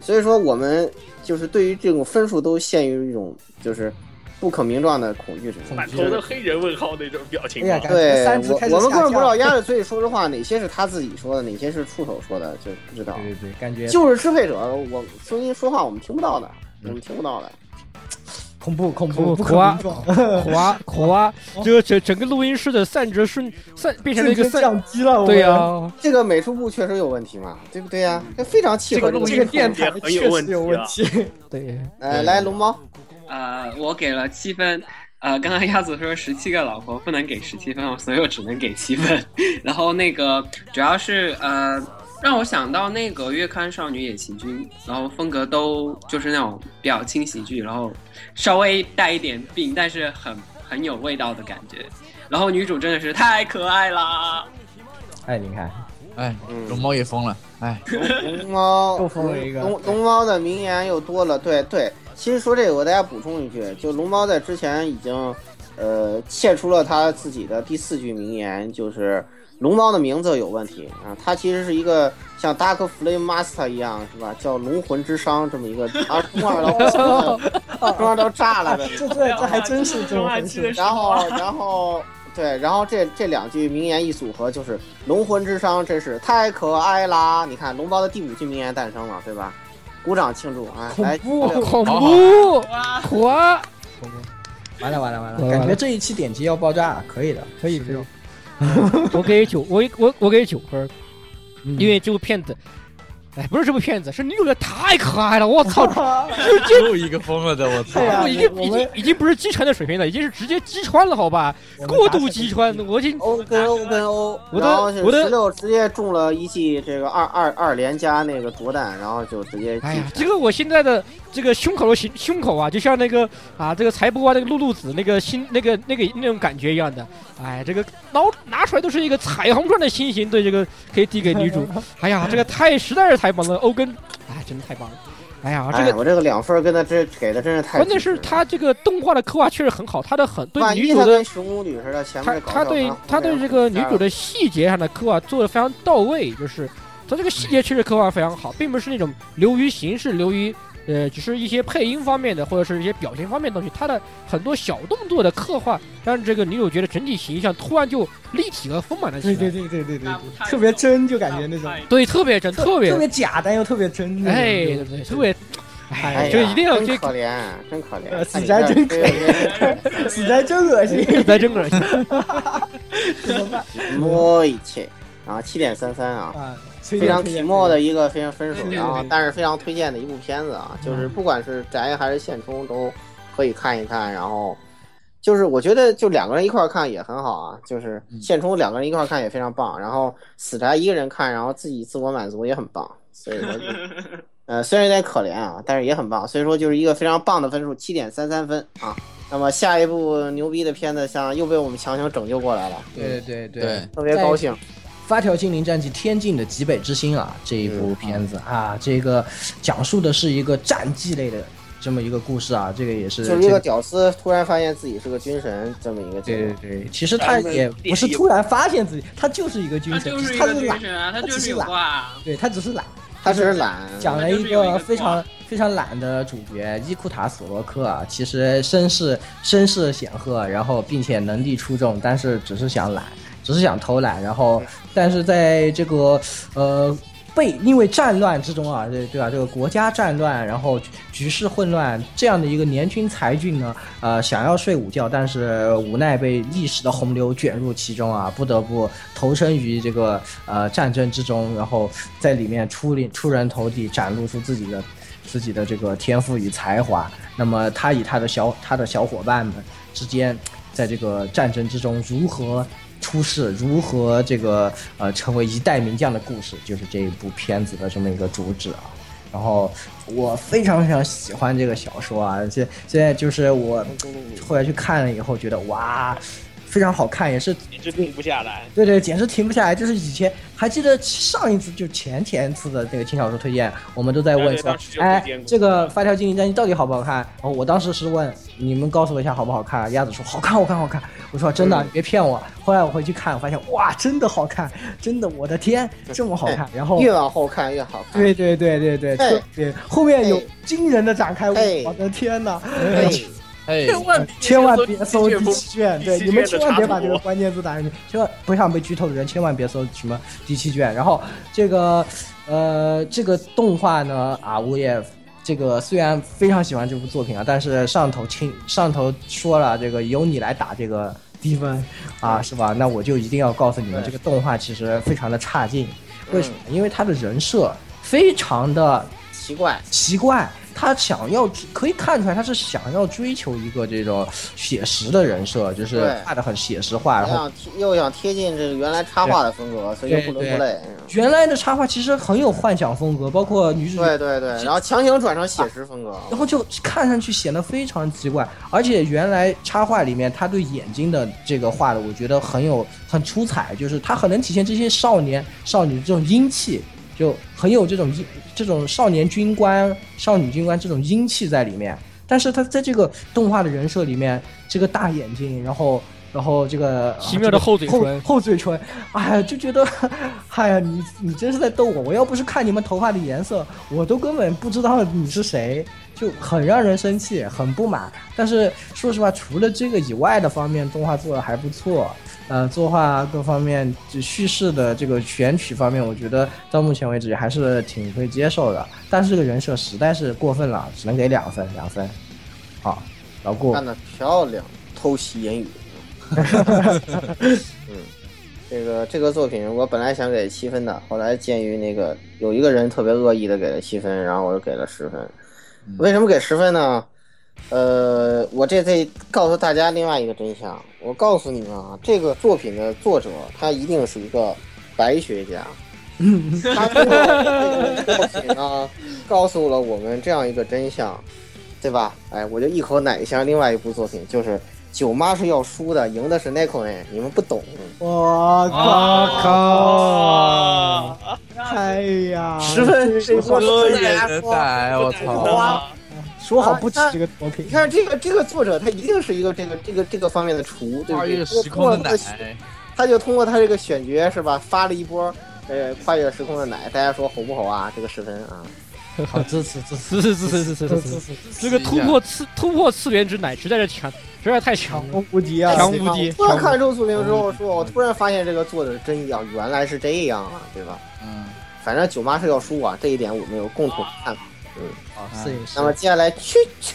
B: 所以说我们就是对于这种分数都陷于一种就是不可名状的恐惧之中。
C: 恐
G: 满
C: 惧
G: 头的黑人问号那种表情
C: 哎呀
G: 啊，
C: 感觉
B: 对
C: 三只开始
B: 我，我们根本不知道
C: 下降
B: 鸭子嘴里说的话哪些是他自己说的，哪些是触手说的，就不知道。
C: 对对对，感觉
B: 就是支配者，我声音说话我们听不到的，我
C: 嗯
B: 们听不到的。
C: 恐怖恐
A: 恐怖
C: 怖，不可
A: 恐啊
C: 名状，
A: 哗哗，啊这个整整个录音室的散值瞬散变成了一个
C: 哦
A: 散，
C: 瞬间降低了，
A: 对啊
C: 呀、
A: 呀，
B: 这个美术部确实有问题嘛，对不对呀、这非常契合
C: 这个
B: 这
C: 这
B: 个
C: 个
B: 电
C: 电
B: 台。
C: 台
F: 很有
C: 确
F: 问
C: 实有
F: 题
C: 问
F: 啊
C: 题，
A: 对，
B: 呃，来龙猫，
E: 呃，我给了七分。呃，刚刚鸭子说十七个老婆不能给十七分，所以我只能给七分。 然后那个主要是呃，让我想到那个《月刊少女野崎君》，然后风格都就是那种比较轻喜剧，然后稍微带一点病，但是很很有味道的感觉。然后女主真的是太可爱啦！
C: 哎，你看，
D: 哎，龙
B: 嗯，
D: 猫也疯了，哎，
B: 龙猫，
C: 又疯了一个
B: 龙龙猫的名言又多了。对对，其实说这个，我给大家补充一句，就龙猫在之前已经，呃，切出了他自己的第四句名言，就是龙猫的名字有问题啊。它其实是一个像 Dark Flame Master 一样，是吧？叫龙魂之殇这么一个 啊，中二到中二到炸了的。
C: 这这
F: 啊
C: 这还真是这么回事，
B: 然后，然后，对，然后这这两句名言一组合，就是“龙魂之殇”，真是太可爱啦！你看，龙包的第五句名言诞生了，对吧？鼓掌庆祝啊！来，对哦
A: 恐
D: 好
A: 怖啊哗，
C: 完了完了
A: 完
C: 完
A: 了
C: 了，感觉这一期点击要爆炸，可以的，
A: 可以可以，我给九，我我我给九分，
B: 嗯
A: 因为这部片子，哎，不是这部片子，是女主角太可爱了，我操， 啊
D: 又一个疯了的，我操
C: 对！呀、
A: 我
C: 啊，
A: 已经
C: 我
A: 已
C: 们
A: 经已经不是击穿的水平了，已经是直接击穿了，好吧？
C: 我们
A: 过
C: 达
A: 度
C: 成
A: 击穿，我已经
B: ，O 跟 O 跟 O，
A: 我的
B: 然后是
A: 我的
B: 十六直接中了一记这个二二二连加那个着弹，然后就直接
A: 哎呀，这个我现在的这个胸口的形胸口啊，就像那个啊，这个财帛啊，那个露露子那个心那个那个那种感觉一样的。哎，这个捞拿出来都是一个彩虹状的心形，对这个可以递给女主。哎呀，这个太实在是太棒了，欧根，哎，真的太棒了。哎呀，这
B: 哎，
A: 个
B: 我这个两分儿跟他真给的真是太
A: 关
B: 及时了。
A: 键是他这个动画的刻画确实很好，他的很对
B: 万
A: 女
B: 一
A: 主
B: 他
A: 的
B: 跟熊巫女似的，前
A: 他
B: 面搞
A: 他
B: 笑
A: 对
B: 然后
A: 他
B: 后面
A: 对这个女
B: 加
A: 主
B: 了
A: 的细节上的刻画做的非常到位，就是他这个细节确实刻画非常好，并不是那种流于形式、流于呃，只是一些配音方面的或者是一些表情方面的东西，他的很多小动作的刻画，让这个女主角的整体形象突然就立体和丰满了起
C: 对
A: 来，
C: 对对对对对，对特别真，就感觉那
F: 哎
C: 种
A: 对特别真，特别
C: 特别假，但又特别真那种。
A: 哎，对对，特别
B: 哎
A: 哎，
B: 呀，
A: 就一定要这
B: 真可怜，真可怜，
C: 呃死
B: 看你
C: 宅
B: 这
C: 真
B: 这这
C: 死宅真恶心，
A: 在真恶心，
C: 怎么办
B: 摸一切，然后七点三三啊，
C: 啊？非
B: 非常提莫
C: 的，
B: 的一个非常分手，
E: 对
B: 然后但是非常推荐的一部片子啊，就是不管是宅还是现充都可以看一看，然后。就是我觉得就两个人一块儿看也很好啊，就是现充两个人一块儿看也非常
E: 嗯
B: 棒，然后死宅一个人看，然后自己自我满足也很棒，所以说 就，呃，虽然有点可怜啊，但是也很棒，所以说就是一个非常棒的分数，七点三三分啊。那么下一部牛逼的片子，像又被我们强行拯救过来了，
C: 对对对
D: 对，
B: 特别高兴。
C: 发条精灵战记：天境的极北之星》啊，这一
B: 嗯
C: 部片子啊，这个讲述的是一个战技类的这么一个故事啊，这个也是
B: 就是一
C: 这
B: 个
C: 个
B: 屌丝突然发现自己是个军神这么一个
C: 对
B: 结
C: 对
B: 果。
C: 对，其实他也不是突然发现自己，他就是一个军
E: 他
C: 神，
E: 就
C: 只
E: 是
C: 是
E: 一
C: 他
E: 个
C: 是
E: 军
C: 懒，
E: 神啊，他就
C: 只
E: 是
C: 是
E: 有
C: 懒，
E: 挂。
C: 对他只是懒，
B: 他只是懒，
C: 讲了一个非常非常懒的主角伊库塔索洛克啊，其实身世身世显赫，然后并且能力出众，但是只是想懒，只是想偷懒，然后但是在这个呃。被因为战乱之中啊，对对吧？这个国家战乱，然后局局势混乱，这样的一个年轻才俊呢，呃，想要睡午觉，但是呃无奈被历史的洪流卷入其中啊，不得不投身于这个呃战争之中，然后在里面出力出人头地，展露出自己的呃自己的这个天赋与才华。那么他与他的小他的小伙伴们之间。在这个战争之中如何出世，如何这个呃成为一代名将的故事，就是这一部片子的这么一个主旨啊。然后我非常非常喜欢这个小说啊，现现在就是我后来去看了以后，觉得哇，非常好看，也是
F: 一直定不下来。
C: 对对，简直停不下来。就是以前还记得上一次就前前次的那个轻小说推荐，我们都在问
F: 对对
C: 说
F: 当时，就推
C: 哎
F: 荐，过
C: 这个《发条精灵战记》到底好不好看？然后我当时是问你们告诉我一下好不好看？鸭子说好看，好看，好看。我说
F: 嗯
C: 真的，你别骗我。后来我回去看，我发现哇，真的好看，真的，我的天，这么好看。然后
B: 越往后看越好看。
C: 对对对对对，
B: 哎
C: 特别后面有
B: 哎
C: 惊人的展开，
B: 哎
C: 我的天哪！
B: 哎，
D: 哎，
F: 千万
C: 千万别搜第
F: 不
C: 七卷，对，
F: 第七卷
C: 你们千万别把
F: 的插图
C: 这个关键字打进去，千万不想被剧透的人千万别搜什么第七卷。然后这个，呃，这个动画呢，啊，我也这个虽然非常喜欢这部作品啊，但是上头亲上头说了，这个由你来打这个低分啊，是吧？那我就一定要告诉你们，这个动画其实非常的差劲，为什么？因为它的人设非常的
B: 奇怪，
C: 奇怪，他想要可以看出来，他是想要追求一个这种写实的人设，就是
B: 对
C: 画的很写实化。
B: 又
C: 然后
B: 想贴又想贴近这个原来插画的风格，所以又不伦不类。
C: 原来的插画其实很有幻想风格，包括女主角
B: 嗯对对对，然后强行转成写实风格。
C: 然后就看上去显得非常奇怪，而且原来插画里面他对眼睛的这个画的，我觉得很有很出彩，就是他很能体现这些少年少女这种英气，就很有这种英这种少年军官、少女军官这种英气在里面。但是他在这个动画的人设里面，这个大眼睛，然后然后这个
A: 奇妙的厚
C: 后
A: 嘴唇
C: 后嘴唇，哎呀，就觉得，哎呀，你你真是在逗我！我要不是看你们头发的颜色，我都根本不知道你是谁，就很让人生气，很不满。但是说实话，除了这个以外的方面，动画做的还不错。呃，作画各方面，就叙事的这个选取方面，我觉得到目前为止还是挺可以接受的。但是这个人设实在是过分了，只能给两分，两分。好，老顾，
B: 干得漂亮，偷袭言语。嗯，这个这个作品我本来想给七分的，后来鉴于那个有一个人特别恶意的给了七分，然后我就给了十分。为什么给十分呢？呃，我这次告诉大家另外一个真相，我告诉你们啊，这个作品的作者他一定是一个白学家。他通过这个作品呢，告诉了我们这样一个真相，对吧？哎，我就一口奶一下另外一部作品，就是九妈是要输的，赢的是 n i k o 哎，你们不懂。
C: 我
A: 啊
C: 靠！哎呀，
B: 十分
C: 这
B: 说
D: 遮
B: 实在
D: 眼
B: 来
D: 的
B: 说，
D: 仔，我操！
C: 说好不提这个作品
B: 你，看这个这个作者，他一定是一个这个这个这个方面的厨，对不
D: 跨
B: 对？
D: 越
B: 通过
D: 时空
B: 通
D: 的
B: 过他
D: 奶，
B: 他就通过他这个选角是吧，发了一波呃跨越时空的奶，大家说吼不吼啊？这个十分啊，
C: 好支持支持
A: 是是是是是是
C: 支
A: 是，这
C: 持，
A: 个
C: 啊
A: 突破次突破次元之奶实在是强，实在太强了。
C: 无无敌啊！
A: 强无敌
B: 突然看周素明之后，说我突然发现这个作者真一样，原来是这样啊，对吧？
D: 嗯，
B: 反正九妈是要输啊，这一点我们有共同的看法。
C: 好，摄影师
B: 那，么接下来去去，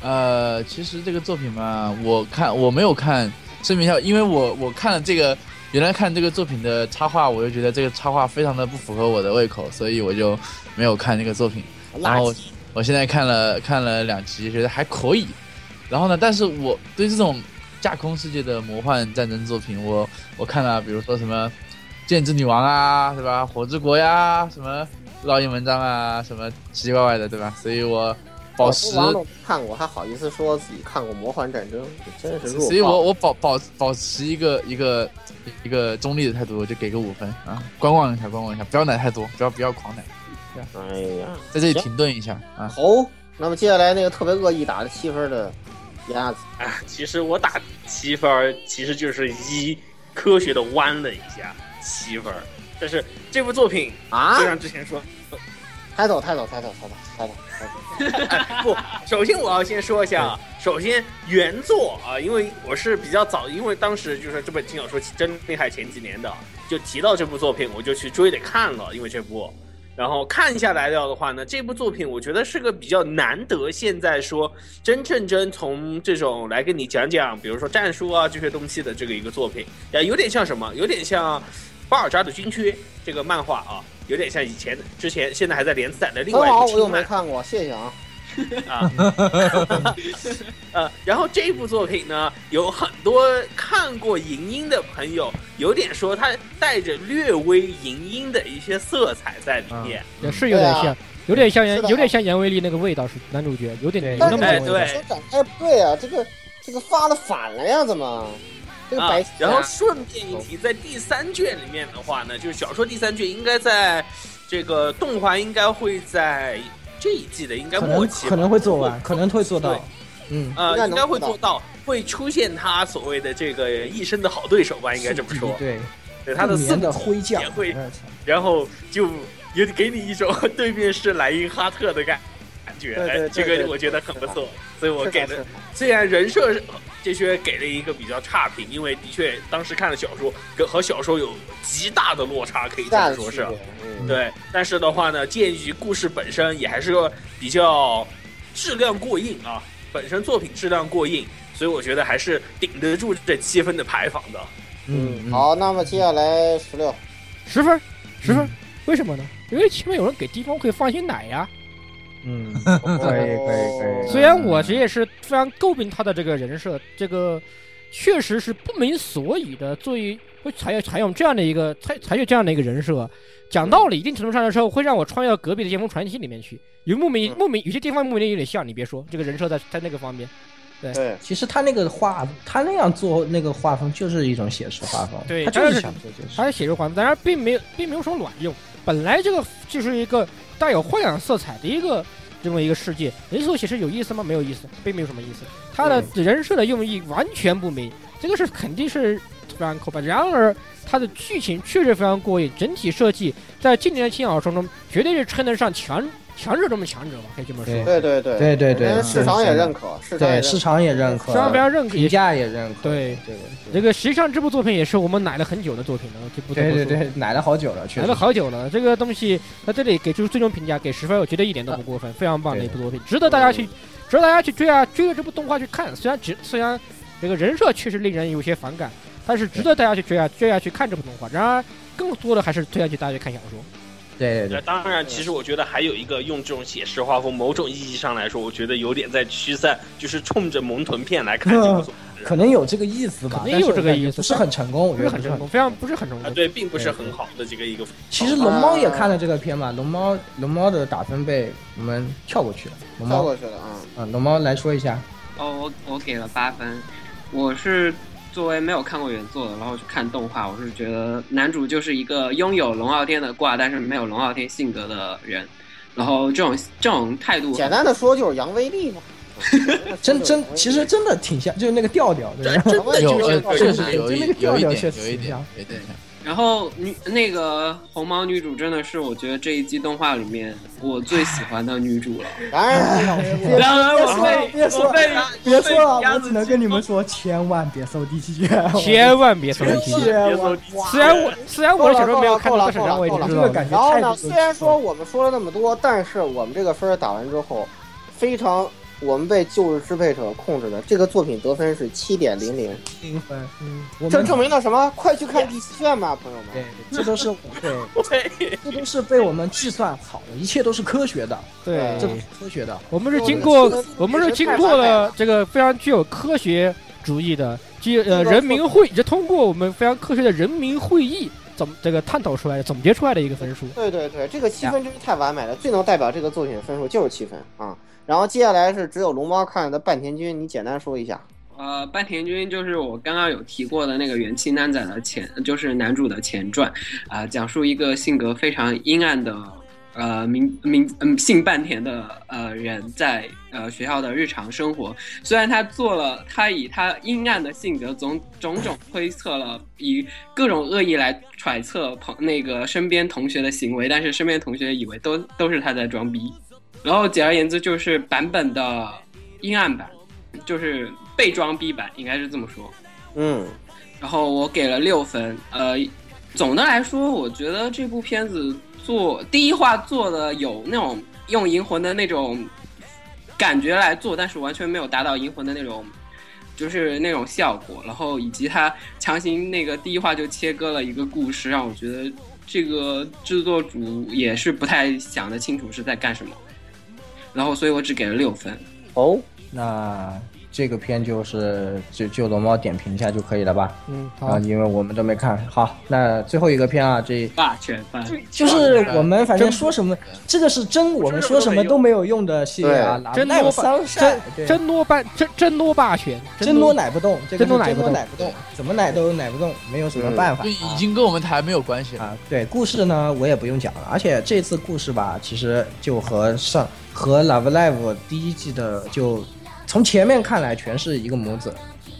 D: 呃，其实这个作品嘛，我看我没有看声明一下，因为我我看了这个，原来看这个作品的插画，我就觉得这个插画非常的不符合我的胃口，所以我就没有看这个作品。然
B: 垃
D: 后
B: 圾
D: 我现在看了看了两集，觉得还可以。然后呢，但是我对这种架空世界的魔幻战争作品，我我看了，比如说什么《剑之女王》啊，对吧，《火之国》呀，什么《烙印文章》啊，什么奇奇怪怪的，对吧？所以我保持
B: 王总看过，还好意思说自己看过《魔幻战争》，真是弱爆。
D: 所以我我保保保持一个一个一个中立的态度，我就给个五分啊，观望一下，观望一下，不要奶太多，不要不要狂奶，
B: 哎呀，
D: 在这里停顿一下啊。
B: 头。那么接下来那个特别恶意打了七分的鸭子，
F: 啊，其实我打七分儿，其实就是一科学的弯了一下七分儿。但是这部作品，
B: 啊
F: 就像之前说，
B: 抬头抬头抬头抬头抬头抬头，
F: 不，首先我要先说一下，啊，首先原作啊，因为我是比较早，因为当时就是这本轻小说真厉害前几年的，就提到这部作品，我就去追着看了，因为这部。然后看下来的话呢，这部作品我觉得是个比较难得，现在说真正真从这种来跟你讲讲，比如说战术啊这些东西的这个一个作品，呃，有点像什么？有点像巴尔扎的军区这个漫画啊，有点像以前的之前现在还在连载的另
B: 很
F: 外一
B: 好，哦
F: 个
B: 我
F: 轻
B: 又没
F: 漫。
B: 看过，谢谢啊。
F: 啊，呃，然后这部作品呢，有很多看过银鹰的朋友有点说它带着略微银鹰的一些色彩在里面，
A: 也是有点
B: 对
A: 像
B: 啊，
A: 有点像
B: 是
A: 杨，
B: 的
A: 有点像杨威利那个味道是男主角，有点有
B: 但
A: 那
B: 是
A: 么点味道
F: 哎对。
B: 说展开不对啊，这个这个发的反了呀，怎么？这个
F: 啊
B: 白痴啊、，
F: 然后顺便一提，在第三卷里面的话呢，就是小说第三卷应该在这个动画应该会在这一季的应该
C: 可
F: 末
C: 能
F: 期吧
C: 可能会做完，可能会做到
F: 对。
C: 嗯，
F: 呃
B: 应该能
F: 应该会
B: 做到
F: 做到，会出现他所谓的这个一生的好对手 吧，应该这么说。
C: 对，
F: 对他的
C: 不
F: 四
C: 眠的
F: 个
C: 灰烬
F: 也会，
C: 我操
F: 然后就有给你一种 对面是莱因哈特的感感觉，
B: 对对
F: 哎
B: 对
F: 这
B: 对
F: 个
B: 对
F: 我觉得很不错，所以我
B: 是
F: 给
B: 的啊
F: 了
B: 是的
F: 虽然人设是这些给了一个比较差评，因为的确当时看了小说跟和小说有极大的落差，可以
B: 巨
F: 这
B: 大
F: 么
B: 的
F: 说
B: 区
F: 是啊
B: 别。，嗯，
F: 对，但是的话呢，鉴于故事本身也还是个比较质量过硬啊，本身作品质量过硬，所以我觉得还是顶得住这七分的牌坊的。
C: 嗯，嗯，
B: 好，那么接下来十六，
A: 十分，十
F: 嗯
A: 分，为什么呢？因为前面有人给地方会放心奶呀。
C: 嗯，可以
B: 哦
C: 可以可以。
A: 虽然
F: 嗯
A: 我这也是非常诟病他的这个人设，这个确实是不明所以的，作为会采用采用这样的一个采采取这样的一个人设。讲道理，一定程度上来说，会让我穿越到隔壁的剑锋传奇里面去。与牧民
B: 嗯
A: 牧民有些地方牧民有点像，你别说，这个人设在在那个方面，
B: 对，
C: 其实他那个画，他那样做那个画风就是一种写实画风，
A: 对
C: 他就
A: 但
C: 是
A: 是
C: 想做这
A: 他
C: 事。
A: 是写入环，但是并没有并没有什么卵用。本来这个就是一个带有幻想色彩的一个这么一个世界，人所写是有意思吗？没有意思，并没有什么意思。他的人设的用意完全不明，这个是肯定是非常扣白。然而，他的剧情确实非常过瘾，整体设计在近年的轻小说中绝对是称得上强强者中的强者吧，可以这么说。
C: 对
B: 对对对
C: 对对对
B: 人家
C: 是
B: 市场
C: 是
B: 也
C: 的
B: 认可，市场也
C: 对，
B: 认
C: 市场也认可，
A: 非常非常认可，
C: 评价也认可。
A: 对
C: 这个
A: 这个实际上这部作品也是我们奶了很久的作品了，就不得
C: 对
A: 不
C: 对
A: 说。
C: 对，奶了好久了，确
A: 来
C: 实
A: 了。好久了，这个东西在这里给出最终评价，给十分，我觉得一点都不过分，非常棒的一部作品，值得大家去，值得大家去追啊，追着这部动画去看。虽然只虽然这个人设确实令人有些反感，但是值得大家去追啊追啊去看这部动画。然而，更多的还是推荐去大家去看小说。
C: 对对
F: 那
C: 对，
F: 当然，其实我觉得还有一个用这种写实画风，某种意义上来说，我觉得有点在驱散，就是冲着萌臀片来看这部作品的
C: 可能有这个意思吧，
A: 肯定
C: 但是
A: 有这
C: 我
A: 个
C: 感觉
A: 意思
C: 不是很成功，我
A: 不
C: 觉
A: 是
C: 得
A: 很
C: 不是
A: 成功，。非常不是很成
F: 人啊，
A: 功。
F: 对，并不是很好的这个一个。
C: 其实龙猫也看了这个片嘛，龙猫龙猫的打分被我们跳过去了，龙
B: 跳
C: 猫
B: 过去了啊。
C: 啊，龙猫来说一下，
E: 哦，我我给了八分。我是作为没有看过原作的，然后去看动画，我是觉得男主就是一个拥有龙傲天的挂，但是没有龙傲天性格的人。然后这种这种态度，
B: 简单的说就是扬威力嘛。
C: 真真其实真的挺像，就是那个调调，对吧？
B: 真的
D: 有
B: 就是这个
D: 呃确
C: 确
D: 实
C: 实
D: 有
C: 有
D: 一
C: 一
D: 有
C: 有一点有
D: 一点有一
C: 一
D: 点
C: 点
D: 有一点像
E: 然后女那个红毛女主真的是我觉得这一季动画里面我最喜欢的女主了。
B: 当然，
E: 然而
C: 别
E: 我
C: 说了，
E: 被
C: 别说
E: 我
C: 了
E: 被，
C: 别说了，
E: 鸭
C: 我
E: 子
C: 只能跟你们说，千万别收第 七卷，
A: 千万别生气。
C: 千万
A: 虽然我虽然我的小说没有看
B: 够
A: 到
B: 了
A: 这
B: 够
A: 个
B: 了
A: 上，我也
B: 啊够了
A: 知
C: 这
A: 道
C: 个
A: 了。
C: 感觉
B: 然后
C: 太
B: 呢，
C: 不
B: 虽然说我们说了那么多，但是我们这个分儿打完之后，非常我们被旧日支配者控制的这个作品得分是七点零零，
C: 精分，嗯，我
B: 这
C: 们
B: 证明了什么？快去看第七卷吧，朋友
C: 对
B: 们。，
C: 这都是对，这都是被我们计算好的，一切都是科学的，
A: 对，
C: 这都是科学的。
A: 我们是经过
B: 这个
A: 我们是经过了这个非常具有科学主义的，具呃人民会，这通过我们非常科学的人民会议总这个探讨出来的、总结出来的一个分数。
B: 对对对，这个七分真是太完美了，最能代表这个作品的分数就是七分啊。然后接下来是只有龙猫看的半田君，你简单说一下。
E: 呃，半田君就是我刚刚有提过的那个元气男仔的前，就是男主的前传，啊、讲述一个性格非常阴暗的呃名名嗯姓半田的呃人在呃学校的日常生活。虽然他做了，他以他阴暗的性格总种种推测了，以各种恶意来揣测朋那个身边同学的行为，但是身边同学以为都都是他在装逼。然后简而言之就是版本的阴暗版。就是被装逼版，应该是这么说。
B: 嗯，
E: 然后我给了六分。呃，总的来说，我觉得这部片子做第一话做的有那种用银魂的那种感觉来做，但是完全没有达到银魂的那种。就是那种效果，然后以及他强行那个第一话就切割了一个故事，让我觉得这个制作组也是不太想得清楚是在干什么。然后所以我只给了六分。
B: 哦，
C: 那这个片就是就就龙猫点评一下就可以了吧？
A: 嗯，
C: 啊，
A: 好，
C: 因为我们都没看好。那最后一个片啊，这
E: 霸全番，
C: 就是我们反正说什么，这个是真我们说什么都没有用的系列啊，哪
A: 真
C: 哪有
A: 多霸
C: 桑葚
A: 真，
C: 对
A: 真多半真真多霸选，
C: 真多奶不动，这个
A: 真
C: 是
A: 多奶
C: 真
A: 不
C: 多
A: 动
C: 奶不动，怎么奶都奶不动，没有什么办 法
D: 就已
C: 啊。
D: 经跟我们台没有关系了。
C: 啊，对故事呢，我也不用讲了。而且这次故事吧，其实就和上和《Love Live》第一季的就从前面看来全是一个模子，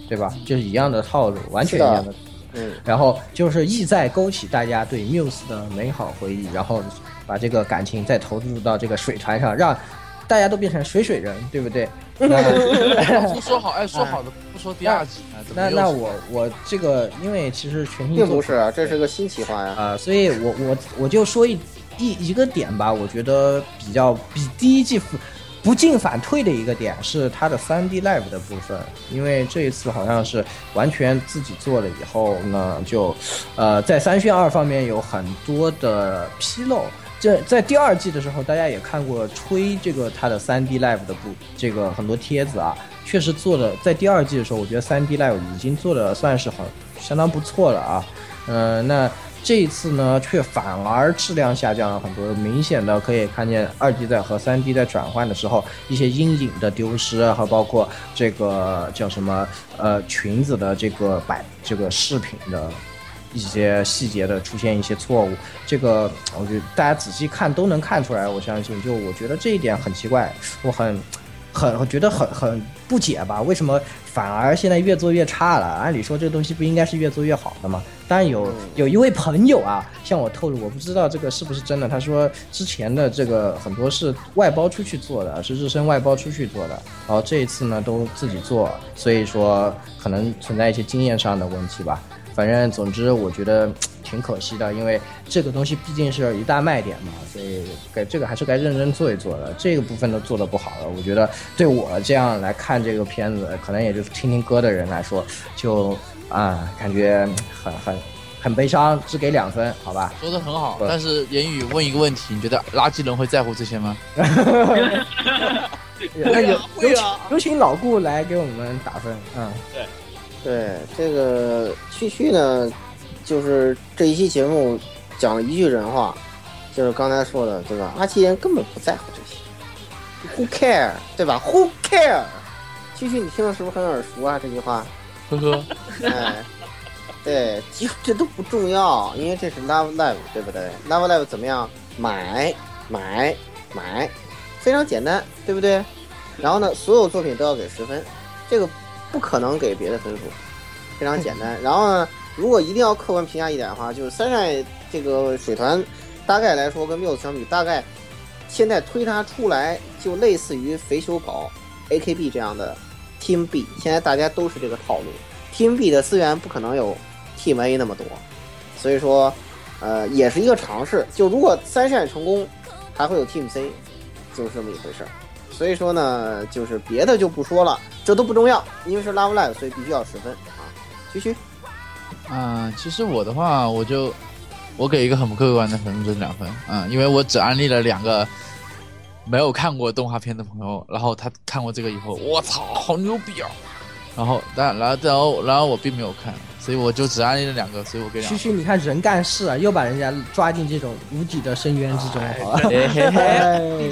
C: 对吧？就是一样的套路，完全一样
B: 是
C: 的。
B: 嗯，
C: 然后就是意在勾起大家对 Muse 的美好回忆，然后把这个感情再投入到这个水船上，让大家都变成水水人，对不对？ 那
D: 不说好，哎，说好的不说第二季，哎怎么
C: 那
D: 又
C: 那我我这个，因为其实全新
B: 并
C: 作
B: 不
C: 品
B: 是啊，这是个新企划呀。
C: 啊，所以我我我就说一一一个点吧，我觉得比较比第一季不不进反退的一个点是它的 3D live 的部分，因为这一次好像是完全自己做了以后呢，就呃在三宣二方面有很多的纰漏。这在第二季的时候，大家也看过吹这个它的 3D live 的部这个很多帖子啊，确实做的在第二季的时候，我觉得 3D live 已经做的算是很相当不错了啊。呃，那这一次呢，却反而质量下降了很多，明显的可以看见二 D 在和三 D 在转换的时候一些阴影的丢失，还包括这个叫什么呃裙子的这个摆这个饰品的一些细节的出现一些错误，这个我觉得大家仔细看都能看出来，我相信就我觉得这一点很奇怪，我很。很，我觉得很很不解吧？为什么反而现在越做越差了？按理说这东西不应该是越做越好的吗？当然有有一位朋友啊，向我透露，我不知道这个是不是真的。他说之前的这个很多是外包出去做的，是日升外包出去做的，然后这一次呢都自己做，所以说可能存在一些经验上的问题吧。反正总之，我觉得挺可惜的，因为这个东西毕竟是一大卖点嘛，所以该这个还是该认真做一做的。这个部分都做的不好了，我觉得对我这样来看这个片子，可能也就是听听歌的人来说，就啊、感觉很很很悲伤，只给两分，好吧？
D: 说的很好，
C: 对
D: 但是言语问一个问题，你觉得垃圾人会在乎这些吗？
B: 啊
C: 那有有请有请老顾来给我们打分，
B: 啊
C: 嗯，
B: 对，这个旭旭呢，就是这一期节目讲了一句人话，就是刚才说的，对吧？阿奇人根本不在乎这些，Who care，对吧？Who care？旭旭，你听的是不是很耳熟啊？这句话，
D: 呵呵，
B: 哎，对，其实这都不重要，因为这是 Love Live，对不对？Love Live 怎么样？买买买，非常简单，对不对？然后呢，所有作品都要给十分，这个不可能给别的分数，非常简单。然后呢，如果一定要客观评价一点的话，就是三晒这个水团，大概来说跟 Muse 相比，大概现在推它出来就类似于肥修宝、AKB 这样的 Team B，现在大家都是这个套路。Team B 的资源不可能有 Team A 那么多，所以说，呃，也是一个尝试。就如果三善成功，还会有 Team C，就是这么一回事儿。所以说呢，就是别的就不说了，这都不重要，因为是 Love Live，所以必须要十分啊。嘘嘘，
D: 嗯、其实我的话，我就我给一个很客观的分，就是两分，嗯，因为我只安利了两个没有看过动画片的朋友，然后他看过这个以后，我操，好牛逼啊！然后，但然后然后然后我并没有看，所以我就只安利了两个，所以我给两
C: 旭 旭，
D: 分。
C: 嗯你看人干事啊，又把人家抓进这种无底的深渊之中，好吧？
D: 哎
C: 哎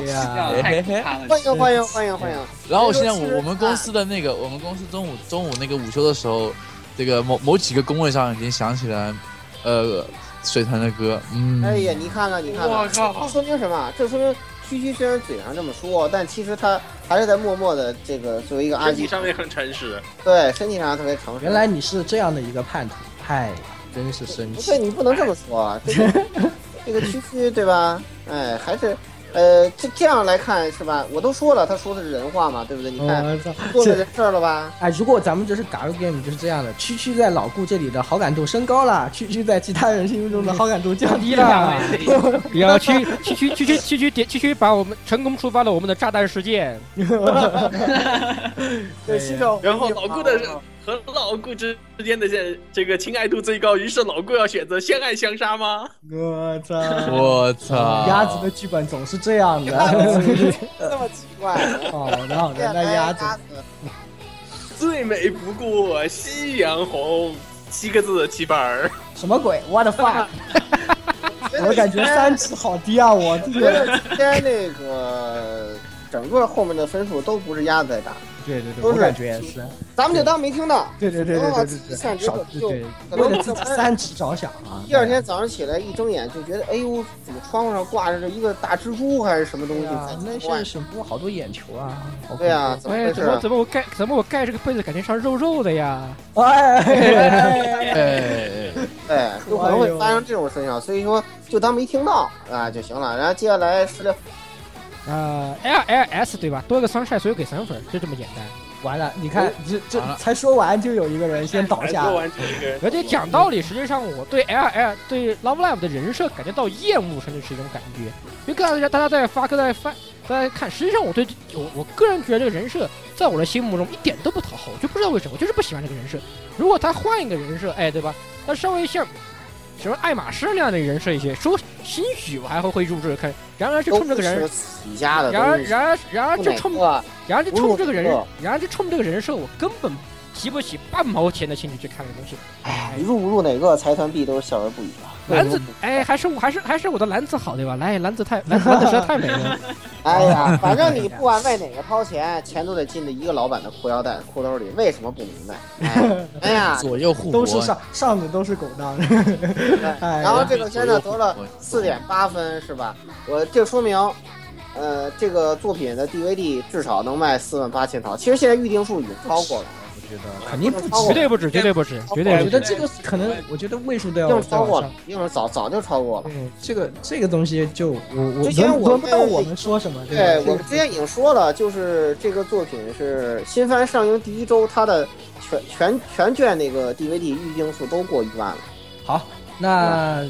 C: 呀，
E: 要太可怕了。
F: 哎
B: 欢迎欢迎欢迎欢迎！
D: 然后现在我我们公司的那个，我们公司中午中午那个午休的时候，这个某某几个工位上已经响起了，呃，水团的歌，嗯，
B: 哎呀，你看看你看看，这说明什么？啊这说明嘘嘘虽然嘴上这么说，但其实他还是在默默的这个作为一个阿
F: 身
B: 基
F: 体，上面很诚实，
B: 对身体上特别诚实。
C: 原来你是这样的一个叛徒，哎，真是生
B: 不
C: 气
B: 对，。你不能这么说啊，这 个这个区区对吧？哎，还是呃，这这样来看是吧？我都说了，他说的是人话嘛，对不对？你看
C: 我操，
B: 做了
C: 嗯这
B: 人事儿了吧？
C: 哎，如果咱们就是 Garu Game 就是这样的，区区在老顾这里的好感度升高了，区区在其他人心目中的好感度降低了。
A: 也啊要去去去去去去去点去去把我们成功触发了我们的炸弹事件。
B: 对，新手
F: 然后老顾的和老顾之之间的这这个情爱度最高，于是老顾要选择相爱相杀吗？
C: 我操！
D: 我
B: 嗯
D: 操
C: 鸭子的剧本总是这样的。
B: 这么奇怪，
C: 好的好 的，
B: 哎
C: 那鸭子
F: 最美不过夕阳红，七个字，七瓣儿。
C: 什么鬼？What the fuck！我 感觉三级好低啊！我
B: 觉得今天那个整个后面的分数都不是鸭子在打，
C: 对对对，
B: 都
C: 我
B: 是
C: 感觉也是。
B: 咱们就当没听到。
C: 对对对
B: 哦
C: 对对对对，少对对，为了自己三级着想啊！
B: 第二天早上起来一睁眼就觉得，哎呦，怎么窗户上挂着一个大蜘蛛还是什么东西？
C: 啊，那现在什么好多眼球啊！好恐怖
B: 对啊，怎么
A: 哎，
B: 回
A: 怎
B: 事
A: 么
B: 啊？
A: 怎么我盖怎么我盖这个被子感觉像肉肉的呀？
C: 哎，
D: 哎，
B: 对，有可能会发生这种现象，所以说就当没听到啊就行了。然后接下来十六，
A: 呃，L L S 对吧？多一个双晒，所以给三分，就这么简单。
C: 完了，你看这这才说完就有一个人先倒下
F: 做，哎 完这个，
A: 而且讲道理，实际上我对哎 L L 对 Love Live 的人设感觉到厌恶，甚至是一种感觉。因为刚才大家在发歌在翻大家看，实际上我对我我个人觉得这个人设在我的心目中一点都不讨好，我就不知道为什么，我就是不喜欢这个人设。如果他换一个人设，哎，对吧？他稍微像什么爱马仕那样的人设一些，说兴许我还会会入这个坑。然而就
B: 都
A: 冲
B: 不
A: 这个
B: 是
A: 人，
B: 自己家的
A: 然而
B: 东西，
A: 然而然而
B: 不
A: 就
B: 哪
A: 冲
B: 个啊
A: 然而就冲这个人
B: 侮辱，
A: 然而就冲这个人设，我根本提不起半毛钱的兴趣去看这个东西。
B: 哎，入不入哪个财团币都是笑而不语啊。
A: 篮子，哎，还是我还是还是我的篮子好对吧？来，篮子太篮篮子实在太美了。
B: 哎呀，反正你不管为哪个掏钱，钱都得进到一个老板的裤腰带、裤兜里，为什么不明白？哎哎呀，
D: 左右互
C: 都是
D: 搏，
C: 上上的都是狗蛋。 哎
B: 然后这个片子得了四点八分，是吧？我这说明，呃，这个作品的 DVD 至少能卖四万八千套。其实现在预定数已经超过了，
C: 我觉得肯定不止，
A: 绝对不止，绝对不止，绝
C: 我
A: 对
C: 觉
A: 不
C: 得
A: 止。
C: 这个可能，我觉得位数都
B: 已
C: 要
B: 经
C: 再
B: 超过
C: 往
B: 了
C: 上。，
B: 已经早早就超过了。
C: 嗯，这个这个东西就我我
B: 之前
C: 轮
B: 我
C: 轮不到
B: 们
C: 我们说什么，
B: 对
C: 吧？
B: 我们之前已经说了，就是这个作品是新番上映第一周，它的全全全卷那个 DVD 预定数都过一万了。
C: 好，那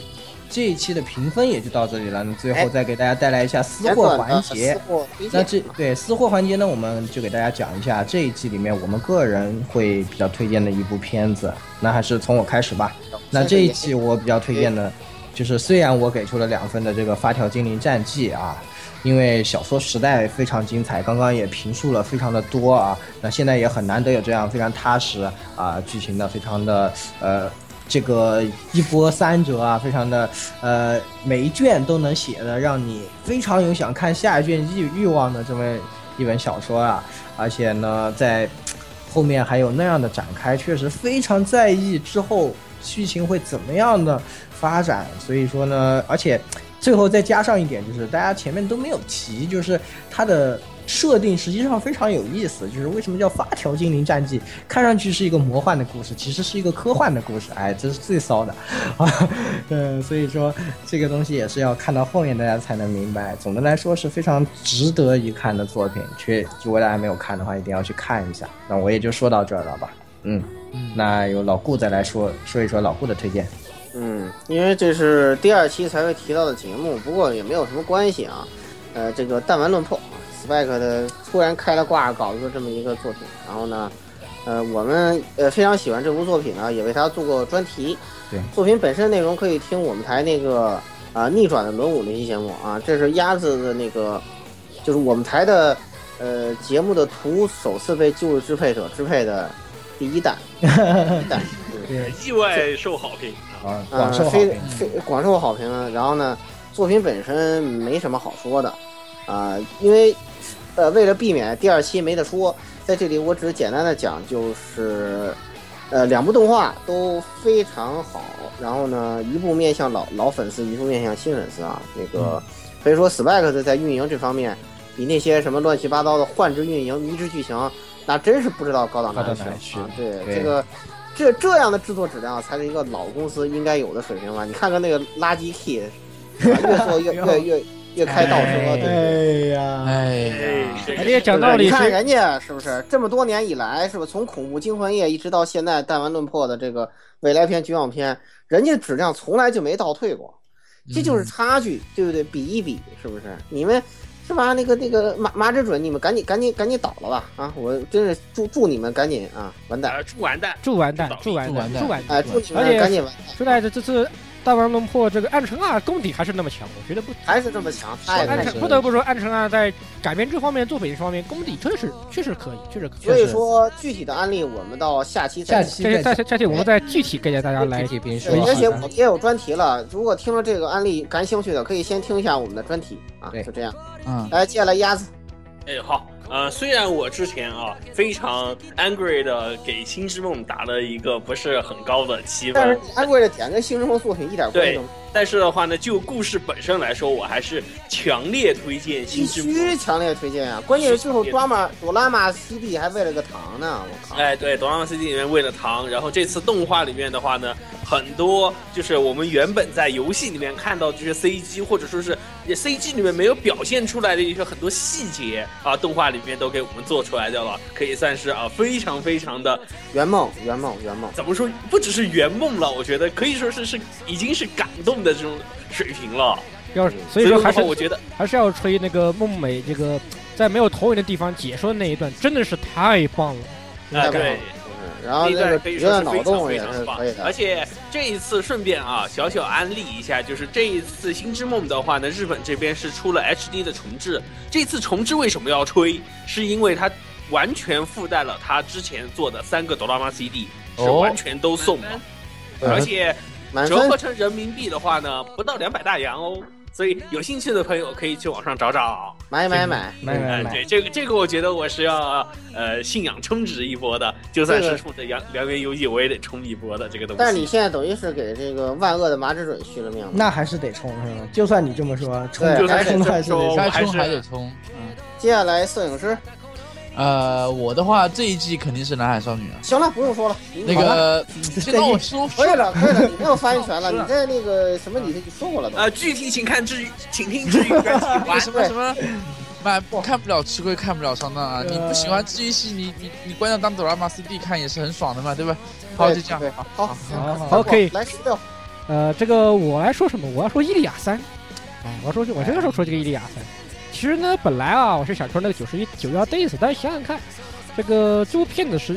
C: 这一期的评分也就到这里了。那最后再给大家带来一下私
B: 简短
C: 货
B: 的
C: 环节
B: 私。货推
C: 那
B: 荐，
C: 这对私货环节呢，我们就给大家讲一下这一季里面我们个人会比较推荐的一部片子。那还是从我开始吧。那这一期我比较推荐的，就是虽然我给出了两分的这个《发条精灵战记》啊，因为小说时代非常精彩，刚刚也评述了非常的多啊。那现在也很难得有这样非常踏实啊，剧情的非常的呃。这个一波三折啊，非常的，呃，每一卷都能写的让你非常有想看下一卷欲欲望的这么一本小说啊，而且呢，在后面还有那样的展开，确实非常在意之后剧情会怎么样的发展。所以说呢，而且最后再加上一点，就是大家前面都没有提，就是它的设定实际上非常有意思，就是为什么叫《发条精灵战记》？看上去是一个魔幻的故事，其实是一个科幻的故事，哎，这是最骚的啊！ 嗯，所以说这个东西也是要看到后面大家才能明白。总的来说是非常值得一看的作品，却如果大家没有看的话，一定要去看一下。那我也就说到这儿了吧，嗯。那由老顾再来说说一说老顾的推荐。
B: 嗯，因为这是第二期才会提到的节目，不过也没有什么关系啊。呃，这个弹丸论破啊，Spike 的突然开了挂，搞出了这么一个作品，然后呢，呃，我们呃非常喜欢这部作品呢，也为它做过专题。
C: 对，
B: 作品本身内容可以听我们台那个啊、逆转的轮舞那期节目啊，这是鸭子的那个，就是我们台的呃节目的图首次被旧日支配者支配的第一弹，第一弹。嗯
C: 对，
F: 意外受好评。
C: 啊，
B: 呃
C: 广受好
B: 非
C: 评。
B: 非广受好评。啊然后呢，作品本身没什么好说的，啊、因为呃，为了避免第二期没得说，在这里我只简单的讲，就是呃，两部动画都非常好。然后呢，一部面向老老粉丝，一部面向新粉丝啊。那
C: 嗯
B: 个可以说 Spike 的在运营这方面，比那些什么乱七八糟的幻之运营、迷之剧情，那真是不知道高档
C: 高档
B: 去
C: 哪去
B: 啊。对
C: 对
B: 这个。这这样的制作质量才是一个老公司应该有的水平吧？你看看那个垃圾 T，是 吧越做越越越越开倒车，对不对？
C: 哎呀，
D: 哎呀，
F: 哎，
A: 而且讲
B: 对
A: 道理
B: 你看
A: 是，
B: 人家是不是这么多年以来，是吧？从恐怖惊魂夜一直到现在弹丸论破的这个未来篇、绝望篇，人家质
C: 嗯
B: 量从来就没倒退过，这就是差距，对不对？比一比，是不是？你们是吧？那个那个麻麻之准，你们赶紧赶紧赶紧倒了吧！啊，我真是祝祝你们赶紧啊，完蛋！
F: 呃，祝完蛋，
A: 祝完蛋，
F: 祝
A: 祝完蛋，祝完
B: 哎，
A: 蛋。
B: 祝你
A: 而
B: 们
A: 且
B: 赶紧完
A: 说来着，这次大王龙破这个暗城二功底还是那么强，我觉得不。
B: 还是这么强，太
D: 哎
A: 暗
B: 太
A: 城
D: 是
A: 不得不说，暗城二啊在改编这方面、作品方面功底确实确实可以，确实可以。
B: 所以说具体的案例我们到下期再
C: 下
B: 讲。
C: 期
A: 这些
C: 再
A: 下下期我们再具体给大家来
C: 具体评
B: 对
C: 说啊。
B: 而且我们也有专题了，如果听了这个案例感兴趣的，可以先听一下我们的专题啊，
C: 对
B: 就这样。
D: 嗯，
B: 来，接下来鸭子，
F: 哎，好，呃，虽然我之前啊非常 angry 的给《星之梦》打了一个不是很高的七
B: 但
F: 分
B: 是，你安贵的点跟《新生活作品》一点关系都没有，
F: 但是的话呢，就故事本身来说，我还是强烈推荐《
B: 必
F: 星之梦》。
B: 须强烈推荐啊！关键是最后抓马朵拉玛 CD 还为了个糖呢，我靠！
F: 哎，对，《哆啦 A 梦 CD》里面喂了糖，然后这次动画里面的话呢，很多就是我们原本在游戏里面看到这些 CG 或者说是 CG 里面没有表现出来的一些很多细节啊，动画里面都给我们做出来掉了，可以算是啊非常非常的
B: 圆梦，圆梦，圆梦。
F: 怎么说，不只是圆梦了，我觉得可以说是是已经是感动的这种水平了。
A: 要，所以说
F: 的话
A: 还是
F: 我觉得
A: 还是要吹那个梦美这个在没有投影的地方解说的那一段真的是太棒了。
B: 太
F: 啊、
B: 棒了
F: 对。
B: 嗯然后
F: 那
B: 那
F: 段
B: 个
F: 可以
B: 主
F: 说
B: 角
F: 是
B: 脑
F: 非常
B: 洞
F: 非
B: 也
F: 常
B: 是
F: 棒
B: 可以，的，
F: 而且这一次顺便啊，小小安利一下，就是这一次《星之梦》的话呢，日本这边是出了 HD 的重置。这次重置为什么要吹？是因为它完全附带了它之前做的三个哆啦 A 梦 CD，是
D: 哦
F: 完全都送
E: 嗯
F: 了，而且
B: 满
F: 折
B: 分
F: 合成人民币的话呢，不到两百大洋哦。所以有兴趣的朋友可以去网上找找。
B: 买买买！
C: 买买
F: 哎，
C: 买，
F: 对这个这个，我觉得我是要呃信仰充值一波的，就算
B: 这
F: 是
B: 个
F: 冲着良良缘游戏，我也得冲一波的这个东西。
B: 但是你现在等于是给这个万恶的麻之准续了命了。
C: 那还是得冲是吧？就算你这么说，冲
B: 对
F: 就
C: 还
F: 算
C: 冲
F: 是
C: 还
F: 这
C: 是
F: 么
C: 得
F: 说
C: 冲。
D: 该
F: 还
D: 冲还
F: 是
D: 得冲。嗯，
B: 接下来摄影师，
D: 呃，我的话这一季肯定是南海少女啊。
B: 行了，不用说了，
D: 那个，先让 我说
B: 可以了，可 以了，你没有发言权了，你在那个什么里头你说过了都。
D: 哎
F: 呃，具体请看至于，请听至于专辑
D: 为
F: 完
D: 什么什么？买看不了吃亏，看不了上当啊！你不喜欢治愈系，你你你关掉当哆啦 A 梦 CD 看也是很爽的嘛，对吧？好，就这样
B: 对，
D: 好
B: 好，
A: 好好
B: 好
A: 可以
B: 来十六，
A: 呃，这个我来说什么？我要说伊利亚三。哎，我要说我真的说说这个伊利亚三。其实呢，本来啊，我是想说那个九十一九幺 days，但是想想看，这个这部片子是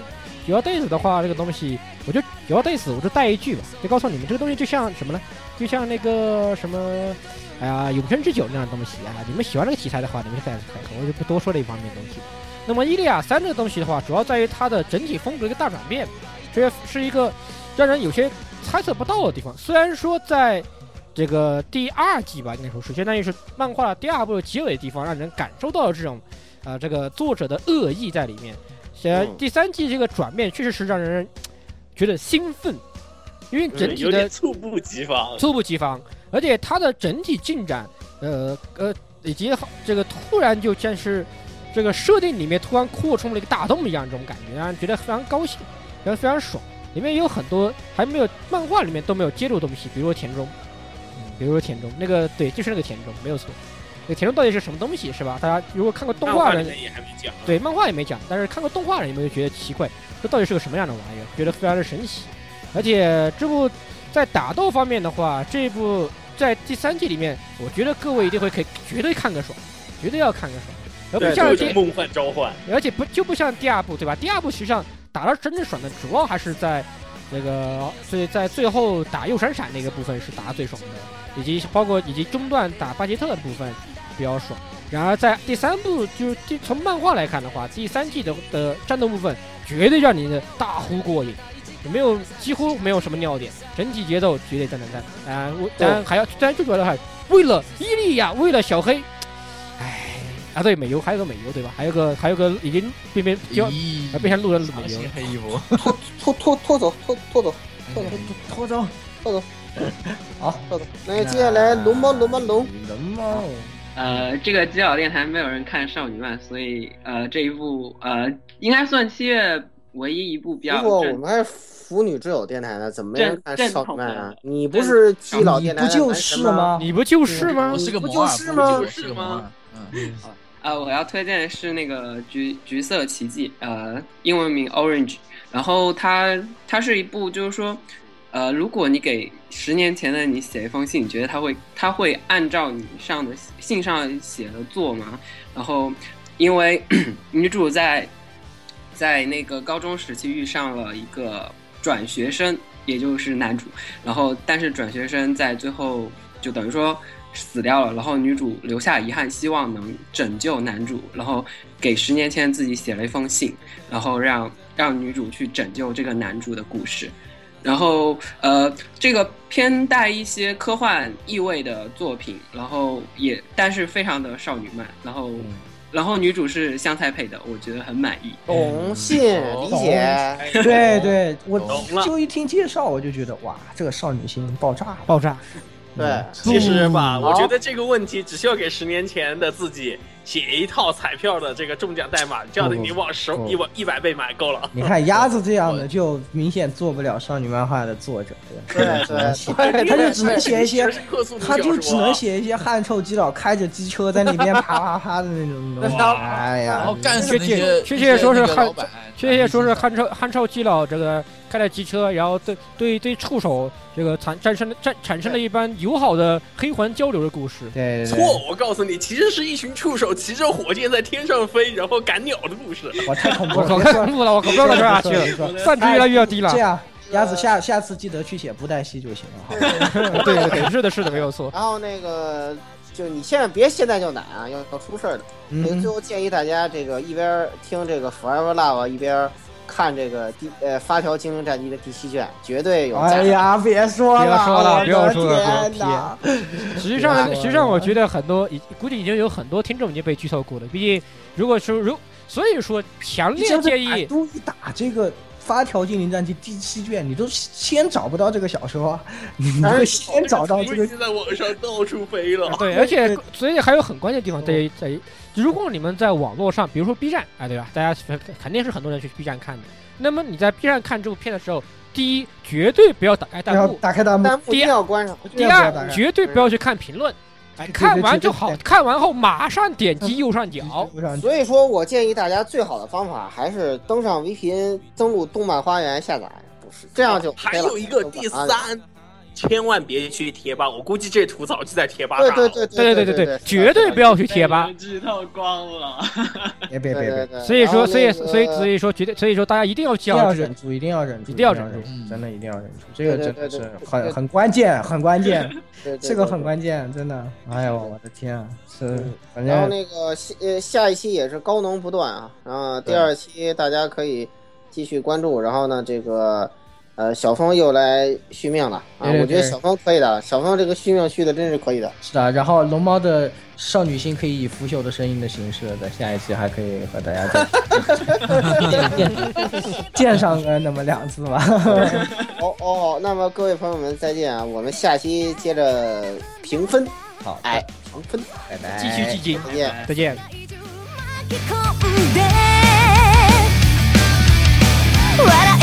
A: 九幺 days 的话，这个东西，我就九幺 days 我就带一句吧，就告诉你们这个东西就像什么呢？就像那个什么，哎呀，永生之酒那样的东西啊。你们喜欢这个题材的话，你们就带着看，我就不多说这一方面的东西。那么伊利亚三这个东西的话，主要在于它的整体风格一个大转变，这是一个让人有些猜测不到的地方。虽然说在这个第二季吧，应该说是相当于是漫画的第二部结尾的地方，让人感受到了这种，呃，这个作者的恶意在里面。呃，
B: 嗯
A: 第三季这个转变确实是让人觉得兴奋，因为整体
F: 有
A: 的
F: 点猝不及防。
A: 猝不及防，而且它的整体进展，呃呃，以及好这个突然就像是这个设定里面突然扩充了一个大洞一样，这种感觉让人觉得非常高兴，然后非常爽。里面有很多还没有漫画里面都没有接触的东西，比如说田中，比如说田中，那个对，就是那个田中，没有错。那个田中到底是什么东西是吧？大家如果看过动
F: 漫
A: 画
F: 画
A: 的
F: 里
A: 人，
F: 面也还没讲，啊
A: 对，漫画也没讲，但是看过动画的人有没有觉得奇怪，这到底是个什么样的玩意儿？觉得非常的神奇。而且这部在打斗方面的话，这部在第三季里面，我觉得各位一定会可以绝对看个爽，绝对要看个爽。而不
F: 对，
A: 像
F: 有
A: 第
F: 种梦幻召唤。
A: 而且不就不像第二部对吧？第二部实际上打到真正爽的，主要还是在那个最在最后打右闪闪那个部分是打得最爽的，以及包括以及中段打巴杰特的部分比较爽。然而在第三部就是第从漫画来看的话，第三季的的战斗部分绝对让你的大呼过瘾。没有，几乎没有什么尿点，整体节奏绝对赞赞赞！当然，我当然还要，当然最主要的还为了伊利亚，为了小黑，唉，啊对，美游还有个美游对吧？还有个还有个已经变变就
D: 咦
A: 啊变成路人美游
D: 心，黑一波。
B: 拖拖拖走，拖拖走，
C: 嗯拖走，
B: 拖走。那接下来龙猫龙猫龙，
C: 龙猫，
E: 呃，这个基佬电台没有人看少女漫，所以呃这一部呃应该算七月唯一一部比较
B: 如果我
E: 正
B: 们还是腐女之友电台呢，怎么没人看
E: 正
B: 少女漫啊
E: 正？
B: 你不是基佬电台
C: 不
B: 的
C: 就
B: 男
C: 是
B: 神？
C: 吗？
A: 你不就是吗
D: 我？是个
B: 不
D: 魔
B: 就
D: 啊，
B: 是吗
D: 我是个魔啊。嗯，
E: 呃，我要推荐的是那个橘橘色奇迹，呃，英文名 Orange。然后它它是一部就是说，呃，如果你给十年前的你写一封信，你觉得他会他会按照你上的信上写的做吗？然后，因为 女主在在那个高中时期遇上了一个转学生，也就是男主，然后但是转学生在最后就等于说死掉了，然后女主留下遗憾，希望能拯救男主，然后给十年前自己写了一封信，然后让让女主去拯救这个男主的故事。然后呃，这个偏带一些科幻意味的作品，然后也但是非常的少女漫，然后然后女主是香菜配的，我觉得很满意。
B: 懂信理
D: 哦
B: 解，
C: 对对，我
F: 懂了
C: 就一听介绍我就觉得哇，这个少女心爆炸了。
A: 爆炸，
B: 对，
F: 其实吧，
B: 好
F: 我觉得这个问题只需要给十年前的自己写一套彩票的这个中奖代码，这样子你往十
C: 不
F: 一往一百倍买够了。
C: 你看鸭子这样的就明显做不了少女漫画的作者，
B: 对对
C: 只能写
B: 对
C: 他就 只能写一些
F: 全是克苏鲁
C: 他就
F: 小
C: 只
F: 说啊
C: 能写一些汗臭基佬开着机车在里面啪啪啪的那种东西。哎
D: 然后
C: 呀，
D: 干死那
A: 确
D: 些，
A: 确切
D: 那些
A: 说是
D: 那个
A: 汉
D: 老板，
A: 确切说是汉朝汉朝基佬这个开着机车，然后对对对触手这个产产生了产产生了一般友好的黑环交流的故事。
C: 对对对，
F: 错，我告诉你，其实是一群触手骑着火箭在天上飞，然后赶鸟的故事。
C: 我太恐 怖
A: 我
C: 了，
A: 靠，
C: 别
A: 太
C: 说
A: 恐
C: 了
A: 怖了，我靠，不知道该说哪去 了，散值越来越低了
C: 这。样，鸭子下下次记得去写布袋戏就行了，好吧？
A: 对对对，是的，是的，没有错。
B: 然后那个就你现在别现在就奶啊，要要出事儿的。那个
C: 嗯
B: 最，后建议大家这个一边听这个 Forever Love，一边看这个第呃发条精灵战机的第七卷，绝对有价值。
C: 哎呀，别说了，
A: 别说了
C: 我的
A: 不要说了
C: 天哪！
A: 实际上
C: 对，啊
A: 实际上我觉得很多已估计已经有很多听众已经被剧透过了。毕竟，如果说如所以说强
C: 你
A: 烈
C: 就
A: 建
C: 是哎百
A: 议，
C: 度一打这个《发条精灵战记》第七卷，你都先找不到这个小说，你
B: 当然
C: 会先找
D: 嗯
C: 到这个
F: 已经在网上到处飞 了。
A: 对，而且所以还有很关键的地方
C: 嗯
A: 在于在于，如果你们在网络上，比如说 B 站，哎，对吧？大家肯肯定是很多人去 B 站看的。那么你在 B 站看这部片的时候，第一，绝对不要打开弹
C: 要
A: 幕；
C: 打开弹幕，
B: 弹幕一定要关上，
A: 第
C: 不要打
A: 二，
C: 开
A: 绝对不要去看评论。哎，
C: 对对
A: 看完
C: 绝对
A: 就
C: 不
A: 好
C: 要，
A: 看完后马上点击右上角。
C: 不然
B: 所以说我建议大家最好的方法还是登上 VPN，登录动漫花园下载，不是这样就
F: 还
B: OK 了
F: 有一个第三，千万别去贴吧，我估计这吐槽就在贴吧
B: 对
F: 上。
B: 对对
A: 对
B: 对
A: 对
B: 对
A: 对，，绝对不要去贴吧。
E: 剧透光了。
C: 别别
B: 对
C: 别
B: 对
C: 别，
B: 对。
A: 所以
B: 然后
A: 说，所以
B: 那
A: 所以
B: 个
A: 所以说，绝对，所以说大家一定要
C: 一定要
A: 叫
C: 忍住，一定要忍住，
A: 一定要忍嗯
C: 忍
D: 住
C: 住，真的一定要忍住，这个
B: 对
C: 真
B: 对
C: 的
B: 对
C: 是
B: 对对
C: 很很关键，很关 键，
B: 对对
C: 这个
B: 对
C: 很关键，真的。哎呦，我的天啊，是
B: 嗯，
C: 反
B: 然后
C: 正
B: 那个下呃下一期也是高能不断啊，然后第二期大家可以继续关注。然后呢，这个呃小峰又来续命了啊，
C: 对对
B: 我觉得
C: 对
B: 小峰可以的，小峰这个续命续的真是可以的。
C: 是的。然后龙猫的少女心可以以腐朽的声音的形式，在下一期还可以和大家再 见上个那么两次吧。
B: 哦哦，那么各位朋友们再见啊，我们下期接着评分，
C: 好，
B: 哎，评分，
C: 拜拜，
A: 继续继进，
B: 再见。
A: 再见。
H: 「笑